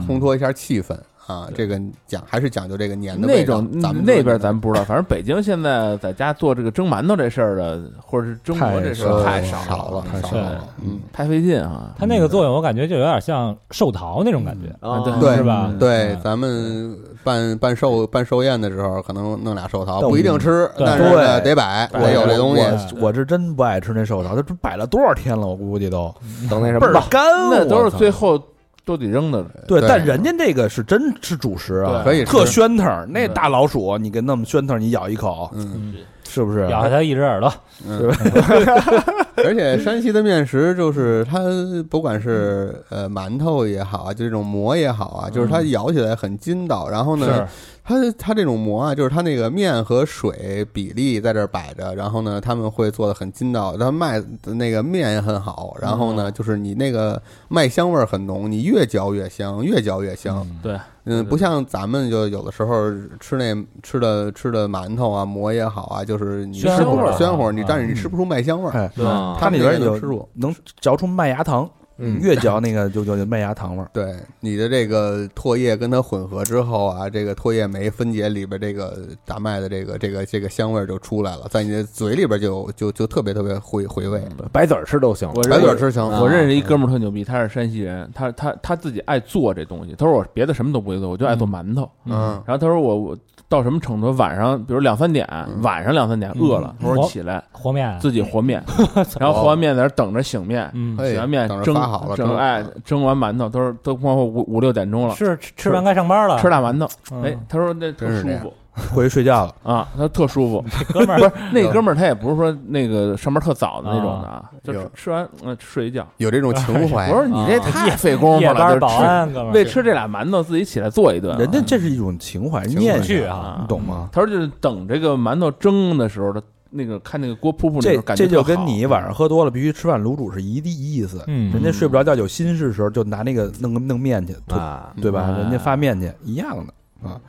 S5: 烘托一下气氛啊。这个讲还是讲究这个年的
S3: 那
S5: 味道
S3: 种嗯
S5: 咱们
S3: 那边
S5: 咱
S3: 咱不知道，反正北京现在在家做这个蒸馒头这事儿的，或者是蒸馍这事儿太
S5: 少
S3: 了，
S5: 太少
S2: 对
S5: 了，嗯，
S3: 太费劲啊。
S2: 它那个作用我感觉就有点像寿桃那种感
S5: 嗯
S2: 觉，
S4: 啊，
S3: 对
S5: 对嗯
S2: 是吧？
S5: 对，咱们办办寿办寿宴的时候，可能弄俩寿桃，
S4: 但
S5: 不一定吃，
S2: 对
S5: 但是呢
S1: 对
S5: 得摆，
S1: 我
S5: 得有这东西。
S1: 我我是真不爱吃那寿桃，它摆了多少天了，我估计都
S4: 等那什
S1: 倍儿
S4: 么
S3: 哎
S4: 吧，
S1: 干，
S3: 那都
S1: 我
S3: 是
S1: 操
S3: 最后
S6: 都得扔的，
S3: 哎
S1: 对，
S5: 对
S1: 但人家这个是真吃主食啊，
S5: 可以吃
S1: 特喧腾儿。那大老鼠，你给那么喧腾儿，你咬一口，
S5: 嗯，
S1: 是不是？
S2: 咬它一只耳朵，
S5: 嗯，而且山西的面食就是它，不管是呃馒头也好啊，就这种馍也好啊，就是它咬起来很筋道。然后呢，它它这种馍啊，就是它那个面和水比例在这儿摆着，然后呢，他们会做的很筋道，它卖的那个面也很好，然后呢，就是你那个麦香味儿很浓，你越嚼越香，越嚼越香。
S3: 对，
S5: 嗯，不像咱们就有的时候吃那吃的吃的馒头啊、馍也好啊，就是你吃
S2: 暄
S5: 不
S2: 乎儿
S5: 暄乎儿，你
S2: 啊
S5: 但是你吃不出麦香味儿。
S1: 哎
S4: 对
S5: 它
S1: 它里边
S5: 那个能
S1: 有
S5: 吃住，
S1: 能嚼出麦芽糖，
S4: 嗯
S1: 越嚼那个就就就麦芽糖味儿。
S5: 对你的这个唾液跟它混合之后啊，这个唾液酶分解里边这个打麦的这个这个这个香味儿就出来了，在你的嘴里边就就就特别特别回回味。
S4: 白籽儿吃都行。
S6: 我
S5: 白
S6: 认
S5: 嘴
S6: 识
S5: 儿吃香，
S6: 嗯我认识一哥们儿特牛逼，他是山西人，他他他自己爱做这东西。他说我别的什么都不会做，我就爱做馒头。
S5: 嗯，
S6: 然后他说我我到什么程度，晚上比如两三点，
S5: 嗯
S6: 晚上两三点饿了，他说
S2: 我
S6: 起来
S2: 和面啊，
S6: 自己和面，然后和完面在那儿等着醒面，
S2: 嗯，
S5: 哎
S6: 醒完面
S5: 等着
S6: 蒸
S5: 发好了嗯
S6: 蒸
S5: 蒸
S6: 哎蒸完馒头，他说都包括五五六点钟了，
S2: 是吃吃完该上班了，
S6: 吃大馒头，
S2: 嗯
S6: 哎，他说那特
S5: 啊真是
S6: 舒
S5: 这样
S6: 服
S1: 回去睡觉了，
S6: 啊，他说特舒 服。
S2: 哥们
S6: 不
S2: 儿
S6: 是那哥们儿，他也不是说那个上班特早的那种的啊，就
S5: 有哎啊
S6: 吃吃完嗯睡一觉。
S5: 有这种情
S6: 我
S5: 怀。
S6: 说你这太费工夫
S2: 夜
S6: 了，就
S2: 班
S6: 是
S2: 保
S6: 吃
S2: 安，哥们
S6: 为
S2: 儿
S6: 吃这俩馒头自己起来做一顿啊，
S1: 人家这是一种情怀
S5: 情怀
S1: 念
S2: 去
S1: 想，
S2: 啊，
S1: 你懂
S3: 嗯
S1: 吗？
S6: 他说就是等这个馒头蒸的时候，他那个看那个锅噗噗那
S1: 这
S6: 种感觉
S1: 这
S6: 特
S1: 就
S6: 好，
S1: 跟
S3: 嗯
S1: 你晚上喝多了必须吃饭卤煮是一地一意思。
S2: 嗯
S1: 人家睡不着觉有心事的时候，就拿那个弄个弄面去，吐
S4: 啊，
S1: 对吧？
S6: 嗯
S1: 人家发面去一样的啊。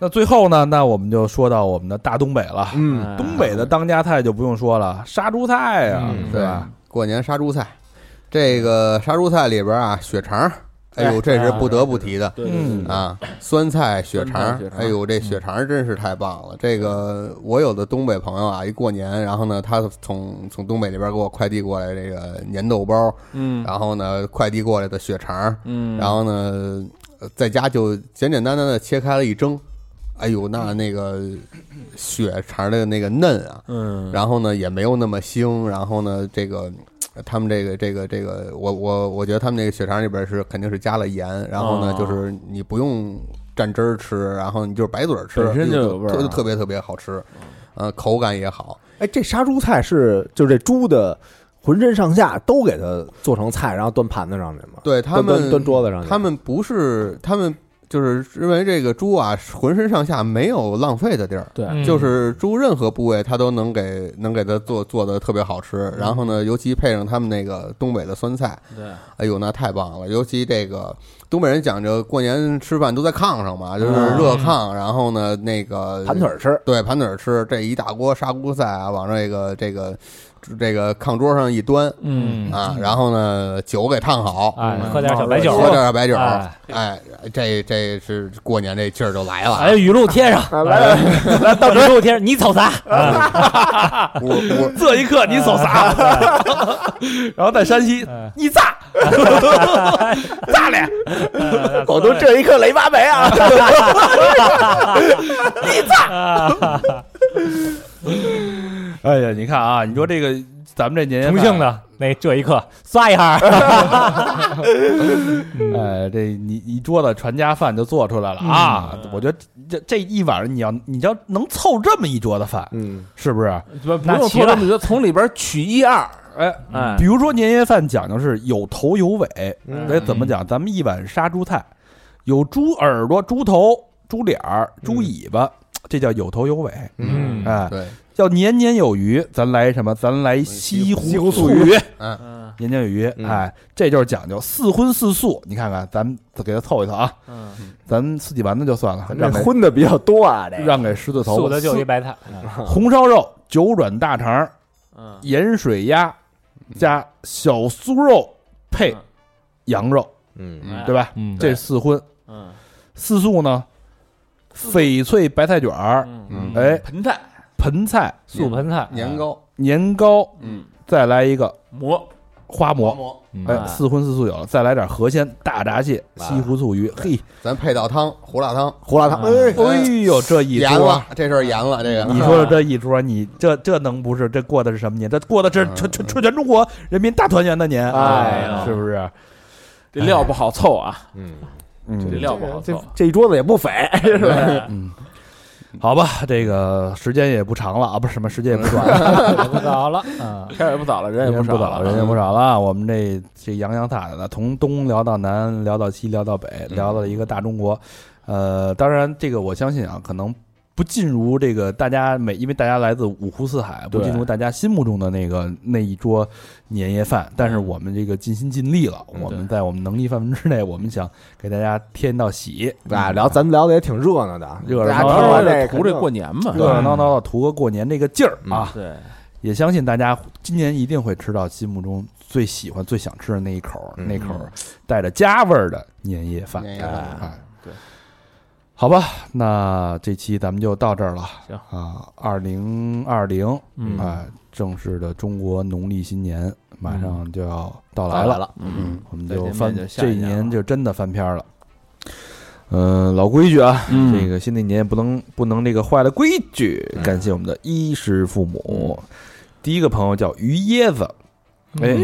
S1: 那最后呢？那我们就说到我们的大东北了。
S3: 哎
S6: 嗯
S1: 东北的当家菜就不用说了，杀猪菜呀、
S2: 嗯
S1: 对
S5: 对
S1: 吧？，
S5: 过年杀猪菜，这个杀猪菜里边啊，血肠儿，哎呦，这是不得不提的。
S6: 对对对
S1: 嗯
S5: 啊，酸菜血
S6: 啊酸菜
S5: 肠儿
S6: 血，肠儿嗯
S5: 哎呦，这血肠儿真是太棒了！这个我有的东北朋友啊，一过年，然后呢，他从从东北那边给我快递过来这个粘豆包儿，
S6: 嗯
S5: 然后呢，快递过来的血肠儿，
S6: 嗯，
S5: 啊然后呢，呃在家就简简单单的切开了一蒸，哎呦，那那个血肠儿的那个嫩啊，
S6: 嗯，
S5: 然后呢也没有那么腥，然后呢这个。他们这个这个这个，我我我觉得他们那个血肠里边是肯定是加了盐，然后呢
S6: 哦
S5: 就是你不用蘸汁儿吃，然后你就是白嘴儿吃，哎
S6: 本身就有味儿啊嗯
S5: 特特别特别好吃，呃，口感也好，
S4: 哎，这杀猪菜是就是这猪的浑身上下都给它做成菜，然后端盘子上去吗？
S5: 对他
S4: 端端
S5: 们
S4: 端桌子上去。
S5: 他们不是他们就是认为这个猪啊浑身上下没有浪费的地儿，
S6: 对，
S2: 嗯
S5: 就是猪任何部位它都能给能给它做做的特别好吃，然后呢，尤其配上他们那个东北的酸菜，
S6: 嗯对，
S5: 哎呦，那太棒了！尤其这个东北人讲究过年吃饭都在炕上嘛，就是
S6: 嗯
S5: 热炕，然后呢那个
S4: 盘腿儿吃，
S5: 对盘腿儿吃，这一大锅砂锅菜啊，往这个这个这个炕桌上一端
S6: 嗯，
S5: 啊，然后呢酒给烫好，
S2: 哎，喝点小白酒，
S5: 喝点白酒，
S2: 哎
S5: 哎，这这是过年这劲儿就来了啊
S2: 哎，，语录贴上，来来，到语录贴上，你瞅啥？
S5: 我我
S1: 这一刻你手啥？
S2: 哎
S1: 然后在山西，你炸 炸脸，
S4: 狗都这一刻雷八梅啊！
S1: 哎呀，你看啊，你说这个咱们这年夜
S2: 重
S1: 饭
S2: 庆，的那这一刻刷一下，
S1: 哎，这你一桌子传家饭就做出来了啊！
S2: 嗯
S1: 我觉得这这一晚上你要你要能凑这么一桌子饭，
S4: 嗯，
S1: 是不是？
S6: 不不
S2: 那
S6: 用
S2: 齐
S6: 说
S2: 了
S6: 了，你就从里边取一二，
S1: 哎，
S6: 哎
S1: 比，如说年夜饭讲究是有头有尾，得怎么
S6: 嗯
S1: 讲？咱们一碗杀猪菜，有猪耳朵、猪头、猪脸儿、猪尾巴，这叫有头有尾。
S2: 嗯
S1: 哎，
S5: 对，
S1: 要年年有余，咱来什么？咱来西
S4: 西
S1: 湖
S4: 湖
S1: 醋
S4: 醋
S1: 鱼，
S5: 嗯，
S6: 嗯
S1: 年年有余。
S4: 嗯
S1: 哎，这就是讲究四荤四素。你看看，咱们给它凑一凑啊，
S6: 嗯，
S1: 咱们四季丸子就算了，
S4: 咱这
S1: 让给
S4: 荤的比较多啊，这个
S1: 让给狮子头
S2: 素的就一
S1: 四
S2: 白菜，
S1: 红烧肉、九转大肠、
S6: 嗯
S1: 盐水鸭加小酥肉配
S6: 嗯
S1: 羊肉，
S4: 嗯
S5: 嗯
S6: 哎
S1: 对吧？
S2: 嗯
S1: 这是四荤，
S6: 嗯
S1: 四素呢？翡翠白菜卷儿、
S6: 嗯，
S1: 哎
S6: 盆菜，
S1: 盆菜、
S2: 素盆菜，
S5: 年糕、
S1: 年糕，
S6: 嗯，
S1: 再来一个
S6: 馍，
S1: 花
S5: 馍
S1: 馍。
S5: 馍，
S1: 哎，四荤四素有了，再来点河鲜、大闸蟹、西湖醋鱼。
S6: 哎
S1: 嘿，
S5: 咱配道汤，胡辣汤，
S4: 胡辣汤，
S1: 哎呦，这一
S5: 盐
S1: 桌，
S5: 了，这事儿盐了，这个
S1: 你说说这一桌，你这这能不是？这过的是
S6: 嗯
S1: 什么年？这过的是全全全全中国人民大团圆的年，
S4: 哎呀
S1: 是不是？
S6: 这料不好凑啊，
S4: 嗯，
S6: 这
S1: 嗯，
S6: 料不好
S7: 这
S6: 凑。
S7: 这一桌子也不菲， 是吧？
S1: 好吧，这个时间也不长了啊，不是什么时间也不短了，
S2: 找不着了啊。
S6: 天儿也不早了，人
S1: 人
S6: 嗯也
S1: 也
S6: 不少
S1: 不早，
S6: 了，嗯
S1: 人也不少了。我们这这洋洋洒洒的，从东聊到南，聊到西，聊到北，
S6: 嗯
S1: 聊到一个大中国。呃，当然，这个我相信啊，可能不尽如这个大家每，因为大家来自五湖四海，不
S6: 对
S1: 尽如大家心目中的那个那一桌年夜饭。
S6: 嗯
S1: 但是我们这个尽心尽力了，
S4: 嗯
S1: 我们在我们能力范围之内，我们想给大家添到喜，
S4: 啊，聊咱们聊的也挺热闹的，
S1: 热热
S4: 大
S1: 闹
S4: 家
S1: 闹
S6: 主
S4: 听
S6: 要
S4: 完
S6: 是
S4: 这
S6: 图这过年嘛。
S1: 热热闹闹的图个过年这个劲儿啊。
S6: 对，
S1: 也相信大家今年一定会吃到心目中最喜欢、最想吃的那一口儿，
S4: 嗯
S1: 那口儿带着家味儿的年夜饭。
S5: 年夜饭
S1: 哎，
S6: 嗯对，
S1: 好吧，那这期咱们就到这儿了。
S6: 行
S1: 啊，二零二零
S6: 嗯
S1: 啊，正式的中国农历新年马上就要到来了，
S4: 了，
S6: 嗯，
S1: 我们
S6: 再见
S1: 就
S6: 面
S1: 翻
S6: 就下一
S1: 这一
S6: 年
S1: 年
S6: 了
S1: 就真的翻篇儿了。嗯、老规矩啊，
S6: 嗯
S1: 这个新的一年不能不能这个坏了规矩。感谢我们的衣食父母。第一个朋友叫于椰子，哎，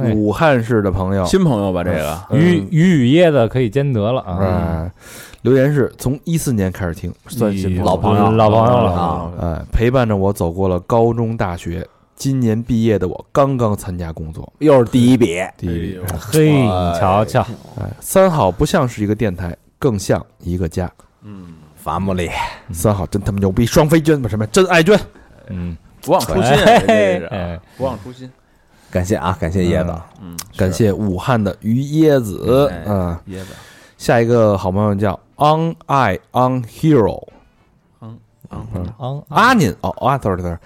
S2: 哎
S1: 武汉市的朋友，
S6: 新朋友吧，这个
S2: 鱼鱼与椰子可以兼得了啊！
S1: 啊，留言是从一四年开始听，算新
S4: 老朋友
S2: 老朋友了
S4: 啊，
S3: 嗯
S1: 哎，陪伴着我走过了高中、大学。今年毕业的我刚刚参加工作，
S4: 又是第一笔，
S1: 第一，
S2: 嘿，你瞧瞧，
S1: 哎，三好不像是一个电台，更像一个家。
S6: 嗯
S4: 伐木里
S1: 三好真他妈牛逼，双飞娟不是什么真爱娟，
S2: 嗯，
S6: 不忘初心啊，
S2: 哎
S6: 这这是啊
S2: 哎
S6: 不忘初心。
S4: 感谢啊，感谢叶子，
S6: 嗯，
S1: 感谢武汉的于椰子
S6: 哎，
S1: 嗯，
S6: 椰子，
S1: 下一个好朋友叫 On I On Hero
S6: 嗯
S2: 昂
S1: 阿宁哦啊，sorry sorry，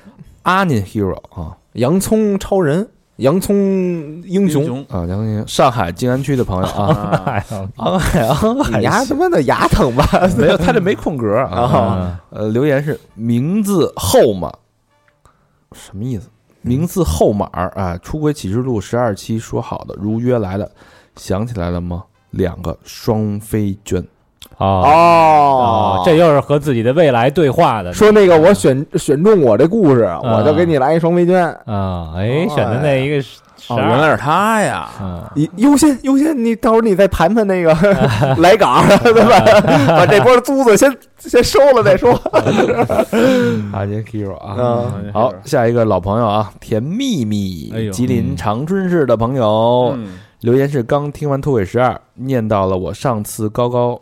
S1: 阿宁 Hero 啊
S4: 洋葱超人，洋葱英雄，
S6: 雄
S1: 啊，杨宁，上海静安区的朋友啊，
S6: 啊，
S2: 哎呦
S1: 昂海昂海
S4: 你牙哎他妈的牙疼吧？
S1: 没有，他这没空格啊。
S2: 啊
S1: 呃，留言是名字后码，什么意思？名字后码儿啊，《出轨启示录》十二期说好的，如约来的，想起来了吗？两个双飞娟，
S2: 哦
S4: 哦
S2: 哦，这又是和自己的未来对话的
S4: 说那个我选选中我这故事，我就给你来一双围啊巾，
S2: 啊！哎，选的那一个是十
S6: 哦，原来
S2: 二，
S6: 是他呀，
S2: 嗯，
S4: 你优先优先，你到时候你再盘盘那个来港，对吧？把这波租子先先收了再说。
S1: 阿杰 Hero 啊
S4: 嗯，
S1: 好，下一个老朋友啊，甜蜜蜜，
S6: 哎呦
S1: 吉林长春市的朋友、
S6: 嗯
S1: 留言是刚听完《脱轨十二》，念到了我上次高高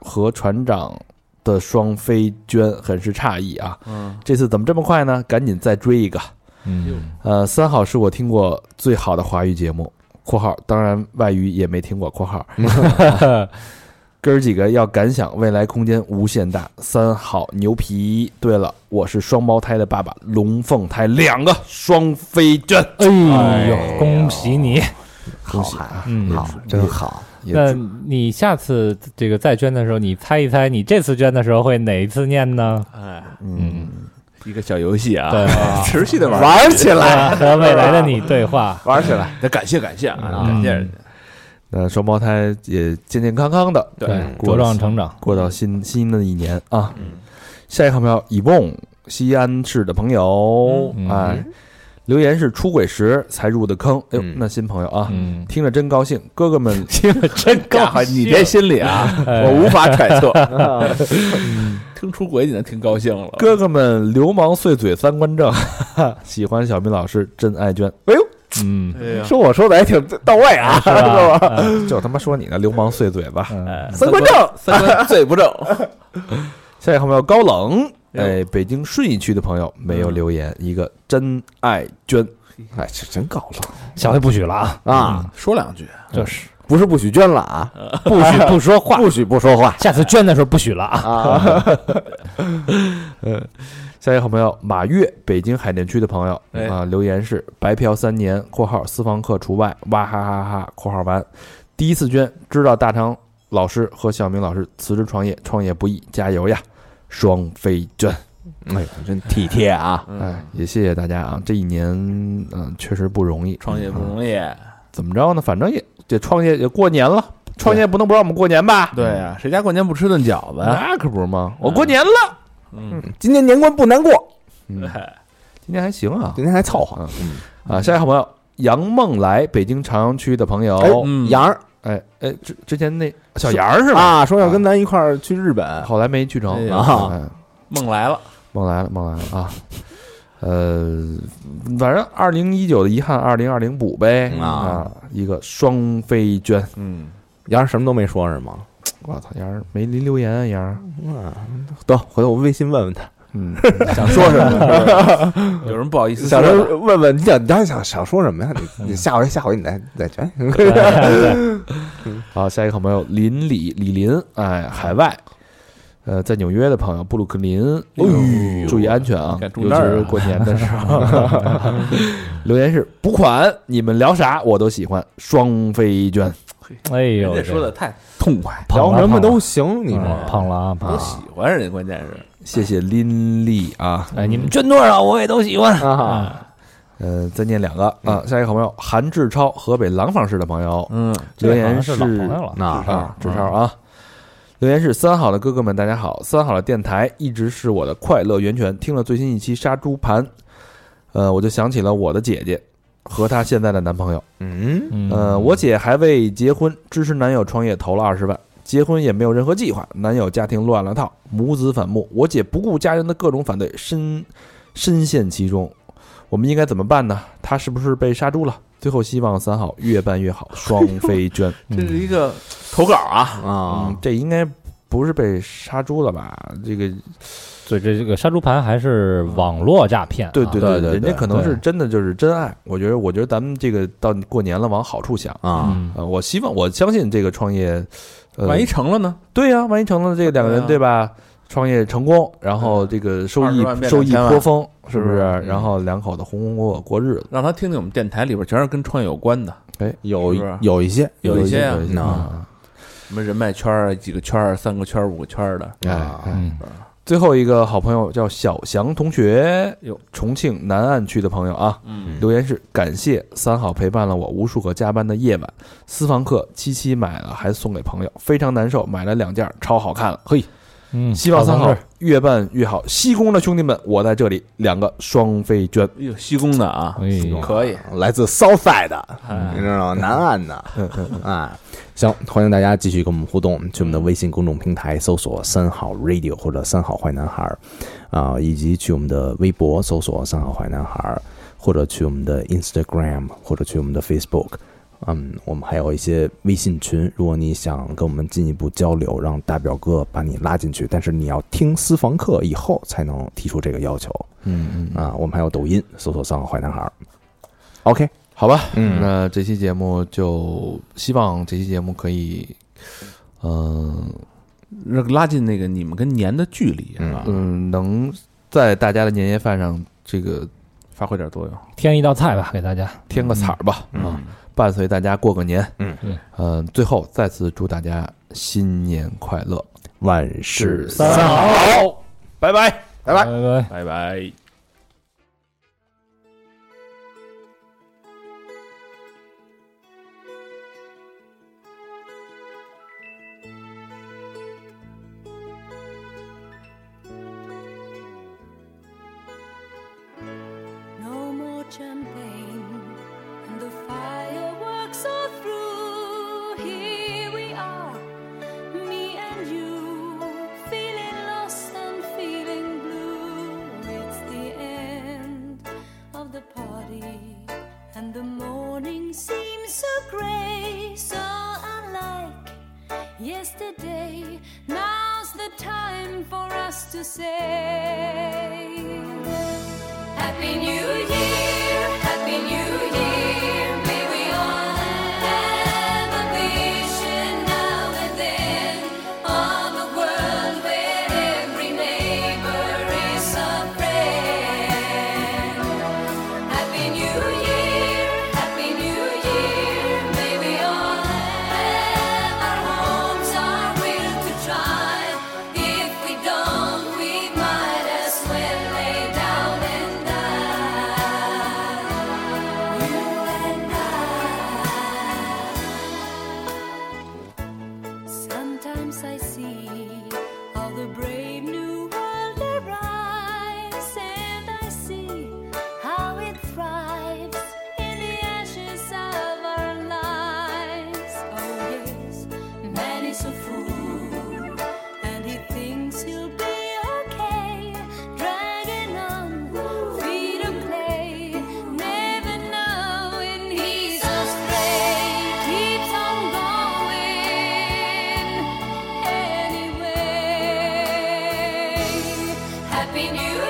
S1: 和船长的双飞娟，很是诧异啊，
S6: 嗯，
S1: 这次怎么这么快呢？赶紧再追一个。
S2: 嗯
S1: 呃，三好是我听过最好的华语节目（括号当然外语也没听过）（括号） 哥儿几个要敢想，未来空间无限大。三好牛皮。对了，我是双胞胎的爸爸，龙凤胎两个双飞娟，
S2: 哎呦，恭喜你！
S4: 好孩
S2: 嗯
S4: 子，好，真好。
S1: 也
S2: 那
S1: 祝
S2: 你下次这个再捐的时候，你猜一猜，你这次捐的时候会哪一次念呢？
S6: 哎，
S2: 嗯，
S6: 一个小游戏啊，
S2: 对，
S6: 持续的玩，
S4: 玩起来，
S2: 啊和未来的你对话。
S4: 玩起来，
S6: 得感谢感谢啊，
S2: 嗯
S6: 感谢人家，
S1: 呃双胞胎也健健康康的
S6: 对
S2: 对，
S1: 过
S2: 茁壮成长。
S1: 过到新新的一年啊。下一个好朋友以梦，西安市的朋友，
S2: 嗯
S1: 哎，留言是出轨时才入的坑。哎呦，
S4: 嗯
S1: 那新朋友啊，
S2: 嗯，
S1: 听着真高兴，哥哥 们
S2: 真
S6: 呀
S2: 高兴，
S6: 你这心里啊，
S2: 哎
S6: 我无法揣 测。听出轨你能挺高兴了，
S1: 哥哥们流氓碎嘴三观正，喜欢小明老师真爱娟，
S2: 嗯，
S6: 哎呀，
S4: 说我说的还挺到位啊，是吧？
S1: 就他妈说你呢，流氓碎嘴吧。
S2: 嗯
S4: 三观正，
S6: 三观最不正，
S1: 下一个好朋友高冷，
S6: 哎
S1: 哎，北京顺义区的朋友没有留言，一个真爱娟，
S4: 哎，这真高冷
S2: 下回不许了啊！嗯
S3: 嗯
S4: 啊！
S6: 说两句，
S2: 这是
S4: 不是不许捐了啊，
S2: 不许不说话，
S4: 不许不说话
S2: 下次捐的时候不许了 啊！
S4: 啊！
S1: 下一个好朋友马月，北京海淀区的朋友啊、
S6: 哎
S1: 留言是白嫖三年（括号私房课除外），哇哈哈哈（括号完）。第一次捐，知道大长老师和小明老师辞职创业，创业不易，加油呀！双飞捐，
S4: 哎呦，真体贴啊！
S1: 哎，也谢谢大家啊！这一年，嗯、确实不容易，
S6: 创业不
S1: 易、
S6: 容易，
S1: 怎么着呢？反正也这创业也过年了，创业不能不让我们过年吧？
S6: 对
S3: 啊
S6: 呀，谁家过年不吃顿饺子？
S1: 那可不是吗？我过年了，
S6: 嗯
S4: 今年年关不难过，
S1: 嗯，今年还行啊
S4: 今天还凑合。
S1: 啊！下一个好朋友杨梦来，北京朝阳区的朋友，
S4: 哎，杨儿
S1: 哎哎，之之前那小杨儿是吧？
S4: 啊，说要跟咱一块儿去日本，
S1: 后来没去成
S4: 哎呀
S1: 啊，
S6: 梦来了，
S1: 梦来了，梦来了啊。呃，反正二零一九的遗憾，二零二零补呗
S4: 嗯
S1: 啊，一个双飞娟，
S6: 嗯，
S4: 杨儿什么都没说是吗？
S1: 我操，杨儿没您留言啊，杨儿，
S4: 得，回头我微信问问他，
S1: 嗯，
S4: 想说什么？
S6: 有人不好意思，
S4: 想说问问你想，你想想想说什么呀？你你下回下回你再再卷。
S1: 好，下一个好朋友林李李林，哎，海外，呃，在纽约的朋友布鲁克林，
S6: 哎呦
S1: 注意安全啊
S6: 敢，住
S1: 尤
S6: 那
S1: 其
S6: 儿啊
S1: 是过年的时 候。留言是补款，你们聊啥我都喜欢，双飞娟，
S2: 哎呦，
S6: 人家说
S2: 这
S6: 的太痛快，
S2: 捧
S4: 聊
S2: 了
S4: 什么
S2: 捧
S4: 都
S2: 了
S4: 行，你
S2: 嗯
S4: 说
S2: 捧了啊，捧
S6: 我
S2: 了。
S6: 喜欢人家，关键是
S1: 谢谢林丽啊，
S2: 哎，你们嗯捐多少我也都喜欢
S4: 啊？
S1: 呃，再念两个啊，下一个好朋友韩志超，河北廊坊市的朋友，
S6: 嗯，
S1: 留
S2: 这好
S1: 言
S2: 像是老朋友了，
S4: 那
S1: 啊，志超啊。留言是三好的哥哥们，大家好！三好的电台一直是我的快乐源泉。听了最新一期杀猪盘，呃，我就想起了我的姐姐和她现在的男朋友。
S4: 嗯，
S2: 嗯，
S1: 呃，我姐还未结婚，支持男友创业，投了二十万。结婚也没有任何计划，男友家庭乱了套，母子反目。我姐不顾家人的各种反对，深深陷其中。我们应该怎么办呢？她是不是被杀猪了？最后希望三好越办越好，双飞娟。
S2: 嗯
S6: 这是一个投稿啊，
S4: 啊
S1: 嗯，，这应该不是被杀猪了吧？这个
S2: 所以这这个杀猪盘还是网络诈骗啊，
S1: 对对
S4: 对对
S1: 人家
S4: 对
S1: 可能是
S2: 对
S1: 真的就是真爱。我觉得，我觉得咱们这个到过年了，往好处想
S4: 啊，
S2: 嗯，
S1: 呃，我希望我相信这个创业，呃，
S6: 万一成了呢？
S1: 对呀、万一成了这个两个人
S6: 对啊
S1: 对吧？创业成功，然后这个收益
S6: 20万变
S1: 收益
S6: 2000万
S1: 颇丰，是不是？
S6: 嗯
S1: 然后两口子红红火火过日子，
S6: 让他听听我们电台里边全是跟创业有关的，
S4: 有
S6: 是不是
S4: 有一些
S6: 有一些啊
S1: 有一些啊
S4: 啊
S6: 什么人脉圈儿啊，几个圈儿、三个圈儿、五个圈儿的，
S1: 啊！哎
S2: 嗯
S1: 最后一个好朋友叫小翔同学
S6: 哟，
S1: 重庆南岸区的朋友啊，
S6: 嗯
S1: 留言是感谢三好陪伴了我无数个加班的夜晚，私房课七七买了还送给朋友，非常难受，买了两件儿超好看了，嘿，
S2: 嗯，
S1: 希望三
S2: 好
S1: 好
S2: 同志
S1: 越办越好，西工的兄弟们，我在这里，两个双飞娟，
S6: 哎呦，西工的啊，
S2: 哎呦
S6: 可以，
S4: 来自 Southside 的，
S6: 哎
S4: 你知道吗？南岸的，啊，行，欢迎大家继续跟我们互动，去我们的微信公众平台搜索“三好 radio” 或者“三好坏男孩”，儿”，啊，以及去我们的微博搜索“三好坏男孩”，儿”，或者去我们的 Instagram，或者去我们的 Facebook。嗯，我们还有一些微信群，如果你想跟我们进一步交流，让大表哥把你拉进去，但是你要听私房课以后才能提出这个要求
S1: 嗯嗯
S4: 啊。我们还有抖音，搜索“三好坏男孩”。儿”。OK，
S1: 好吧，
S4: 嗯
S1: 那这期节目就希望这期节目可以，嗯、
S6: 让拉近那个你们跟年的距离
S4: 嗯
S6: 啊，
S1: 嗯，能在大家的年夜饭上这个
S6: 发挥点作用。
S2: 添一道菜吧，给大家。
S1: 添个彩儿吧，啊，伴随大家过个年，
S4: 嗯
S2: 嗯
S1: 嗯、最后再次祝大家新年快乐，
S4: 万事
S2: 三好，
S1: 拜拜。
S4: 拜
S2: 拜
S4: 拜
S2: 拜。
S6: 拜拜。
S8: No more champagne, and the fireworks are through. Here we are, me and you, feeling lost and feeling blue. It's the end of the party, and the morning seems so grey, so unlike yesterday. Now's the time for us to say. Happy New Year, Happy New Year. May we all have a vision now and then of a world where every neighbor is a friend. Happy New Year, Happy New Year. May we all have our homes, our will to try. If we don't, we might as well lay down and die. You and I. Sometimes I see how the brave new world arrives, and I see how it thrives in the ashes of our lives. Oh, Happy New